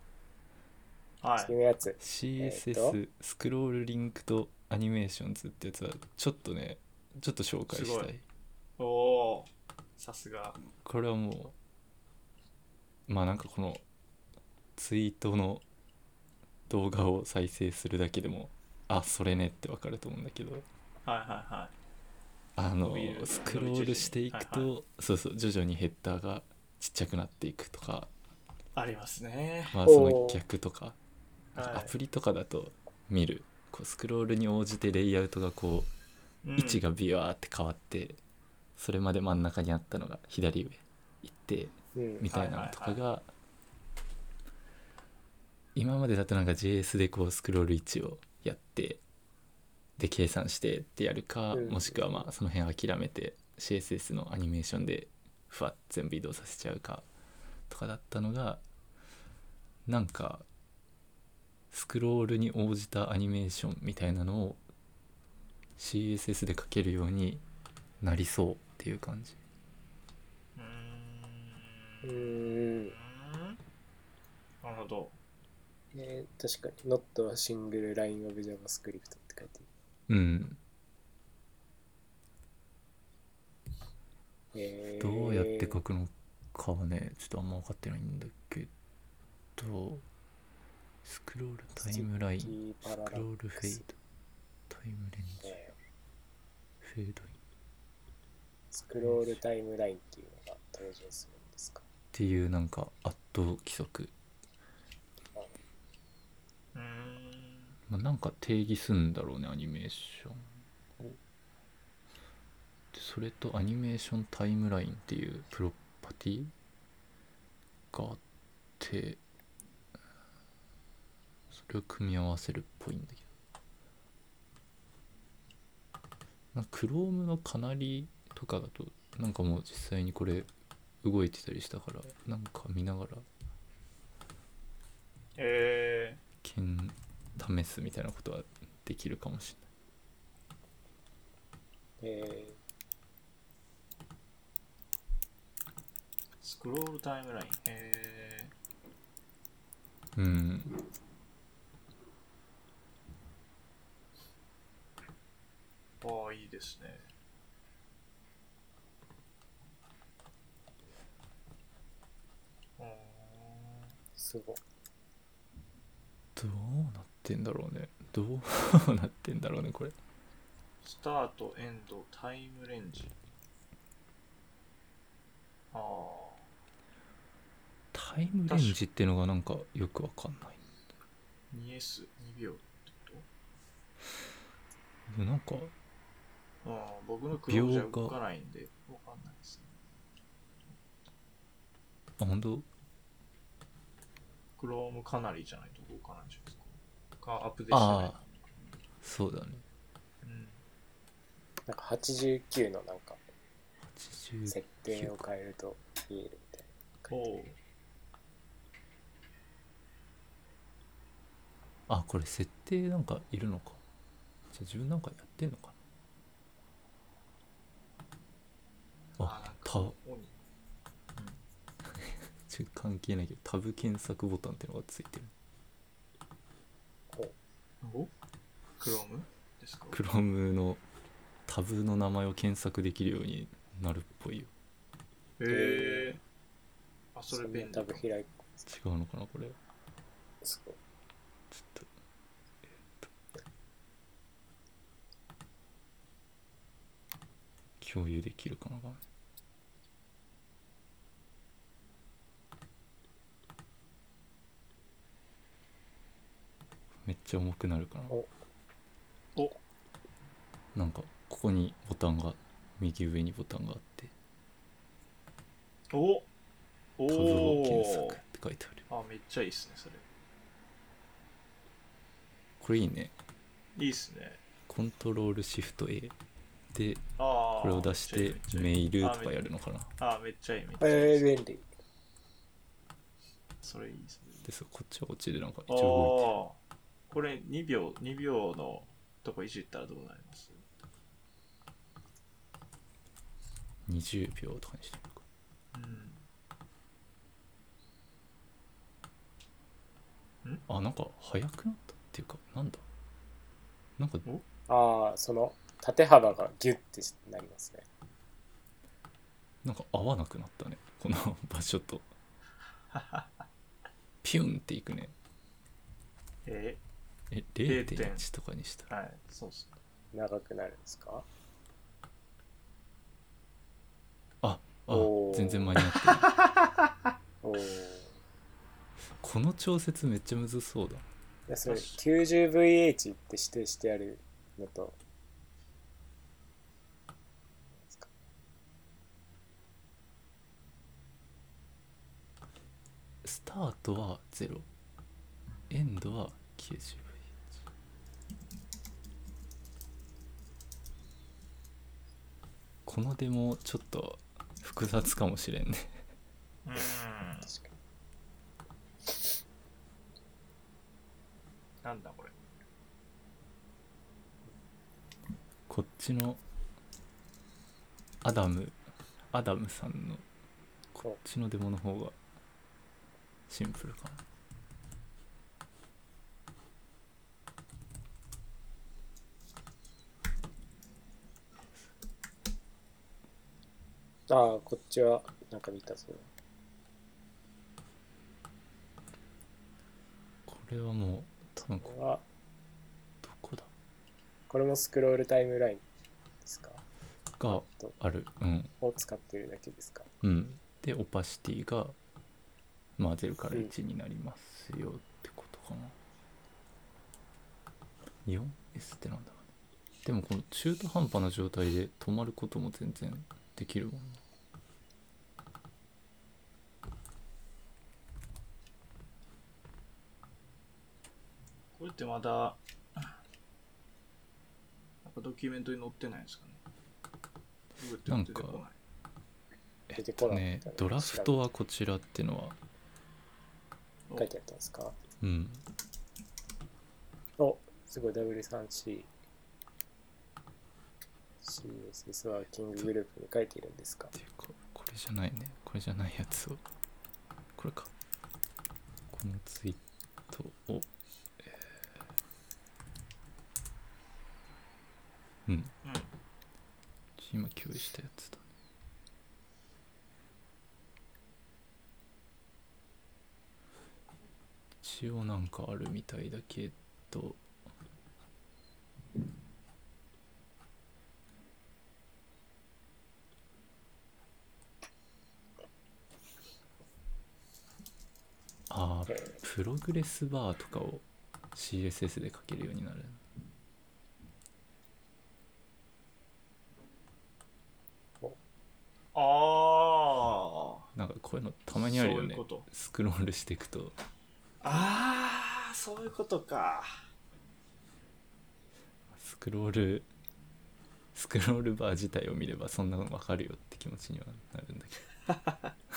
Speaker 1: は
Speaker 3: 次
Speaker 1: い。
Speaker 3: のやつ。えー
Speaker 2: CSS スクロールリンクとアニメーションズってやつはちょっとねちょっと紹介し
Speaker 1: すご
Speaker 2: たい
Speaker 1: いおおーさすが。
Speaker 2: これはもうまあなんかこのツイートの動画を再生するだけでもあそれねってわかると思うんだけど
Speaker 1: はいはいはい。
Speaker 2: あの
Speaker 1: 伸びる
Speaker 2: スクロールしていくと、
Speaker 1: はい
Speaker 2: そうそう徐々にヘッダーがちっちゃくなっていくとか
Speaker 1: ありますね。
Speaker 2: まあそ
Speaker 3: おー
Speaker 2: の逆とかア
Speaker 1: は
Speaker 2: プリとかだと見るこうスクロールに応じてレイアウトがこう
Speaker 1: い。うん
Speaker 2: 位置。がビワーって変わって、それまで真ん中にあったのが左上行って
Speaker 3: うん
Speaker 2: み。たいなのとかが今までだとなんか JS でこうスクロール位置をやってで計算してってやるか、
Speaker 3: うん
Speaker 2: もしくはまあその辺諦めて CSS のアニメーションでふわっ全部移動させちゃうかとかだったのがなんかスクロールに応じたアニメーションみたいなのを CSS で書けるようになりそうっていう感じ。
Speaker 1: うー。
Speaker 3: うん
Speaker 1: う
Speaker 3: ーん。
Speaker 1: ーんなるほど。
Speaker 3: えー、確かに、Not a single line of JavaScript って書いて
Speaker 2: うん、
Speaker 3: ある。えー、
Speaker 2: どうやって書くのかはねちょっとあんま分かってないんだけどスクロールタイムライン
Speaker 3: ステ
Speaker 2: ス
Speaker 3: ィッキーパラ
Speaker 2: ク
Speaker 3: ラ
Speaker 2: ロ
Speaker 3: ッ
Speaker 2: ールフ
Speaker 3: ク
Speaker 2: ェイ
Speaker 3: ス
Speaker 2: ドタイムレンジ
Speaker 3: えー
Speaker 2: フェードインっ
Speaker 3: スクロールタイムラインっていうのが登場するんですか。
Speaker 2: ていうなんか圧倒規則、
Speaker 1: うーん。
Speaker 2: まあ、なんか定義すんだろうねアニメーションをでそれとアニメーションタイムラインっていうプロパティがあってそれを組み合わせるっぽいんだけどなんか Chrome のかなりとかだとなんかもう実際にこれ動いてたりしたからなんか見ながら
Speaker 1: え
Speaker 2: 検試すみたいなことはできるかもしれない
Speaker 3: え
Speaker 1: ー、スクロールタイムライン。え
Speaker 2: うん
Speaker 1: ー、ああ、いいですね。うーん
Speaker 3: ー、すごい。
Speaker 2: どうなってんだろうねどうなってんだろうねこれ
Speaker 1: スタート、エンド、タイムレンジ。ああ。
Speaker 2: タイムレンジってのがなんかよくわかんない
Speaker 1: 2S2 秒ってこ
Speaker 2: でもなんか
Speaker 1: とうん僕のクロームじゃ動かないんでわかんないですね
Speaker 2: あ本当
Speaker 1: クロームかなりじゃないと動かないんじゃないですかかアップデートしてない
Speaker 2: ああそうだね
Speaker 1: うん
Speaker 3: なんか89のなんか
Speaker 2: 80
Speaker 3: 設定を変えると見えるみたい
Speaker 1: おおう
Speaker 2: あこれ設定なんかいるのかじゃあ自分なんかやってんのかなあ
Speaker 1: あなん
Speaker 2: タ
Speaker 1: か
Speaker 2: ブ
Speaker 1: オン
Speaker 2: ちょ関係ないけどタブ検索ボタンってのがついてる
Speaker 1: おクロームですか
Speaker 2: Chrome のタブの名前を検索できるようになるっぽいよ
Speaker 1: へえあ
Speaker 3: な。
Speaker 1: それ便利
Speaker 3: んなタブ開いて。
Speaker 2: 違うのかなこれ
Speaker 3: そう
Speaker 2: ちょっとえっと共有できるかな画面めっちゃ重くなるかな
Speaker 3: お
Speaker 1: お
Speaker 2: なんかここにボタンが右上にボタンがあって
Speaker 1: お
Speaker 2: 「画像検
Speaker 1: お
Speaker 2: 索」って書いてある
Speaker 1: あ、めっちゃいいっすね、それ。
Speaker 2: これいいね
Speaker 1: いいっすね。
Speaker 2: コントロールシフト A で
Speaker 1: ああ。
Speaker 2: これを出してメ
Speaker 1: イ。
Speaker 2: ールとかやるのかな
Speaker 1: あーめっちゃいい、めっちゃいい。
Speaker 3: えー、便利。
Speaker 1: それいいっすね。
Speaker 2: でそうこっちはこっちでなんか一
Speaker 1: ああ
Speaker 2: 応動いてる
Speaker 1: これ2秒、2秒のとこいじったらどうなります
Speaker 2: 20秒とかにしてるかあなんか早くなったっていうかなんだなんか
Speaker 3: ああ、その縦幅がギュッてなりますね。
Speaker 2: なんか合わなくなったねこの場所とピュンっていくね
Speaker 1: え
Speaker 2: え
Speaker 1: 0.1
Speaker 2: 0.1とかにした
Speaker 1: ー
Speaker 2: ら
Speaker 1: はい、そうっすね。
Speaker 3: 長くなるんですか
Speaker 2: ああ
Speaker 3: おー
Speaker 2: 全然間に合ってない
Speaker 3: おお。い
Speaker 2: この調節めっちゃむずそうだ
Speaker 3: や、それ 90VH って指定してあるのと、
Speaker 2: スタートは0エンドは 90V このデモちょっと複雑かもしれんね
Speaker 1: うーん。
Speaker 3: 確かに。
Speaker 1: なんだこれ。
Speaker 2: こっちのアダムアダムさんのこっちのデモの方がシンプルかな
Speaker 3: ああ、こっちはなんか見たぞ。
Speaker 2: これはもう多分
Speaker 3: こ
Speaker 2: こ
Speaker 3: れは、
Speaker 2: どこだ
Speaker 3: これもスクロールタイムラインですか
Speaker 2: が
Speaker 3: と
Speaker 2: あるうん
Speaker 3: を使ってるだけですか
Speaker 2: うん、でオパシティが、まあ、0から1になりますよってことかな 4S ってなんだろうねでもこの中途半端な状態で止まることも全然できるもんな
Speaker 1: これってまだ、なんかドキュメントに載ってないんですかね。どうやって
Speaker 2: なん
Speaker 1: 出
Speaker 2: か
Speaker 1: てこない
Speaker 3: 出てこな
Speaker 2: ね
Speaker 3: かった
Speaker 2: ドラフトはこちらってのは
Speaker 1: お
Speaker 3: 書いてあったんですか
Speaker 2: うん
Speaker 3: おすごい W3C。CSS ワーキンググループに書いているんですか
Speaker 2: っていうかこれじゃないねこれじゃないやつをこれかこのツイートを、えーうん
Speaker 1: うん。
Speaker 2: 今共有したやつだね一応なんかあるみたいだけどあープログレスバーとかを CSS で書けるようになる
Speaker 1: ああ。
Speaker 2: なんかこういうのたまにあるよ
Speaker 1: そうい
Speaker 2: ね
Speaker 1: うこと
Speaker 2: スクロールしていくと
Speaker 1: ああ、そういうことか。
Speaker 2: スクロールスクロールバー自体を見ればそんなの分かるよって気持ちにはなるんだ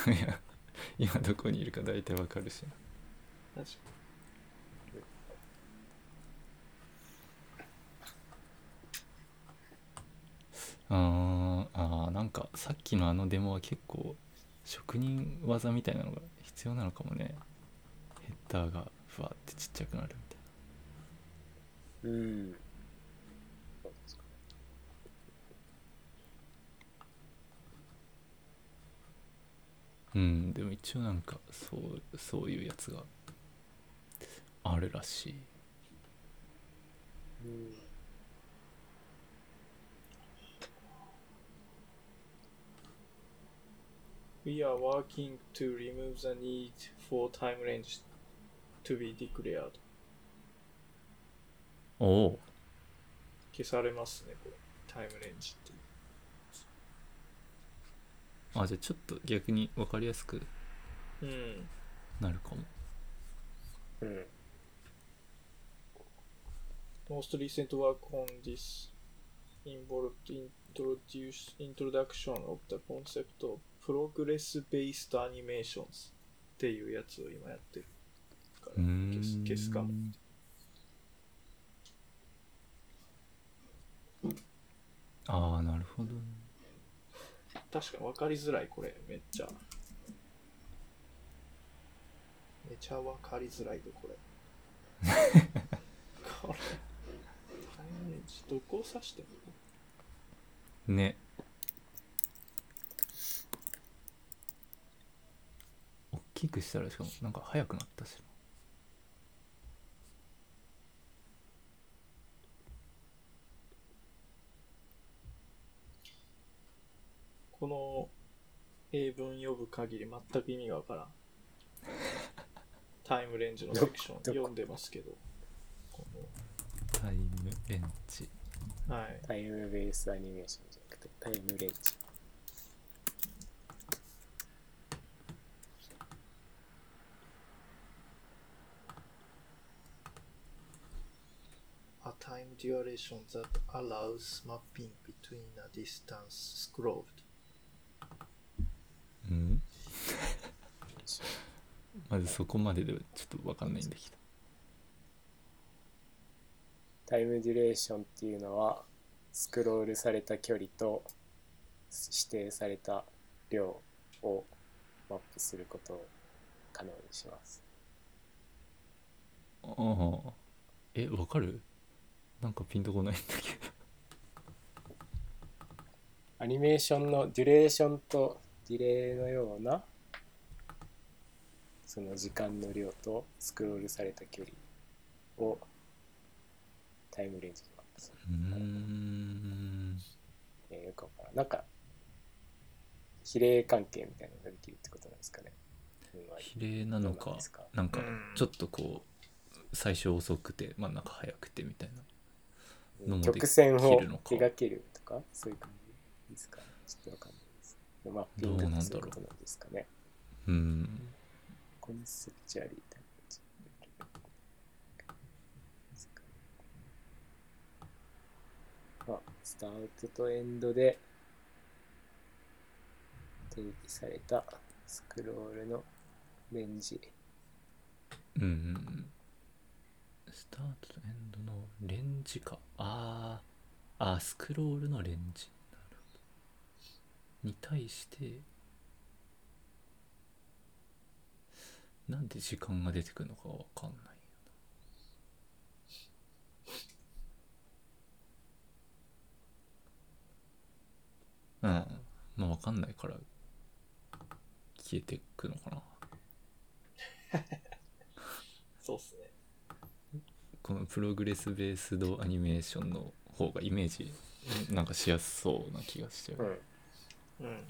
Speaker 2: けどいや今どこにいるか大体分かるしな
Speaker 1: 確か
Speaker 2: あーあーなんかさっきのあのデモは結構職人技みたいなのが必要なのかもねヘッダーがふわってちっちゃくなるみたい
Speaker 3: うん。
Speaker 2: なうんでも一応なんかそうそういうやつがあるらしい
Speaker 3: うん
Speaker 1: う。We are working to remove the need for time range to be declared.
Speaker 2: おお
Speaker 1: 消されますね、これ。タイムレンジって。
Speaker 2: あじゃあちょっと逆に分かりやすく
Speaker 1: うん。
Speaker 2: なるかも
Speaker 3: うん。
Speaker 1: Most recent work on this involved introduce, introduction of the concept of progress based animations っていうやつを今やってるか
Speaker 2: うー
Speaker 1: ら
Speaker 2: ん
Speaker 1: 消す消すかも
Speaker 2: ああなるほどね
Speaker 1: 確かに分かりづらいこれめっちゃめちゃ分かりづらいでこれこれタイムレンジどこを指してんの
Speaker 2: ね大きくしたらしかもなんか速くなったし
Speaker 1: この英文読む限り全く意味がわからん。タイムレンジのセクション
Speaker 3: どこ
Speaker 1: 読んでますけど。こ
Speaker 2: なタイムエンチ
Speaker 1: のはい。
Speaker 3: タイムベースアニメーションじゃなくて、タイムレンジ。
Speaker 1: A time duration that allows mapping between a distance scrolled.
Speaker 2: うんまずそこまででちょっと分かんないんできた
Speaker 3: タイムデュレーションっていうのは、スクロールされた距離と指定された量をマップすることを可能にします。
Speaker 2: ああえ分かるなんかピンとこないんだけど
Speaker 3: アニメーションのデュレーションとディレイのようなその時間の量とスクロールされた距離をタイムレンジでマップする。
Speaker 2: うーん
Speaker 3: えーよくわからん。なんか、比例関係みたいなのができるってことなんですかね。うんまあ
Speaker 2: 比例なの
Speaker 3: どう
Speaker 2: か
Speaker 3: んですか
Speaker 2: なんか
Speaker 1: うん
Speaker 2: ちょっとこう最初遅くて真ん中早くてみたいなのもでき
Speaker 3: 曲線を
Speaker 2: るのか
Speaker 3: 描けるとか、そういう感じですかちょっとわかんないです。まあ、ピン
Speaker 2: どうなんだろう
Speaker 3: とすることなんですかね。
Speaker 2: うん
Speaker 3: コンセプチュアリーみたいな感じ。まあ、スタートとエンドで定義されたスクロールのレンジ。
Speaker 2: うんうんうんスタートとエンドのレンジかあーあースクロールのレンジなるほどに対してなんで時間が出てくるのかわかんないよなうんまあわかんないから消えてくのかな
Speaker 1: そうっすね。
Speaker 2: このプログレスベースドアニメーションの方がイメージなんかしやすそうな気がしちゃう、
Speaker 1: うん。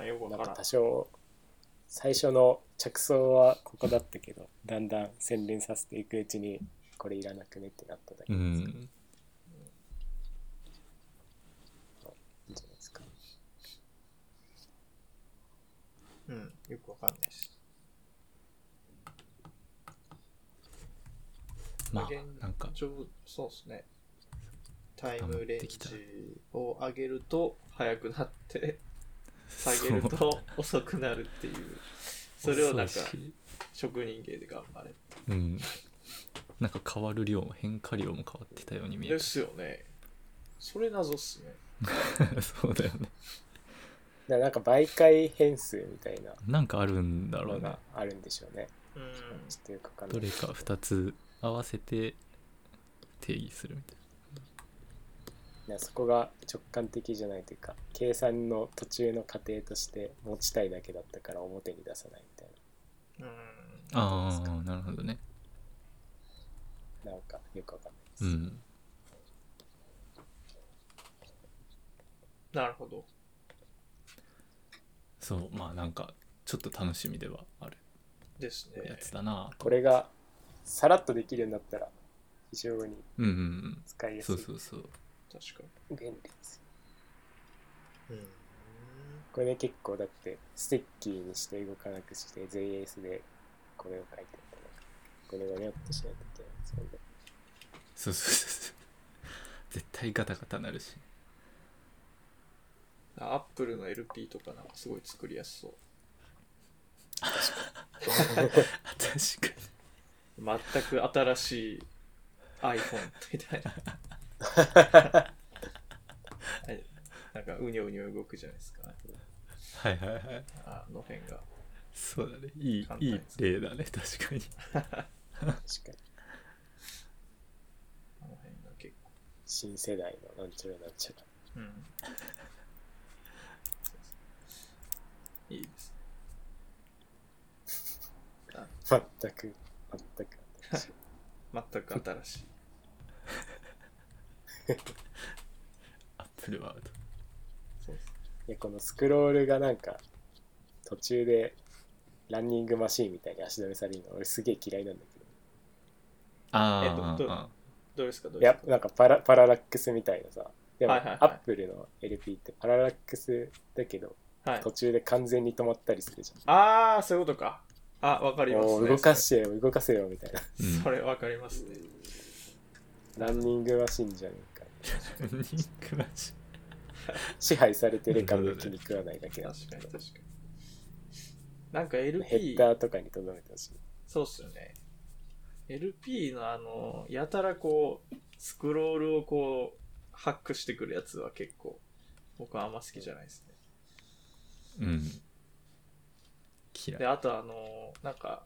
Speaker 1: あ、よくわ
Speaker 3: な
Speaker 1: か
Speaker 3: んから
Speaker 1: ん
Speaker 3: 多。少最初の着想はここだったけどだんだん洗練させていくうちにこれいらなくねってなっただけ
Speaker 2: うん
Speaker 3: ですいいんじゃないですか、
Speaker 1: うん。よくわかんないです。
Speaker 2: ま
Speaker 1: 現
Speaker 2: あなんか
Speaker 1: 状そうですね。タイ
Speaker 2: 頑張
Speaker 1: ム
Speaker 2: っ
Speaker 1: レン
Speaker 2: てきた
Speaker 1: ジを上げると早くなって、下げる
Speaker 2: そう
Speaker 1: と遅くなるっていう。それをなんか
Speaker 2: 恐ろしい
Speaker 1: 職人芸で頑張れ。
Speaker 2: うんなんか変わる量も変化量も変わってたように見え
Speaker 1: で
Speaker 2: る
Speaker 1: すよね。それ謎っすね。
Speaker 2: そうだよね
Speaker 3: だからなんか媒介変数みたいな
Speaker 2: なんかあるんだろう
Speaker 3: の
Speaker 2: ね
Speaker 3: があるんでしょうね
Speaker 1: うん。
Speaker 3: ちょっとよくわかん
Speaker 2: ど
Speaker 3: ない
Speaker 2: れか2つ合わせて定義するみたい
Speaker 3: いやそこが直感的じゃないというか計算の途中の過程として持ちたいだけだったから表に出さないみたいな
Speaker 1: うん。
Speaker 2: ああ、なるほどね。
Speaker 3: なんかよくわかんないです。
Speaker 2: うん。
Speaker 1: なるほど。
Speaker 2: そう、まあなんか、ちょっと楽しみではある
Speaker 1: です
Speaker 2: や
Speaker 1: ね。
Speaker 2: つだなと。
Speaker 3: これがさらっとできるようになったら非常に
Speaker 2: うんうんうん。
Speaker 3: 使いや
Speaker 2: そ
Speaker 3: すいう
Speaker 2: そうそう。
Speaker 1: 確か
Speaker 3: 便利です。
Speaker 1: に。うん。
Speaker 3: これね結構だってステッキーにして動かなくして JS でこれを書いてあったらこれがねってしないといけないですもんね。
Speaker 2: そうそうそうそう。絶対ガタガタなるし。
Speaker 1: アップルの LP とかなんかすごい作りやすそう。
Speaker 2: 確か
Speaker 1: 全く新しい iPhone みた いな。はいなんかうにょうにょ動くじゃないですか。
Speaker 2: に。はいはいはい。
Speaker 1: あの辺が。
Speaker 2: そうだね。いい
Speaker 1: 簡、単
Speaker 2: い
Speaker 1: で
Speaker 2: い
Speaker 1: す
Speaker 2: 例だね。確かに。
Speaker 3: 確かに
Speaker 1: あの辺が結構。
Speaker 3: 新世代のなんちゃらなんちゃら。
Speaker 1: うん。いいですね。
Speaker 3: 全く全く新しい。
Speaker 1: 全く新しい。
Speaker 2: アップルワード。
Speaker 1: そうです
Speaker 3: いやこのスクロールがなんか途中でランニングマシーンみたいに足止めされるの俺すげえ嫌いなんだけど
Speaker 2: あー
Speaker 1: えっと
Speaker 2: あー、
Speaker 1: ど
Speaker 2: あ
Speaker 1: どうですかどう
Speaker 3: い
Speaker 1: です
Speaker 3: や
Speaker 1: か
Speaker 3: なんかパラパララックスみたいなさでも、
Speaker 1: はいはいはい
Speaker 3: アップルの LP ってパララックスだけど
Speaker 1: はい
Speaker 3: 途中で完全に止まったりするじゃん
Speaker 1: ああ、そういうことか。あ、わかります
Speaker 3: もう
Speaker 1: ね。
Speaker 3: 動かしてよ動かせよみたいな
Speaker 2: ーうん
Speaker 1: それわかりますね。
Speaker 3: ランニングマシンじゃねえか
Speaker 2: ニックマジ。
Speaker 3: 支配されてる感が気に食わないだけだ
Speaker 1: 確かに確かに。なんか
Speaker 3: ヘ
Speaker 1: LP
Speaker 3: ッ、ダーとかにとどめてほしい
Speaker 1: そうっすよね。LP のあの、やたらこう、スクロールをこう、ハックしてくるやつは結構、僕はあんま好きじゃないですね。
Speaker 2: うん。嫌
Speaker 1: で、
Speaker 2: い。
Speaker 1: あとあの、なんか、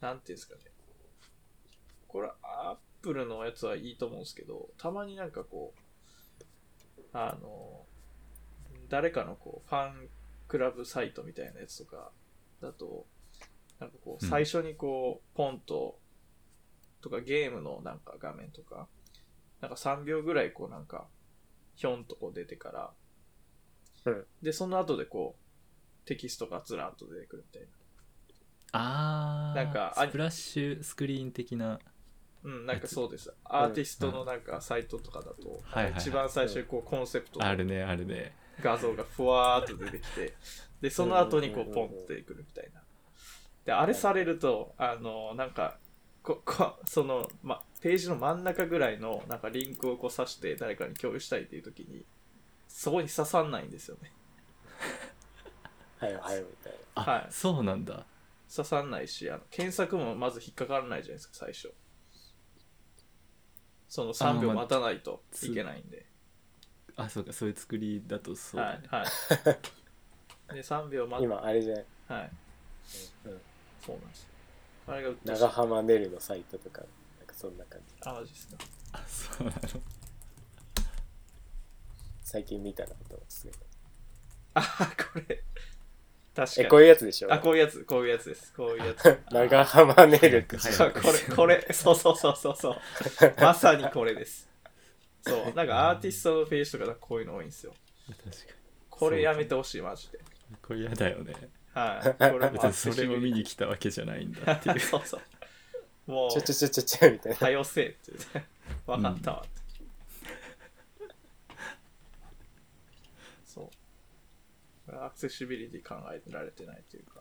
Speaker 1: なんていうんですかね。これ、アップルのやつはいいと思うんですけど、たまになんかこう、あの、誰かのこう、ファンクラブサイトみたいなやつとかだと、なんかこう、
Speaker 2: うん
Speaker 1: 最初にこう、ポンと、とかゲームのなんか画面とか、なんか3秒ぐらいこうなんか、ひょんとこう出てから、
Speaker 3: うん
Speaker 1: で、その後でこう、テキストがずらっと出てくるみたいな。
Speaker 2: ああ、
Speaker 1: なんかあ
Speaker 2: スプラッシュスクリーン的な。
Speaker 1: うん、なんかそうです。アーティストのなんかサイトとかだと、
Speaker 2: はいはいはい
Speaker 1: 一番最初にこうコンセプト
Speaker 2: あ
Speaker 1: の
Speaker 2: るね、あるね。
Speaker 1: 画像がふわーっと出てきて、で、その後にこうポンって出てくるみたいな。で、あれされると、あの、なんか、ここその、ま、ページの真ん中ぐらいのなんかリンクをこう刺して誰かに共有したいっていう時に、そこに刺さんないんですよね。
Speaker 3: はいはいみたい
Speaker 2: あ、
Speaker 3: な
Speaker 1: はい
Speaker 2: そうなんだ。
Speaker 1: 刺さんないしあの検索もまず引っかからないじゃないですか最初その3
Speaker 2: あ
Speaker 1: 秒
Speaker 2: まあ
Speaker 1: 待たないといけないんで、
Speaker 2: あ、そうか、そういう作りだとそう
Speaker 1: は
Speaker 2: だね。
Speaker 1: いはいで3秒待っ
Speaker 3: 今あれじゃない、
Speaker 1: はい
Speaker 3: うん
Speaker 1: そうなんですよあれがうっとうしい
Speaker 3: 長浜ねるのサイトとかなんかそんな感じ
Speaker 1: あマジですか
Speaker 2: あ、そうなの。
Speaker 3: 最近見たなと思って
Speaker 1: あこれ確か
Speaker 3: え
Speaker 1: に
Speaker 3: こういうやつでしょ
Speaker 1: あこういうやつこういうやつですこういうやつ
Speaker 3: 長浜ね るって
Speaker 2: はい
Speaker 1: そうこれこれそうそうそうそうそうまさにこれです そうなんかアーティストのページとかなんかこういうの多いんですよ
Speaker 2: 確か
Speaker 1: これやめてほしいマジで
Speaker 2: に。これ嫌だよね。
Speaker 1: はいこれ。
Speaker 2: 別にそれを見に来たわけじゃないんだってい う
Speaker 1: そうそう。も
Speaker 3: ちょ
Speaker 1: う
Speaker 3: ちょ、ちょちょちょみたいな
Speaker 1: 多様性って言って。わかったわって。そう。アクセシビリティ考えられてないというか。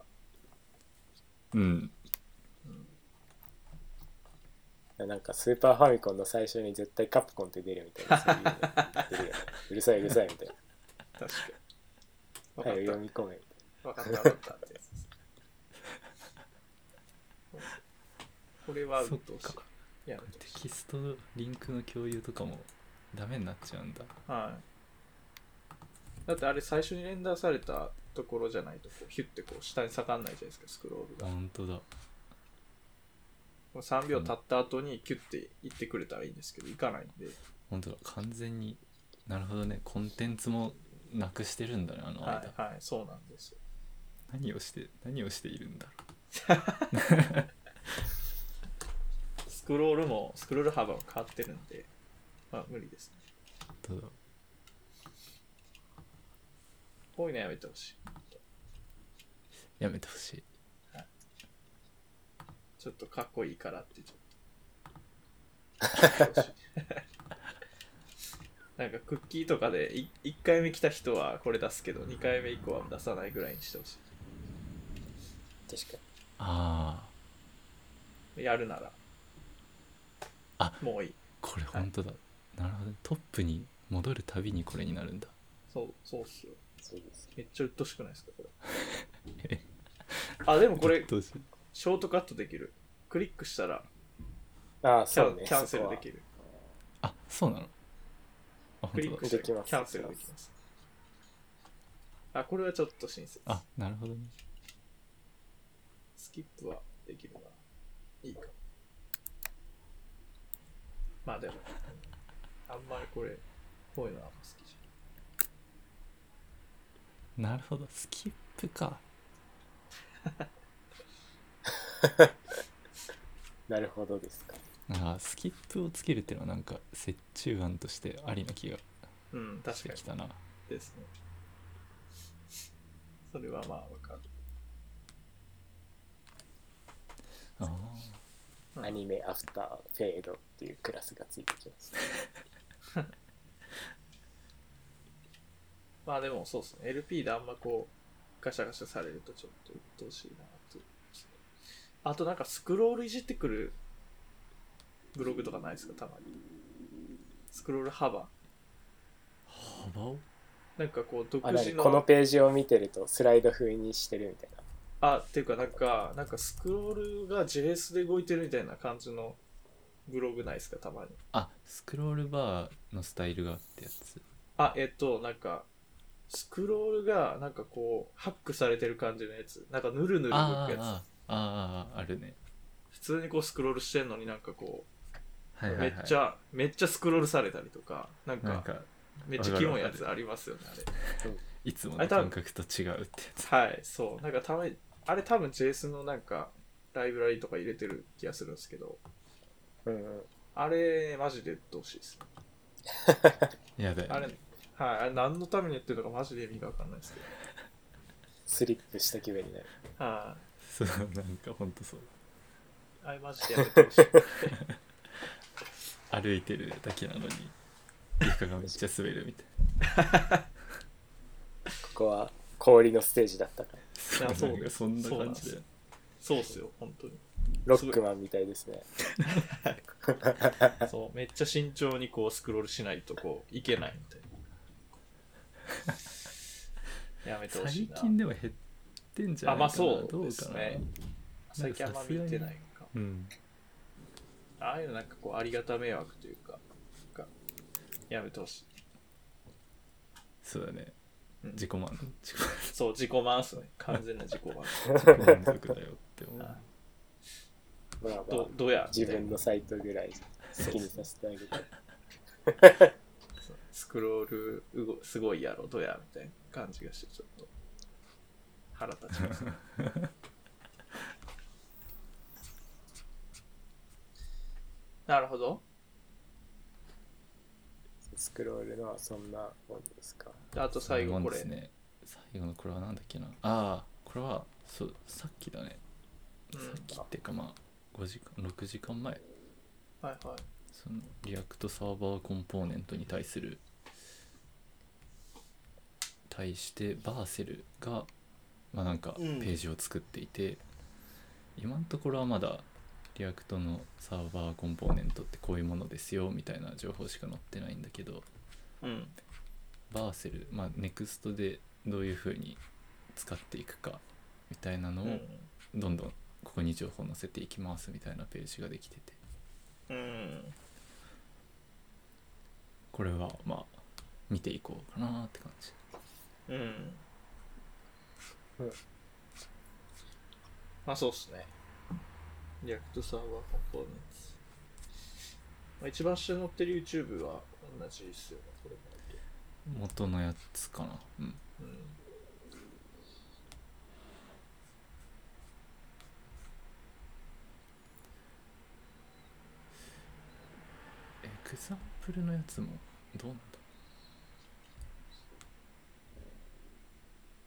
Speaker 2: うん。
Speaker 3: なんかスーパーファミコンの最初に絶対カプコンって出るみたいなそういうの出るよね。うるさいうるさい みたい
Speaker 1: 確
Speaker 3: な。
Speaker 1: か
Speaker 3: 早く
Speaker 1: に。
Speaker 3: 読み込めみ
Speaker 1: わかった。わかったわかったってやつです。これはうっとうし
Speaker 2: そっか
Speaker 1: い。やると
Speaker 2: テキストのリンクの共有とかもダメになっちゃうんだ。
Speaker 1: はい。だってあれ最初にレンダーされたところじゃないとこうヒュッてこう下に下がんないじゃないですかスクロールが
Speaker 2: 本当だ。
Speaker 1: もう3秒経った後にキュッて行ってくれたらいいんですけど、行かないんで。
Speaker 2: 本当だ。完全に。なるほどね。コンテンツもなくしてるんだね、あの間。
Speaker 1: はい、はい、そうなんですよ。
Speaker 2: 何をして何をしているんだろ
Speaker 1: スクロールも、スクロール幅が変わってるんで、まあ無理ですね。
Speaker 2: うただ
Speaker 1: こういうのやめてほしい。
Speaker 2: やめてほしい
Speaker 1: ちょっとかっこいいからってちょっと。なんかクッキーとかでい1回目来た人はこれ出すけど2回目以降は出さないぐらいにしてほし
Speaker 3: 確か
Speaker 2: ああ
Speaker 1: いやるなら
Speaker 2: あ
Speaker 1: もういい
Speaker 2: これ本当だ、なるほどトップに戻るたびにこれになるんだ
Speaker 1: そうそうっすよ
Speaker 3: にそうです
Speaker 1: めっちゃうっとしくないですかこれあでもこれ
Speaker 2: どうしよう
Speaker 1: ショートカットできるクリックしたら
Speaker 3: ああ
Speaker 1: キ
Speaker 3: そ
Speaker 1: ャ
Speaker 3: う
Speaker 1: ン,、
Speaker 3: ね
Speaker 1: キャンセル
Speaker 3: そこ
Speaker 1: で
Speaker 3: は
Speaker 1: きる
Speaker 2: あそうなのあ
Speaker 1: ク
Speaker 2: 本
Speaker 1: リ
Speaker 2: 当
Speaker 1: ッ
Speaker 2: だ
Speaker 1: クしたらキ
Speaker 3: できます
Speaker 1: ャンセルできますあこれはちょっと親切
Speaker 2: あなるほどね
Speaker 1: スキップはできるな。いいか。まあでも、あんまりこれ、こういうのはあんま好きじ
Speaker 2: なるほどスキップか
Speaker 3: なるほどですか
Speaker 2: あースキップをつけるっていうのはなんか折衷案としてありな気が
Speaker 1: ゃん。うん、確
Speaker 2: して
Speaker 1: かに
Speaker 2: きたな
Speaker 1: ですね。それはまあわかる。
Speaker 2: あー
Speaker 1: うん
Speaker 3: アニメアフターフェードっていうクラスがついてきます
Speaker 1: まあでもそうですね。LP であんまこう、ガシャガシャされるとちょっと鬱陶しいなと。あとなんかスクロールいじってくるブログとかないですか、たまに。スクロール幅。
Speaker 2: 幅を
Speaker 1: なんかこう、独
Speaker 3: あ
Speaker 1: 自
Speaker 3: 何
Speaker 1: の。
Speaker 3: このページを見てるとスライド風にしてるみたいな
Speaker 1: あ、っていうかなんか、なんかスクロールが JS で動いてるみたいな感じのブログないですか、たまに。
Speaker 2: あスクロールバーのスタイルがってやつ
Speaker 1: あ、えっと、なんか、スクロールがなんかこう、ハックされてる感じのやつ。なんかヌルヌル動
Speaker 2: あ
Speaker 1: く
Speaker 2: ー
Speaker 1: や
Speaker 2: あーあーあるね
Speaker 1: つ。普通にこうスクロールしてんのになんかこ
Speaker 2: は
Speaker 1: う、
Speaker 2: いはい、はい、
Speaker 1: めっちゃ、めっちゃスクロールされたりとか、なん
Speaker 2: なん
Speaker 1: か、
Speaker 2: か
Speaker 1: めっちゃキモいやつありますよね、あれ。
Speaker 2: いつも
Speaker 1: あれ
Speaker 2: の
Speaker 1: 多分
Speaker 2: 感覚と違うってやつ
Speaker 1: はい、そう。なんかたまに、あれ多分 JS のなんか、ライブラリとか入れてる気がするんですけど、
Speaker 3: うんうん
Speaker 1: あれ、マジでどうしいですね。
Speaker 2: やだよ、ね、
Speaker 1: あれ、はい、あれ何のためにやってるのかマジで意味がわかんないですけど。
Speaker 3: スリップした気分になる
Speaker 1: は
Speaker 2: そうなんかほんとそう
Speaker 1: い、あれマジでやめてほしい。
Speaker 2: 歩いてるだけなのに床がめっちゃ滑るみたいな
Speaker 3: ここは氷のステージだったから
Speaker 2: そ
Speaker 1: いやそう
Speaker 2: うなんかそんな感じで
Speaker 1: そうっすよ、本当に。
Speaker 3: ロックマンみたいですね
Speaker 1: そう、めっちゃ慎重にこうスクロールしないとこう、いけないみたい な。やめてほし
Speaker 2: 最
Speaker 1: いな。
Speaker 2: 近でも減ってんじゃ
Speaker 1: あ、
Speaker 2: ないかな
Speaker 1: まあそう
Speaker 2: ど
Speaker 1: で
Speaker 2: うか
Speaker 1: す
Speaker 2: な
Speaker 1: ね。最近あんま見てないか。
Speaker 2: うん
Speaker 1: ああいうのなんかこう、ありがた迷惑というか、がやめてほしい。
Speaker 2: そうだね
Speaker 1: うん
Speaker 2: 自己満自己
Speaker 1: そう、自己満っすね。完全な自己 満。
Speaker 2: 満自己満足だよって思う
Speaker 1: はい
Speaker 3: まあまあ
Speaker 1: どどうや
Speaker 3: 自分のサイトぐらい好きにさせてあげて
Speaker 1: スクロールうごすごいやろどやみたいな感じがしてちょっと腹立ちますねなるほど
Speaker 3: スクロールのはそんなもんですか
Speaker 1: であと最後こ
Speaker 2: で
Speaker 1: れ、
Speaker 2: すね最後のこれはなんだっけなああこれはそうさっきだね
Speaker 1: うん
Speaker 2: さっきっていうかまあ5時間6時間前
Speaker 1: はいはい
Speaker 2: そのリアクトサーバーコンポーネントに対する対してバーセルがまあなんかペ
Speaker 5: うん
Speaker 2: ージを作っていて、今のところはまだリアクトのサーバーコンポーネントってこういうものですよみたいな情報しか載ってないんだけど
Speaker 1: うん
Speaker 2: バーセルまあネクストでどういうふうに使っていくかみたいなの
Speaker 1: うん
Speaker 2: をどんどんここに情報載せていきますみたいなページができてて
Speaker 1: うん
Speaker 2: これはまあ見ていこうかなって感じ
Speaker 1: うん
Speaker 3: うん
Speaker 1: まあそうっすねリアクトサーバーコンポーネンツ、まあ、一番下に載ってる YouTube は同じですよねこれも
Speaker 2: 元のやつかなうん
Speaker 1: うん
Speaker 2: グザンプルのやつもどうなんだ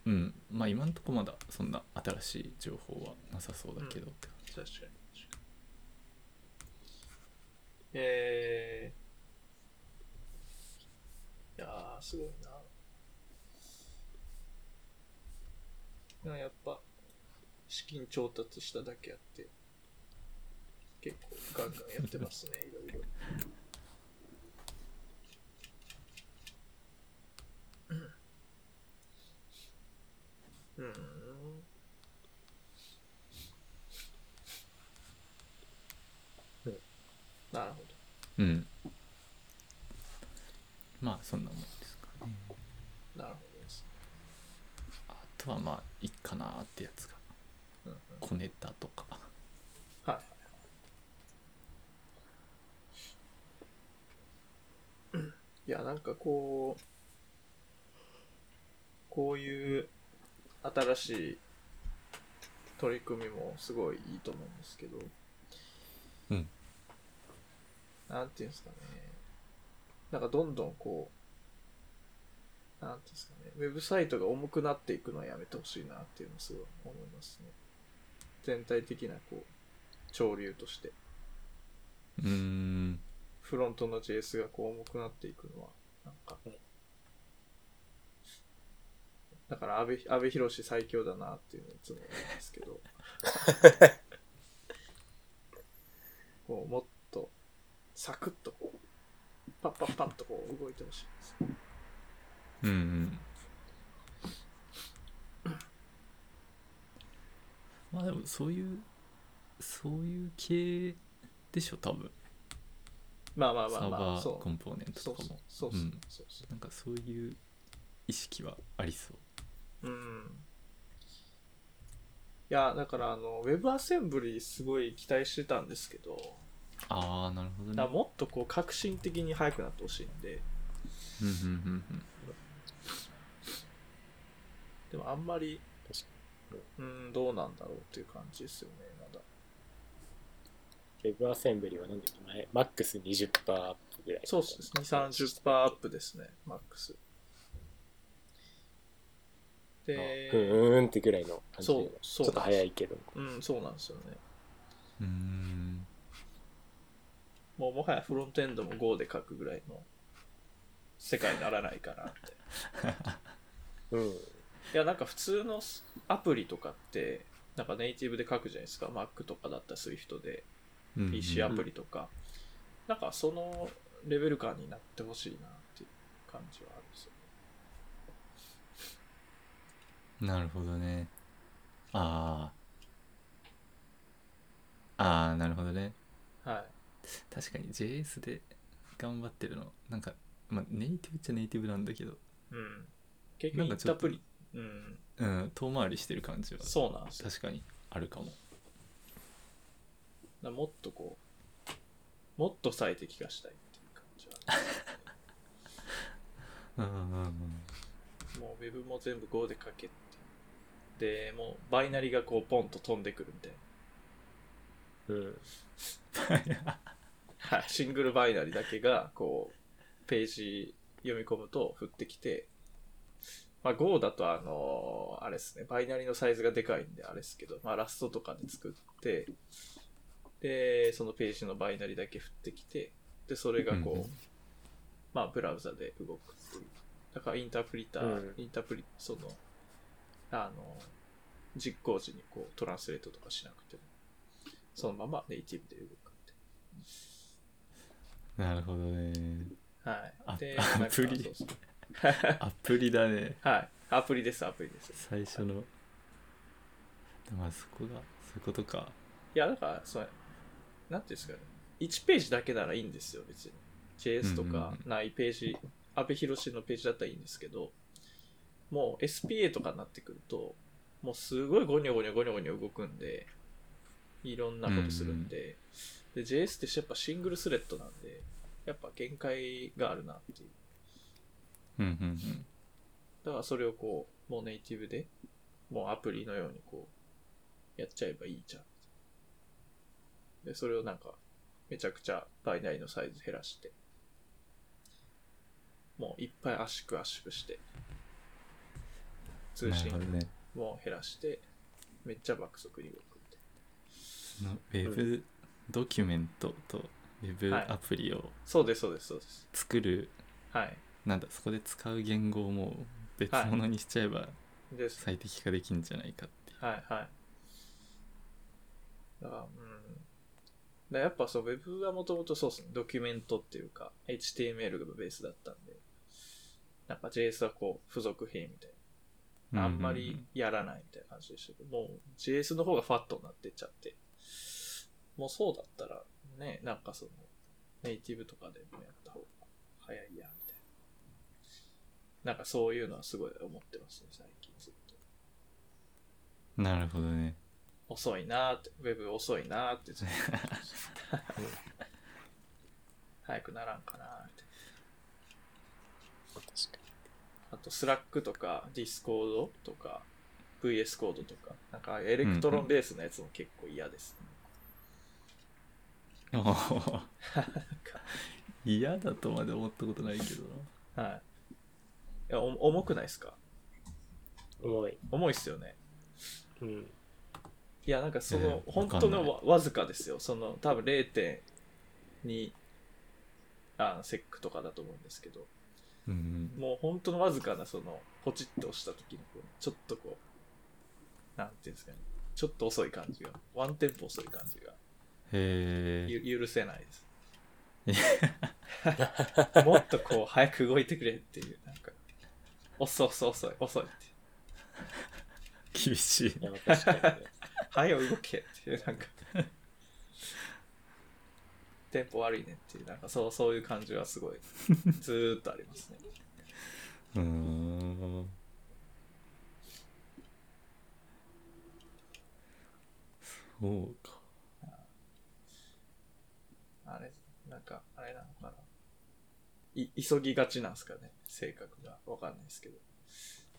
Speaker 2: うんまあ今んとこまだそんな新しい情報はなさそうだけどって感
Speaker 6: 確かに確かに。
Speaker 1: えー、いやー、すごいな。でもやっぱ、資金調達しただけあって、結構ガンガンやってますね、いろいろ。うん。うんなるほど。
Speaker 2: じうんまあそんなもんですかね
Speaker 1: なるほどです。
Speaker 2: あとはまあいいかなーってやつが
Speaker 1: うんうん
Speaker 2: 小ネタとか
Speaker 1: はい。いや、なんかこう、こういう新しい取り組みもすごいいいと思うんですけど、
Speaker 2: うん。
Speaker 1: なんていうんですかね。なんかどんどんこう、なんていうんですかね。ウェブサイトが重くなっていくのはやめてほしいなっていうのをすごい思いますね。全体的なこう潮流として
Speaker 2: うーん
Speaker 1: フロントの JS がこう重くなっていくのはなんか
Speaker 3: うん
Speaker 1: だから安倍安倍博士最強だなっていうのをいつも思うんですけ どこうもっとサクッとこうパッパッパッとこう動いてほしいです
Speaker 2: うんうんまあでもそういうそういう系でしょ多分
Speaker 1: まあまあ
Speaker 2: サ
Speaker 1: まあ
Speaker 2: ー
Speaker 1: ま
Speaker 2: バ
Speaker 1: あ
Speaker 2: ー
Speaker 1: そ
Speaker 2: コ
Speaker 1: う
Speaker 2: ンポーネン
Speaker 1: そ
Speaker 2: トと
Speaker 1: う
Speaker 2: かも
Speaker 1: そうそうそう
Speaker 2: うん
Speaker 1: そうそう
Speaker 2: なんかそういう意識はありそう
Speaker 1: うんいや、だから、あの、ウェブアセンブリすごい期待してたんですけど、
Speaker 2: ああなるほど
Speaker 1: だから
Speaker 2: ね
Speaker 1: もっとこう、革新的に早くなってほしいんで、
Speaker 2: うんうんうんうん
Speaker 1: でもあんまり
Speaker 3: 確か、
Speaker 1: うん、どうなんだろうっていう感じですよね、まだ。
Speaker 3: ェブアセンブリはなんだっけ前、マックス20%アップぐらい。
Speaker 1: そうですね、2、30%アップですね、マックス。
Speaker 3: あうん
Speaker 1: で、
Speaker 3: うんうんってぐらいの感じで
Speaker 1: そうそう
Speaker 3: ちょっと早いけど。
Speaker 1: うん、そうなんですよね。
Speaker 2: うーん
Speaker 1: もうもはやフロントエンドも Go で書くぐらいの世界にならないかなって。
Speaker 3: うん。
Speaker 1: いやなんか普通のスアプリとかってなんかネイティブで書くじゃないですか Mac とかだったら Swift で
Speaker 2: うんうん
Speaker 1: PC アプリとか、なんかそのレベル感になってほしいなっていう感じはあるんですよ
Speaker 2: なるほどねああああなるほどね
Speaker 1: ねはい
Speaker 2: 確かに JS で頑張ってるのなんか、まあ、ネイティブっちゃネイティブなんだけど
Speaker 1: うん結
Speaker 2: なん
Speaker 1: 局言
Speaker 2: かちょ
Speaker 1: っ
Speaker 2: った
Speaker 1: プ
Speaker 2: と
Speaker 1: リうん
Speaker 2: うん遠回りしてる感じは
Speaker 1: そうなんですよ
Speaker 2: 確かにあるかも
Speaker 1: だからもっとこうもっと最適化したいっていう感じはあ
Speaker 2: うんうん
Speaker 1: るもう Web も全部 Go で書けってでもうバイナリがこうポンと飛んでくるみたいな
Speaker 3: うん。
Speaker 1: はい、シングルバイナリだけが、こう、ページ読み込むと降ってきて、まあ Go だとあのーあれですね、バイナリのサイズがでかいんであれですけど、まあラストとかで作って、で、そのページのバイナリだけ降ってきて、で、それがこう、
Speaker 2: うんうん
Speaker 1: まあブラウザで動くっていう。だからインタープリター、
Speaker 3: うん
Speaker 1: インタープリ、その、あのー実行時にこうトランスレートとかしなくても、そのままネイティブで動くっていう
Speaker 2: なるほどね
Speaker 1: はい。で、
Speaker 2: あ
Speaker 1: なんか
Speaker 2: アプリ
Speaker 1: そうそう
Speaker 2: アプリだね
Speaker 1: はい。アプリです、アプリです。
Speaker 2: 最初のでもあそこがそういうことか
Speaker 1: いや、だから、それ、なんていうんですかね。1ページだけならいいんですよ、別に。JS と
Speaker 2: うん
Speaker 1: か
Speaker 2: うん
Speaker 1: ないページ、阿部寛のページだったらいいんですけど、もう SPA とかになってくると、もうすごいゴニョゴニョゴニョゴニョ動くんで、いろんなことするんで、で、JS ってやっぱシングルスレッドなんで、やっぱ限界があるなっていう。
Speaker 2: うんうんうん
Speaker 1: だからそれをこう、もうネイティブで、もうアプリのようにこう、やっちゃえばいいじゃん。で、それをなんか、めちゃくちゃバイナリのサイズ減らして、もういっぱい圧縮圧縮して通信
Speaker 2: なるほどね。
Speaker 1: も減らしてめっちゃ爆速に動くみたいな
Speaker 2: そのウェブドキュメントとウェブ
Speaker 1: はい
Speaker 2: アプリを
Speaker 1: そうですそうですそうです
Speaker 2: 作る、
Speaker 1: はい
Speaker 2: なんだ、そこで使う言語をもう別物にしちゃえば
Speaker 1: です
Speaker 2: 最適化できんじゃないかっていう。
Speaker 1: はいはい。だから、うん。だからやっぱそう、Web はもともとそうですね、ドキュメントっていうか、HTML がベースだったんで、なんか JS はこう、付属品みたいな。あんまりやらないみたいな感じでしたけど、もう JS の方がファットになってっちゃって、もうそうだったら、ね、なんかその、ネイティブとかでもやった方が早いや、みたいな。なんかそういうのはすごい思ってますね、最近ずっと。
Speaker 2: うんうんうん。なるほど ね。
Speaker 1: 遅いなーって、ウェブ遅いなーってずっと思ってま した、早くならんかなーって。
Speaker 3: 確か
Speaker 1: あと、スラックとか、ディスコードとか、VS コードとか、なんかエレクトロンベースのやつも結構嫌です、ね
Speaker 2: おー嫌だとまで思ったことないけどな。
Speaker 1: はい。いやお重くないですか
Speaker 3: に。重い。
Speaker 1: 重いっすよね。
Speaker 3: うん。
Speaker 1: いや、なんかそ
Speaker 2: え
Speaker 1: の、
Speaker 2: ー
Speaker 1: 本当
Speaker 2: わかん
Speaker 1: の
Speaker 2: な
Speaker 1: わわずかですよ。その、多分0.2、あの、セックとかだと思うんですけど、
Speaker 2: うんうん。
Speaker 1: もう本当のわずかなそのポチッと押した時のこうちょっとこうなんていうんですかねちょっと遅い感じがワンテンポ遅い感じが
Speaker 2: へえ。
Speaker 1: ゆ許せないですもっとこう早く動いてくれっていうなんか遅い遅い遅い遅いって
Speaker 2: 厳しい
Speaker 3: い。や、確かにね。
Speaker 1: 早く動けっていうなんかテンポ悪いねっていうなんかそうそういう感じはすごいずーっとありますね
Speaker 2: うーん。そうか。
Speaker 1: あれ、なんか、あれなのかな。い、急ぎがちなんですかね。性格が。わかんないですけど。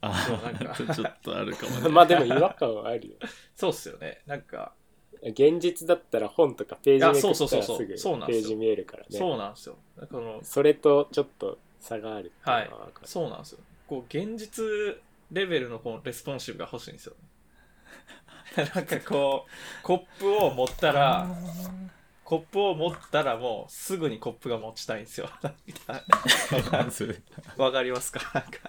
Speaker 1: でもな
Speaker 2: あ
Speaker 1: んか
Speaker 2: あ、ちょっとあるかも ね。
Speaker 3: まあでも違和感はあるよ。
Speaker 1: そうっすよね。なんか、
Speaker 3: 現実だったら本とかページめくった
Speaker 1: いやそう
Speaker 3: らすぐ
Speaker 1: そうそうそうそうなん
Speaker 3: ペ
Speaker 1: ですよ
Speaker 3: ージ見えるからね。
Speaker 1: そうなんですよ。なんかこの、
Speaker 3: それとちょっと差があるっていうのはわかる。
Speaker 1: そうなんですよ。こう、現実レベルのこのレスポンシブが欲しいんですよね。 なんかこう、コップを持った ら、コップを持ったらもうすぐにコップが持ちたいんですよ。
Speaker 2: それ
Speaker 1: わかりますかなんか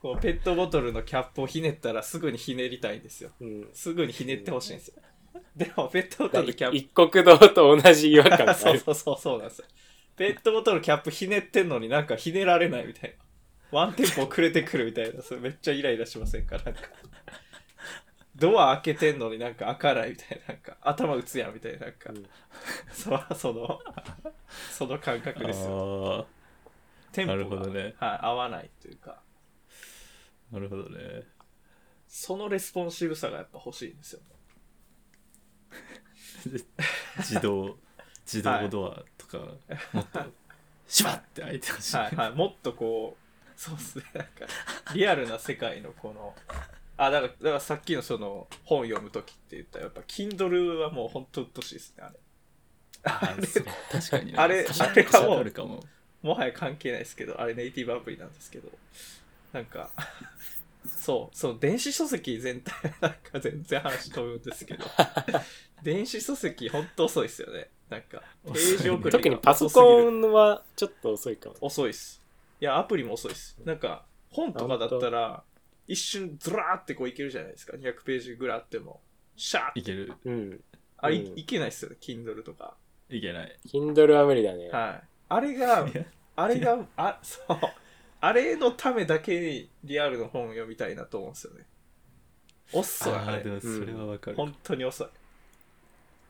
Speaker 1: こうペットボトルのキャップをひねったらすぐにひねりたいんですよ。
Speaker 3: うん。
Speaker 1: すぐにひねってほしいんですよ。 でも、ペットボト
Speaker 3: だか
Speaker 1: ル
Speaker 3: ら
Speaker 1: キャッ
Speaker 3: 一国堂と同じ違和感
Speaker 1: プ。
Speaker 3: があ
Speaker 1: そう
Speaker 3: る。
Speaker 1: そうそう、そうなんですよ。ペットボトルキャップひねってんのになんかひねられないみたいな。ワンテンポ遅れてくるみたいな。それめっちゃイライラしませんかなんか。ドア開けてんのになんか開かないみたいな。なんか頭打つやんみたいな。なんか、
Speaker 3: うん
Speaker 1: そその、その感覚ですよ。
Speaker 2: あ
Speaker 1: テンポが
Speaker 2: なるほどね
Speaker 1: はい、合わないというか。
Speaker 2: あ、なるほどね。
Speaker 1: そのレスポンシブさがやっぱ欲しいんですよね。
Speaker 2: 自動、自動ドアとか、もっと、シュワッて開いてほしい。
Speaker 1: はいはい、もっとこう、そうですね、なんか、リアルな世界のこの、あ、だから、だからさっきのその、本読むときって言ったら、やっぱ、Kindle はもう本当うっとしいですね、あれ。
Speaker 2: あそれ確かにね
Speaker 1: あれ
Speaker 2: 確かに
Speaker 1: あれはもう
Speaker 2: あるかも。
Speaker 1: もはや関係ないですけど、あれネイティブアプリなんですけど、なんか、そう、そう、電子書籍全体、なんか全然話飛ぶんですけど、電子書籍本当遅いですよね。なんか、ページ送りが遅すぎる
Speaker 3: 特にパソコンはちょっと遅いかも。
Speaker 1: 遅いっす。いや、アプリも遅いっす。なんか、本とかだったら、一瞬ずらーってこういけるじゃないですか。200ページぐらいあっても。シャーって
Speaker 2: いける、
Speaker 3: うん。
Speaker 1: あ、い
Speaker 3: うん
Speaker 1: いけないっすよね。Kindle とか。
Speaker 2: いけない。
Speaker 3: Kindle は無理だね。
Speaker 1: はい。あれが
Speaker 2: いや、
Speaker 1: あれが、あ、そう。あれのためだけにリアルの本を読みたいなと思うんですよね。遅い、
Speaker 2: あ
Speaker 1: あ
Speaker 2: あ、で
Speaker 1: れ。
Speaker 2: もそれはわかる。
Speaker 1: 本当に遅い。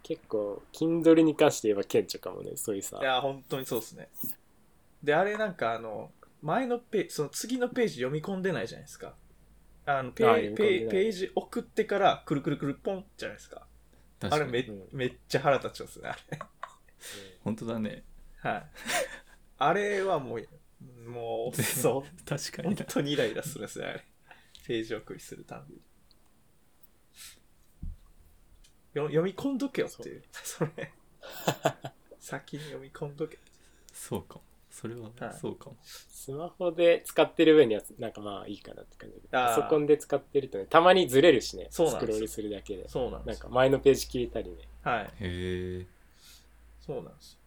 Speaker 3: 結構、Kindle に関して言えば顕著かもね、そういうさ
Speaker 1: い。や、本当にそうですね。で、あれなんかあの、前のページ、その次のページ読み込んでないじゃないですか。あのペ
Speaker 3: あ読み込んで
Speaker 1: ペ
Speaker 3: ない
Speaker 1: ページ送ってから、くるくるくるポンじゃないですか。
Speaker 2: 確
Speaker 1: あ
Speaker 2: か
Speaker 1: れ
Speaker 2: に
Speaker 1: め,、
Speaker 3: うん
Speaker 1: めっちゃ腹立ちますね、あれ。
Speaker 2: 本当だね。
Speaker 1: はい。あれはもう、もう、そ
Speaker 2: 確か
Speaker 1: う。本
Speaker 2: にな。
Speaker 1: 当にイライラするんですね、あれ。ページ送りするたんびに。よ読み込んどけよっていう。それ。先に読み込んどけ。
Speaker 2: そうかも。それは
Speaker 1: はい
Speaker 2: そうかも、
Speaker 3: スマホで使ってる分にはなんかまあいいかなって感じだけど
Speaker 1: あ
Speaker 3: パ
Speaker 1: ー
Speaker 3: ソコンで使ってるとねたまにずれるしね
Speaker 1: そうな
Speaker 3: ス
Speaker 1: ん
Speaker 3: ク
Speaker 1: ですよ
Speaker 3: ロールするだけで
Speaker 1: そうなん
Speaker 3: な
Speaker 1: で
Speaker 3: ん
Speaker 1: す
Speaker 3: か
Speaker 1: よ。
Speaker 3: 前のページ切れたりね
Speaker 1: はい。
Speaker 2: へえ
Speaker 1: そうなんです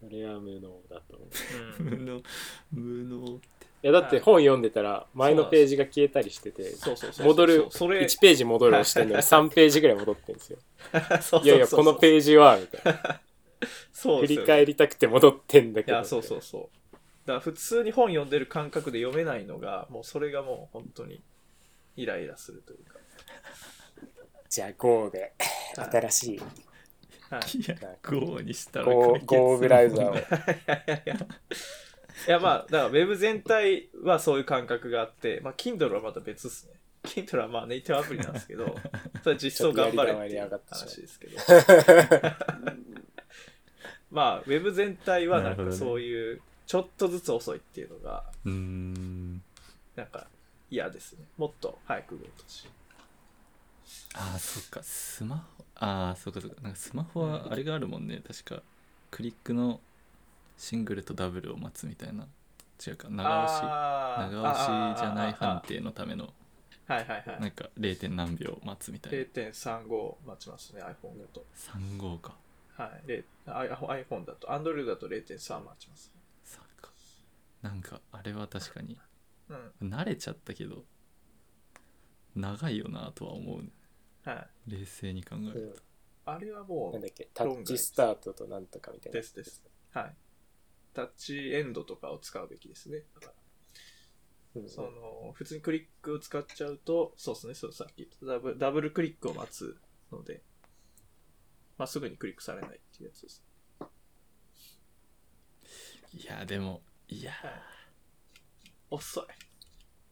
Speaker 3: それは無能だと思う
Speaker 1: よ。うん。
Speaker 2: 無能無能
Speaker 3: いやだって本読んでたら前のページが消えたりしてて
Speaker 1: そうそうそうそう。
Speaker 3: 戻 る
Speaker 1: それ、
Speaker 3: 1ページ戻るをしてるのに3ページぐらい戻ってるんですよ
Speaker 1: そうそうそう
Speaker 3: いやいやこのページはみたいな
Speaker 1: そう
Speaker 3: 振
Speaker 1: です
Speaker 3: り
Speaker 1: よね
Speaker 3: 返りたくて戻ってんだ
Speaker 1: い
Speaker 3: けど
Speaker 1: や、そうそうそう。だから普通に本読んでる感覚で読めないのが、もうそれがもう本当にイライラするというか。
Speaker 3: じゃあ GO で
Speaker 1: はい
Speaker 3: 新しい
Speaker 1: はい、
Speaker 2: いや
Speaker 3: なんか
Speaker 2: GO にしたら
Speaker 3: Go,
Speaker 2: 解決する
Speaker 3: Go ブラウ ザーを
Speaker 1: いやまあ、だから Web 全体はそういう感覚があって、まあ、Kindle はまた別ですね。Kindle はまあネイティブアプリなんですけ ど、それは実装頑張れっていう話ですけど。まあ、Web 全体はなんかそういう、ちょっとずつ遅いっていうのが、
Speaker 2: うーん
Speaker 1: なんか嫌ですね。もっと早く動いてほしい。
Speaker 2: ああそっかスマホああそっかそっかなんかスマホはあれがあるもんね確かクリックのシングルとダブルを待つみたいな違うか長押し
Speaker 1: あー
Speaker 2: 長押しじゃない判。
Speaker 1: あーあーあー
Speaker 2: 定のための
Speaker 1: あーはいはいはい
Speaker 2: な。んか 0. 点何秒待つみたいな
Speaker 1: 0.35待ちますね、iPhone だと。
Speaker 2: 3号か
Speaker 1: はい、れいあ iPhone だと。Android だと0.3待ちます、
Speaker 2: 3かなんかあれは確かに
Speaker 1: ね。
Speaker 2: 慣れちゃったけど長いよなとは思うね
Speaker 1: うん。はい。
Speaker 2: 冷静に考える
Speaker 1: あれはも
Speaker 3: なん
Speaker 1: う、
Speaker 3: だっけタッチスタートとなんとかみたいな
Speaker 1: ですです。はい。タッチエンドとかを使うべきですね。だから
Speaker 3: うん
Speaker 1: その、普通にクリックを使っちゃうと、そうですね、そうさっき言ったダブダブルクリックを待つので、まあ、すぐにクリックされないっていうやつです。
Speaker 2: といやでもいや
Speaker 1: 遅い。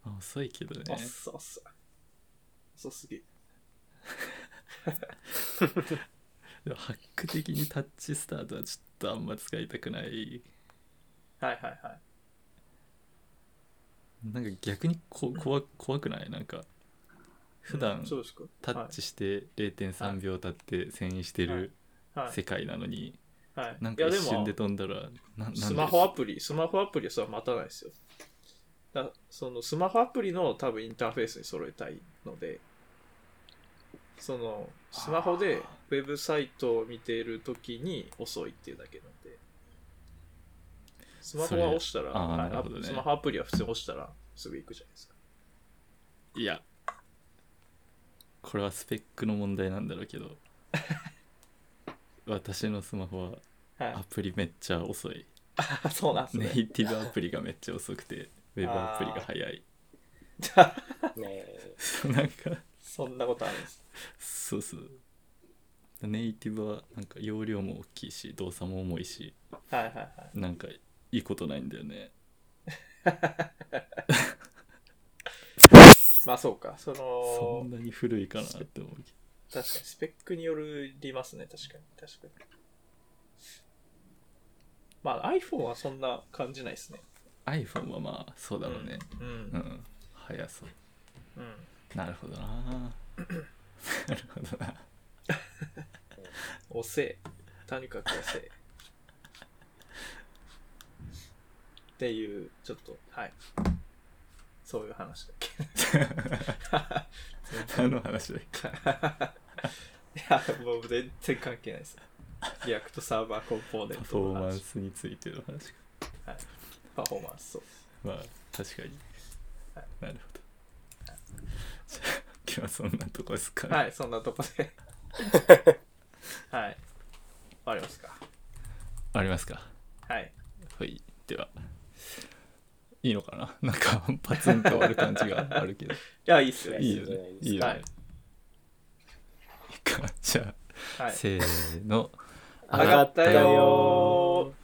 Speaker 2: まあ遅いけどね
Speaker 1: 遅い遅い。遅すぎる。
Speaker 2: でもハック的にタッチスタートはちょっとあんま使いたくない
Speaker 1: はいはいはい。
Speaker 2: なんか逆にこ怖怖くないなんか普
Speaker 1: うん
Speaker 2: 段
Speaker 1: そうですか。
Speaker 2: タッチして0.3秒経って遷移してる
Speaker 1: はい。はい
Speaker 2: 世界なのに、
Speaker 1: はい、
Speaker 2: なん
Speaker 1: い
Speaker 2: か
Speaker 1: や
Speaker 2: 一
Speaker 1: でも
Speaker 2: 瞬で飛んだらななんで
Speaker 1: スマホアプリ、スマホアプリはそれは待たないですよ。だそのスマホアプリの多分インターフェースに揃えたいので、そのスマホでウェブサイトを見ているときに遅いっていうだけなんで、スマホは押したら、
Speaker 2: それあー
Speaker 1: はい
Speaker 2: なるほどね
Speaker 1: スマホアプリは普通に押したらすぐ行くじゃないです か。
Speaker 2: いやこれはスペックの問題なんだろ うけど私のスマホは
Speaker 1: はい
Speaker 2: アプリめっちゃ遅い、
Speaker 1: あ、そうなんです
Speaker 2: ネ
Speaker 1: ね。
Speaker 2: イティブアプリがめっちゃ 遅くてウェブアプリが早い
Speaker 3: ねえ
Speaker 2: なんか
Speaker 1: そんなことあるんです。
Speaker 2: そうそうネイティブはなんか容量も大きいし動作も重いし
Speaker 1: はいはいはい。
Speaker 2: なんかいいことないんだよね
Speaker 1: まあそうか、そ
Speaker 2: そ
Speaker 1: の
Speaker 2: ん、なに古いかなって思うけ
Speaker 1: 確かにスペックによりますね確かに確かにまあ iPhone はそんな感じないですね
Speaker 2: ど iPhone はまあそうだろうね
Speaker 1: うん
Speaker 2: うん、早そう
Speaker 1: うん、
Speaker 2: なるほどななるほどな
Speaker 1: おせえとにかくおせえっていうちょっとはいそういう話だっけ
Speaker 2: 何の話だっけ
Speaker 1: いやもう全然関係ないですリアクトサーバーコンポーネン
Speaker 2: パ
Speaker 1: ト
Speaker 2: フ
Speaker 1: の
Speaker 2: ォーマン
Speaker 1: 話
Speaker 2: スについての話か
Speaker 1: パフォーマンスそう
Speaker 2: まあ確かに
Speaker 1: はい
Speaker 2: なるほどじゃあ今日はそんなとこですかね
Speaker 1: はい、そんなとこで。はい。終わりますか。
Speaker 2: ありますか
Speaker 1: はい。
Speaker 2: はいではいいのかななんかパツンと終わる感じがあるけど
Speaker 1: いや、いいっすよ。
Speaker 2: いい
Speaker 1: っ
Speaker 2: よ
Speaker 1: す
Speaker 2: ねいいよね、
Speaker 1: はい
Speaker 2: いいかじゃあ、
Speaker 1: はい。
Speaker 2: せーの
Speaker 1: 上がったよー。